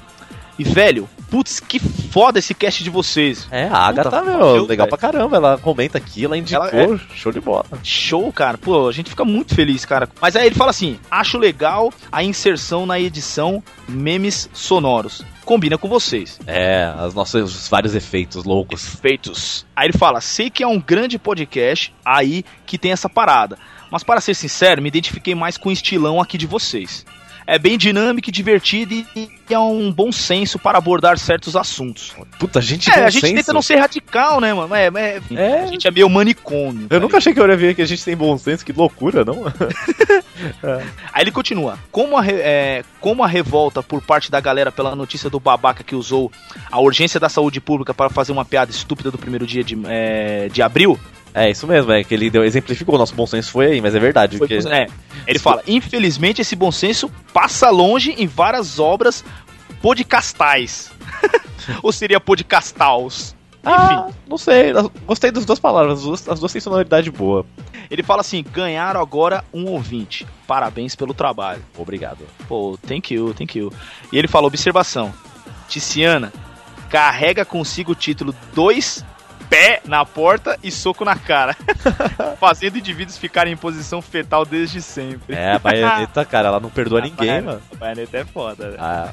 E, velho, putz, que foda esse cast de vocês.
É, a Agatha, meu, legal pra caramba. Ela comenta aqui, ela indicou,
Ela é-
show de bola.
Show, cara. Pô, a gente fica muito feliz, cara. Mas aí ele fala assim: acho legal a inserção na edição memes sonoros. Combina com vocês.
É, os nossos vários efeitos loucos.
Efeitos. Aí ele fala: sei que é um grande podcast aí que tem essa parada. Mas para ser sincero, me identifiquei mais com o estilão aqui de vocês. É bem dinâmico e divertido e e é um bom senso para abordar certos assuntos.
Puta, gente
É,
bom
a gente
senso.
tenta não ser radical, né, mano? É, é- A gente é meio manicômio.
Eu nunca achei que eu ia ver que a gente tem bom senso, que loucura, não?
Aí ele continua. Como a, re- é, como a revolta por parte da galera pela notícia do babaca que usou a urgência da saúde pública para fazer uma piada estúpida do primeiro dia de, é, de abril.
É, isso mesmo, é que ele deu, exemplificou o nosso bom senso foi aí, mas é verdade.
foi-
que...
é, ele fala: infelizmente esse bom senso passa longe em várias obras podcastais. Ou seria podcastaus?
Ah, não sei. eu Gostei das duas palavras. As duas, as duas têm sonoridade boa.
Ele fala assim: ganharam agora um ouvinte. Parabéns pelo trabalho. Obrigado. Pô, thank you, thank you. E ele fala: observação. Tiziana carrega consigo o título 2 pé na porta e soco na cara, fazendo indivíduos ficarem em posição fetal desde sempre.
É, a baioneta, cara, ela não perdoa ninguém,
baioneta-
mano.
A baioneta é foda, velho.
Ah.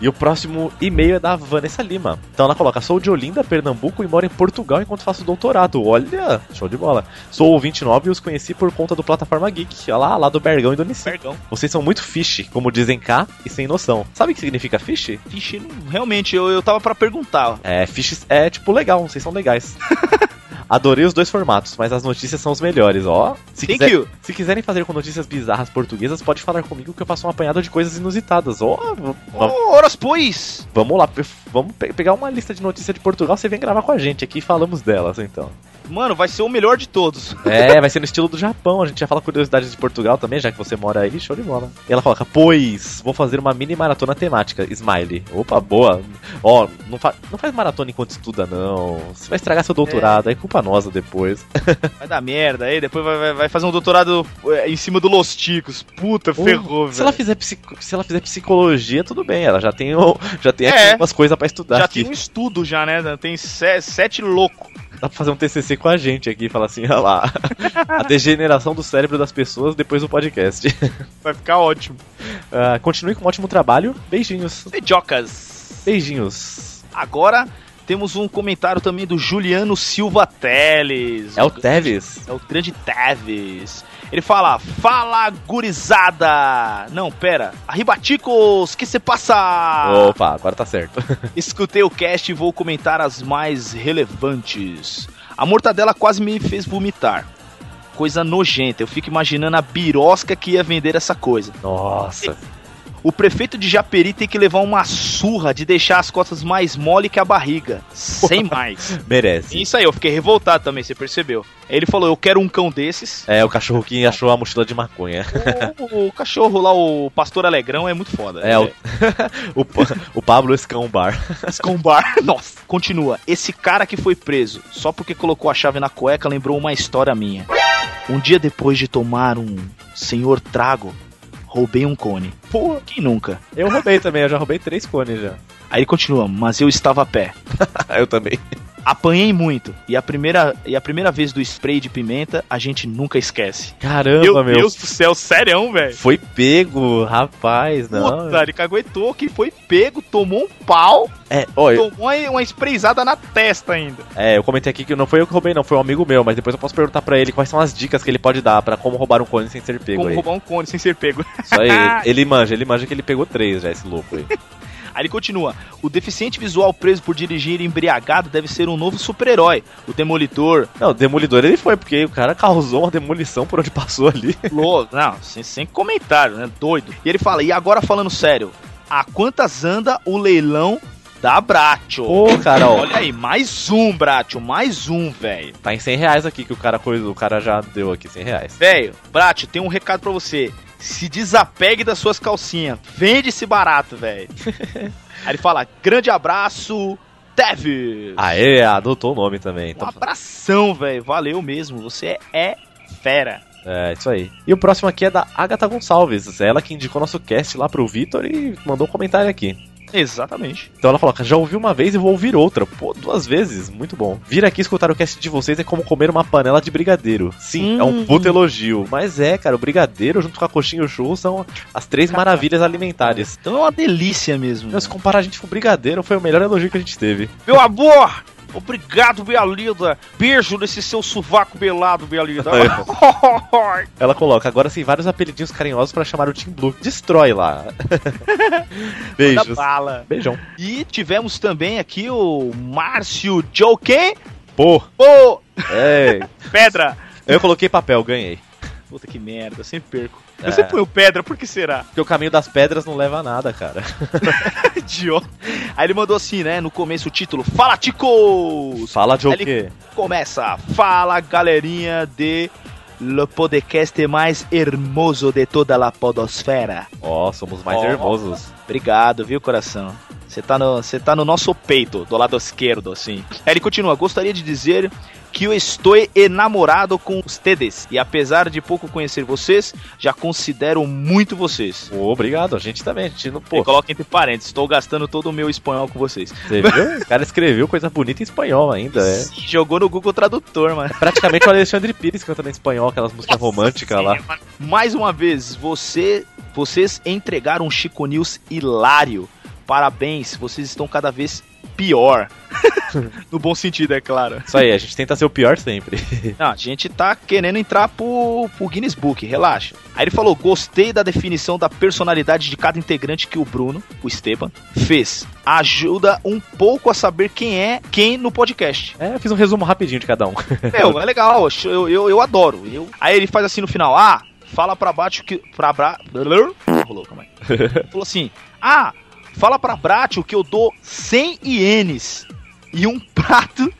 e o próximo e-mail é da Vanessa Lima. Então ela coloca: Sou de Olinda, Pernambuco e moro em Portugal enquanto faço doutorado. Olha, show de bola. Sou ouvinte 9 e os conheci por conta do Plataforma Geek. Olha lá, lá do Bergão e do Nissin. Vocês são muito fish, como dizem cá, e sem noção. Sabe o que significa fish?
Fish, não- realmente, eu, eu tava pra perguntar.
É, fish é tipo legal, vocês são legais. Adorei os dois formatos, mas as notícias são os melhores, ó. Se,
Thank
quiser-
you.
se quiserem fazer com notícias bizarras portuguesas, pode falar comigo que eu faço um apanhado de coisas inusitadas, ó.
Oh, horas pois!
Vamos lá, pe- vamos pe- pegar uma lista de notícias de Portugal, você vem gravar com a gente aqui e falamos delas, então.
Mano, vai ser o melhor de todos.
É, vai ser no estilo do Japão, a gente já fala curiosidades de Portugal também, já que você mora aí, show de bola. E ela coloca, pois, vou fazer uma mini maratona temática, smiley. Opa, boa. Ó, não, fa- não faz maratona enquanto estuda, não. Você vai estragar seu doutorado, é, culpa nossa depois.
Vai dar merda aí, depois vai, vai- vai fazer um doutorado é, em cima do Los Ticos.
Uh,
Puta, ferrou,
se, ela
velho.
fizer psico- se ela fizer psicologia, tudo bem, ela já tem, o- já tem aqui
É.
umas coisas pra estudar
Já
aqui.
tem um estudo já, né? Tem se- sete louco.
Dá pra fazer um TCC com a gente aqui e falar assim, olha lá, a degeneração do cérebro das pessoas depois do podcast.
Vai ficar ótimo.
Ah, continue com um ótimo trabalho, beijinhos.
Beijocas.
Beijinhos.
Agora temos um comentário também do Juliano Silva Teles.
É o Teves?
É o grande Teves. Ele fala, fala gurizada! Não, pera. Arribaticos, que se passa?
Opa, agora tá certo.
Escutei o cast e vou comentar as mais relevantes. A mortadela quase me fez vomitar. Coisa nojenta, eu fico imaginando a birosca que ia vender essa coisa.
Nossa.
O prefeito de Japeri tem que levar uma surra de deixar as costas mais mole que a barriga. Sem mais.
Merece.
Isso aí, eu fiquei revoltado também, você percebeu. Ele falou, eu quero um cão desses.
É, o cachorro que achou a mochila de maconha.
O, o cachorro lá, o pastor alegrão, é muito foda.
É, o, o, Pa- o Pablo Escambar.
Escombar. Nossa. Continua. Esse cara que foi preso só porque colocou a chave na cueca lembrou uma história minha. Um dia depois de tomar um senhor trago, roubei um cone. Pô, quem nunca?
Eu roubei também, eu já roubei três cones já.
Aí ele continua, mas eu estava a pé.
eu também.
Apanhei muito. E a primeira, e a primeira vez do spray de pimenta, a gente nunca esquece.
Caramba,
meu,
meu.
Deus do céu, sério, velho.
Foi pego, rapaz, não.
Puta, ele caguetou que foi pego, tomou um pau,
É, olha,
tomou uma sprayzada na testa ainda.
É, eu comentei aqui que não foi eu que roubei, não, foi um amigo meu, mas depois eu posso perguntar pra ele quais são as dicas que ele pode dar pra como roubar um cone sem ser pego
Como
aí.
roubar um cone sem ser pego.
Isso aí, ele manja, ele manja que ele pegou três já, esse louco aí.
Aí ele continua: o deficiente visual preso por dirigir embriagado deve ser um novo super-herói. O Demolidor.
Não, o Demolidor ele foi, porque o cara causou uma demolição por onde passou ali.
Lô, não, sem, sem comentário, né? Doido. E ele fala: e agora falando sério, a quantas anda o leilão da Bracho?
Ô, Carol.
Olha aí, mais um, Bracho, mais um, velho.
Tá em 100 reais aqui que o cara coisa, o cara já deu aqui 100 reais.
Velho, Bracho, tem um recado pra você. Se desapegue das suas calcinhas. Vende esse barato, velho. aí ele fala: grande abraço, Teve.
Aê, adotou o nome
Um
também. Ah, Então,
abração, velho. Valeu mesmo. Você é fera.
é, isso aí. E o próximo aqui é da Agatha Gonçalves. É ela que indicou nosso cast lá pro Vitor e mandou um comentário aqui.
Exatamente.
Então ela coloca, já ouvi uma vez e vou ouvir outra. Pô, duas vezes, muito bom. Vir aqui escutar o cast de vocês é como comer uma panela de brigadeiro. Sim, é um puto elogio. Mas é, cara, o brigadeiro junto com a coxinha e o churro são as três maravilhas alimentares.
Então é uma delícia mesmo.
Mas se comparar a gente com o brigadeiro, foi o melhor elogio que a gente teve.
Meu amor! Obrigado, minha linda. Beijo nesse seu sovaco belado, minha linda.
É. Ela coloca, agora sim, vários apelidinhos carinhosos pra chamar o Team Blue. Destrói lá. Beijos.
bala.
Beijão.
E tivemos também aqui o Márcio Joken.
Pô.
Pô.
É.
Pedra.
Eu coloquei papel, ganhei.
Puta que merda, eu sempre perco.
É.
Eu sempre ponho pedra, por que será?
Porque o caminho das pedras não leva a nada, cara.
Idiota. Aí ele mandou assim, né? No começo o título: Fala, Ticos!
Fala, Joe,
Aí
o
ele
quê?
Começa. Fala, galerinha de Le Podcast mais hermoso de toda a Podosfera.
Ó, somos mais
Ó.
nervosos.
Obrigado, viu, coração? Você tá, no, você tá no nosso peito, do lado esquerdo, assim. Aí Ele continua, gostaria de dizer que eu estou enamorado com vocês e apesar de pouco conhecer vocês, já considero muito vocês.
Obrigado, a gente também, a gente não pô.
Ele coloca entre parênteses, estou gastando todo o meu espanhol com vocês.
Você viu? O cara escreveu coisa bonita em espanhol ainda, é.
Jogou no Google Tradutor, mano.
Praticamente o Alexandre Pires cantando em espanhol, aquelas músicas românticas lá.
Mais uma vez, você, vocês entregaram um Chico News hilário. Parabéns, vocês estão cada vez pior. no bom sentido, é claro.
Isso aí, a gente tenta ser o pior sempre.
Não, a gente tá querendo entrar pro, pro Guinness Book, relaxa. Aí ele falou: gostei da definição da personalidade de cada integrante que o Bruno, o Esteban, fez. Ajuda um pouco a saber quem é quem no podcast.
É, eu fiz um resumo rapidinho de cada um.
Meu, é legal, eu, eu, eu adoro. Eu... Aí ele faz assim no final: ah, fala pra baixo que. pra bra. Rolou, calma aí. Falou assim: ah, fala pra Bratio que eu dou 100 ienes e um prato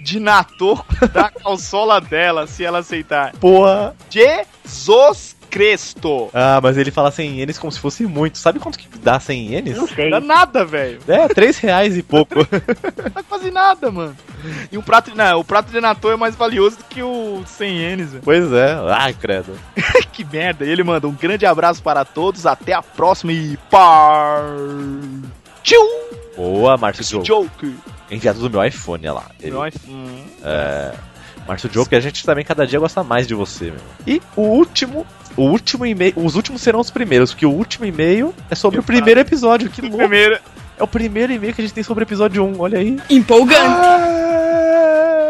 de natô da calçola dela, se ela aceitar.
Porra.
Jesus Cristo!
Ah, mas ele fala 100 ienes como se fosse muito. Sabe quanto que dá 100 ienes?
Não sei. Dá nada, velho.
É, 3 reais e pouco.
Não dá quase nada, mano. E um prato, não, o prato de natô é mais valioso do que o 100 ienes, velho.
Pois é. Ai, credo.
que merda. E ele manda um grande abraço para todos, até a próxima e partiu!
Boa, Márcio Joe.
Joke.
Enviado do meu iPhone, olha lá. Ele,
Meu iPhone.
É. Márcio Joe, que a gente também cada dia gosta mais de você, meu. E o último. O último e-mail. Os últimos serão os primeiros, porque o último e-mail é sobre o primeiro episódio. Que louco.
primeiro.
É o primeiro e-mail que a gente tem sobre o episódio 1, olha aí.
Empolgante.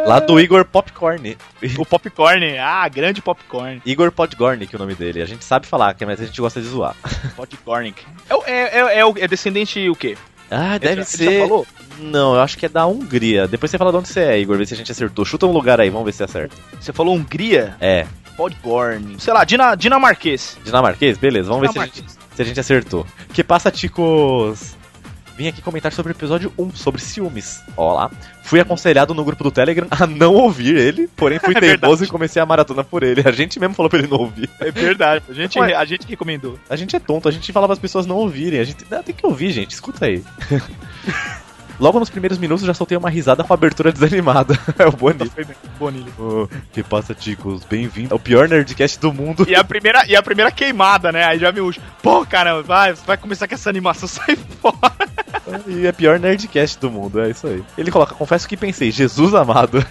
Lá do Igor Popcorn.
O Popcorn, ah, grande Popcorn.
Igor Podgorn, que é o nome dele. A gente sabe falar, que- mas a gente gosta de zoar.
Popcorn. É, o- é, é, é, o- é descendente o quê?
Ah, deve
já- ele já
ser.
falou?
Não, eu acho que é da Hungria. Depois você fala de onde você é, Igor, vê se a gente acertou. Chuta um lugar aí, vamos ver se acerta.
Você falou Hungria?
É.
Podgorn. Sei lá, dina, dinamarquês.
Dinamarquês? Beleza, vamos ver se a, gente,
Dinamarquês.
se a gente acertou. Que passa, Ticos? Vim aqui comentar sobre o episódio 1, sobre ciúmes. Ó lá. Fui aconselhado no grupo do Telegram a não ouvir ele, porém fui
É
teimoso e comecei a maratona por ele. A gente mesmo falou pra ele não ouvir.
É verdade, a gente,
Ué.
a gente recomendou.
A gente é tonto, a gente fala para as pessoas não ouvirem. A gente não, tem que ouvir, gente. Escuta aí. Logo nos primeiros minutos já soltei uma risada com a abertura desanimada. É o Bonilha.
Foi bem, Bonilha.
Ô, que passa, Ticos? Bem-vindo ao pior nerdcast do mundo.
E a, primeira, e a primeira queimada, né? Aí já viu hoje. Pô, caramba, vai, vai começar com essa animação, sai fora.
E é pior nerdcast do mundo, é isso aí. Ele coloca, confesso que pensei, Jesus amado.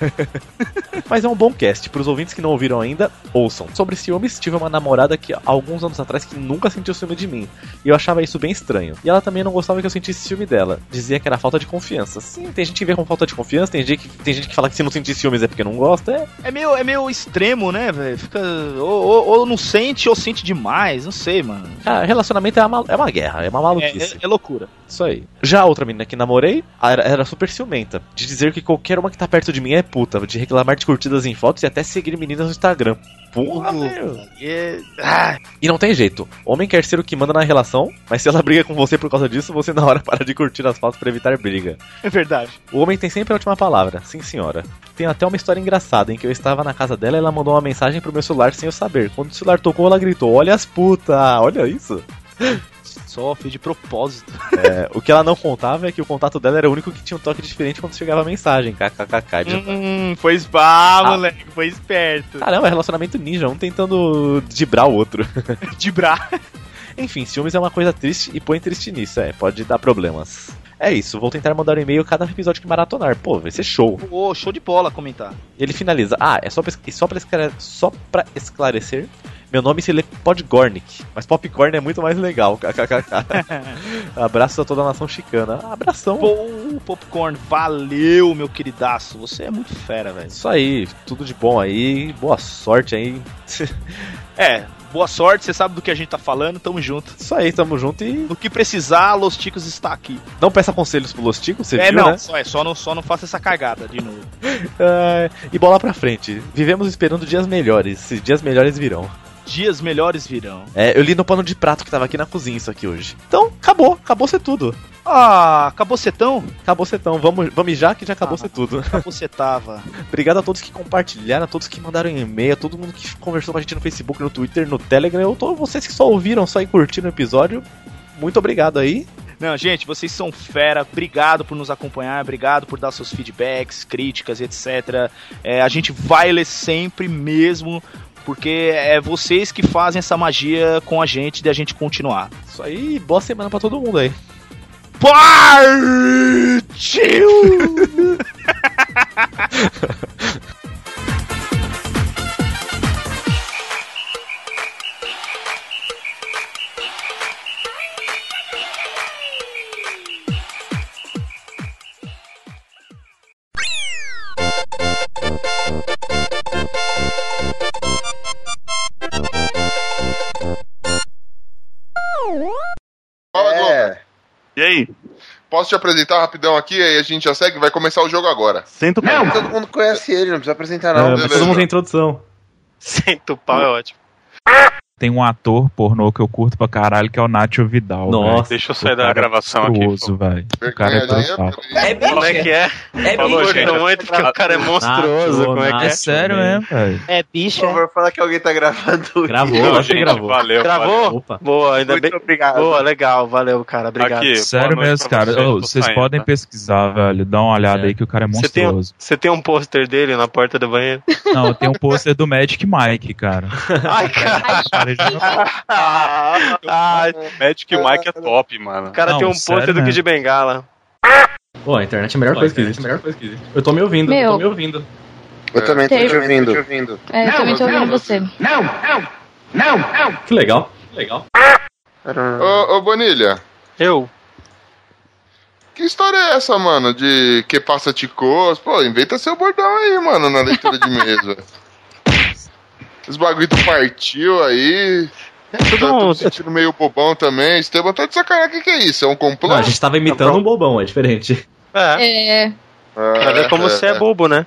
Mas é um bom cast, pros ouvintes que não ouviram ainda, ouçam. Sobre ciúmes, tive uma namorada que há alguns anos atrás que nunca sentiu ciúme de mim. E eu achava isso bem estranho. E ela também não gostava que eu sentisse ciúme dela. Dizia que era falta de confiança. Sim, tem gente que vê com falta de confiança, tem gente que, tem gente que fala que se não sentir ciúmes é porque não gosta, é.
É meio, é meio extremo, né, velho? Fica. Ou, ou- ou não sente, ou sente demais, não sei, mano.
Cara, relacionamento é uma, é uma guerra, é uma maluquice.
É, é loucura.
Isso aí. Já a outra menina que namorei era, era super ciumenta. De dizer que qualquer uma que tá perto de mim é puta. De reclamar de curtidas em fotos e até seguir meninas no Instagram. Porra,
Uhum.
meu.
É- Ah,
E não tem jeito. Homem quer ser o que manda na relação, mas se ela briga com você por causa disso, você na hora para de curtir as fotos pra evitar briga.
é verdade.
O homem tem sempre a última palavra, sim senhora. Tem até uma história engraçada em que eu estava na casa dela e ela mandou uma mensagem pro meu celular sem eu saber. Quando o celular tocou, ela gritou: Olha as puta, olha isso.
Só fez de propósito.
É, o que ela não contava é que o contato dela era o único que tinha um toque diferente quando chegava a mensagem. KKKK. de-
Hum, foi spa,
Ah.
moleque, foi esperto.
Caramba, é relacionamento ninja, um tentando dibrar o outro.
Dibrar.
Enfim, ciúmes é uma coisa triste e põe triste nisso, é, pode dar problemas. É isso, vou tentar mandar um e-mail cada episódio que maratonar. Pô, vai ser show.
Ô, show de bola comentar.
Ele finaliza. Ah, é só pra, es- só pra, esclare- só pra esclarecer. Meu nome se lê Podgornick, mas Popcorn é muito mais legal. KKKK. Abraço a toda a nação chicana. Abração.
Pô, popcorn, valeu, meu queridaço. Você é muito fera, velho.
Isso aí, tudo de bom aí. Boa sorte aí.
É, boa sorte, você sabe do que a gente tá falando, tamo junto.
Isso aí, tamo junto e
Do que precisar, Los Ticos está aqui.
não peça conselhos pro Lostico, você
é,
viu,
não,
né?
só, é, só não, só não faça essa cagada de novo.
É, e bola pra frente. Vivemos esperando dias melhores. E dias melhores virão.
Dias melhores virão.
É, eu li no pano de prato que tava aqui na cozinha isso aqui hoje. Então, acabou. Acabou ser tudo.
Ah, acabou setão?
Acabou setão. Vamos, vamos já que já acabou
Ah.
ser tudo.
Acabou setava.
Obrigado a todos que compartilharam, a todos que mandaram e-mail, a todo mundo que conversou com a gente no Facebook, no Twitter, no Telegram, ou todos vocês que só ouviram, só aí curtiram o episódio. Muito obrigado aí.
Não, gente, vocês são fera. Obrigado por nos acompanhar, obrigado por dar seus feedbacks, críticas, etc. É, a gente vai ler sempre mesmo, porque é vocês que fazem essa magia com a gente de a gente continuar.
Isso aí, boa semana pra todo mundo aí.
Partiu!
É.
E aí?
Posso te apresentar rapidão aqui e a gente já segue? Vai começar o jogo agora.
Senta o
pau.
Não, todo mundo conhece ele, não precisa apresentar
Não,
não.
É, mas todo mundo tem
introdução.
Senta o pau, é ótimo.
Tem um ator pornô que eu curto pra caralho, que é o Nacho Vidal.
Nossa.
velho.
Deixa eu sair
O
da
cara é
gravação aqui,
monstruoso, velho. O cara é brutal.
É Como é que é?
É
Falou,
bicha.
gente, muito porque o cara é monstruoso.
Ah,
como é que é?
é sério mesmo, velho.
É bicha.
Por favor, fala que alguém tá gravando.
Gravou,
Não,
acho que
gente,
gravou.
Valeu, Gravou?
valeu. Opa.
Boa, ainda
Muito
bem.
obrigado.
Boa, legal, valeu, cara. Obrigado.
Sério mesmo, cara. Ô, Vocês podem pesquisar, velho. Dá uma olhada aí que o cara é
né? Você tem, um-
monstruoso.
você tem um pôster dele na porta do banheiro?
Não, tem um pôster do Magic Mike, cara. é
Ai,
um
cara. Ah, Ai,
Magic Mike é top, mano.
o cara tem um pôster do Kid Bengala.
Pô, a internet é a melhor
Pô,
coisa
a
que existe. a melhor coisa que existe. Eu tô me ouvindo,
Meu.
eu tô me ouvindo.
Eu também tô
Teve-
te ouvindo. Tô te ouvindo.
É, eu também tô
não,
ouvindo você.
Não, não, não, não.
Que legal. Que legal.
Hum.
Ô, ô Bonilha.
Eu.
Que história é essa, mano? De que passa ticos? Pô, inventa seu bordão aí, mano, na leitura de mesa. Os bagulho tu partiu aí.
É,
Tá tudo sentindo meio bobão também. Esteban tá de sacanagem. O que, que é isso? É um complô?
Não, a gente tava imitando um bobão, é diferente.
É.
Pra ver como você é bobo, né?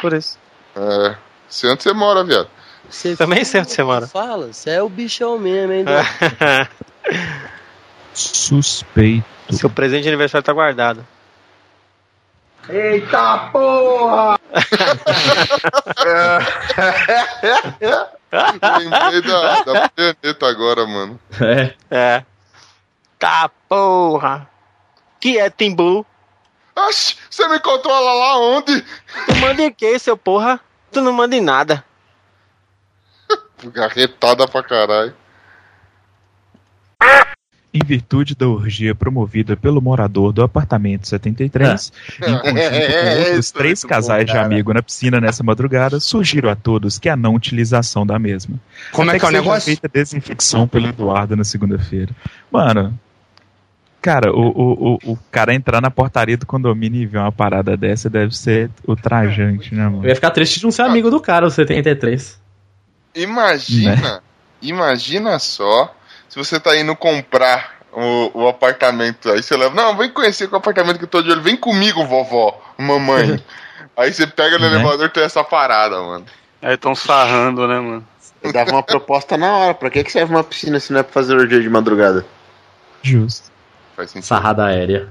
Por isso.
É. Sei onde você mora, viado.
Você também sei onde você mora.
Fala, você é o bichão mesmo, hein?
Suspeito.
Seu presente de aniversário tá guardado.
Eita porra!
Lembrei da, da planeta agora, mano.
É.
É. Tá, porra. Que é Timbu?
Oxi, você me controla lá onde?
Tu manda em quê, seu porra? Tu não manda em nada.
Arretada pra caralho.
Em virtude da orgia promovida pelo morador do apartamento 73,
É.
em conjunto com outros
Isso é
três
muito
casais de
bom, cara.
amigo na piscina nessa madrugada, sugiro a todos que é a não utilização da mesma.
Como é
Até
que é o
seja
negócio?
Feita desinfecção pelo Eduardo na segunda-feira. Mano, cara, o, o, o, o cara entrar na portaria do condomínio e ver uma parada dessa deve ser ultrajante, né, mano?
Eu ia ficar triste de não ser amigo do cara, o 73.
Né?
Imagina, imagina só se você tá indo comprar o, o apartamento. Aí você leva, não, vem conhecer o apartamento que eu tô de olho, vem comigo, vovó, mamãe. Aí você pega no
Né?
elevador e tem essa parada, mano.
Aí tão sarrando, né, mano?
assim.
Eu dava uma proposta na hora. Pra que, que serve uma piscina se não é pra fazer orgia de madrugada?
Justo.
Faz sentido.
Sarrada aérea.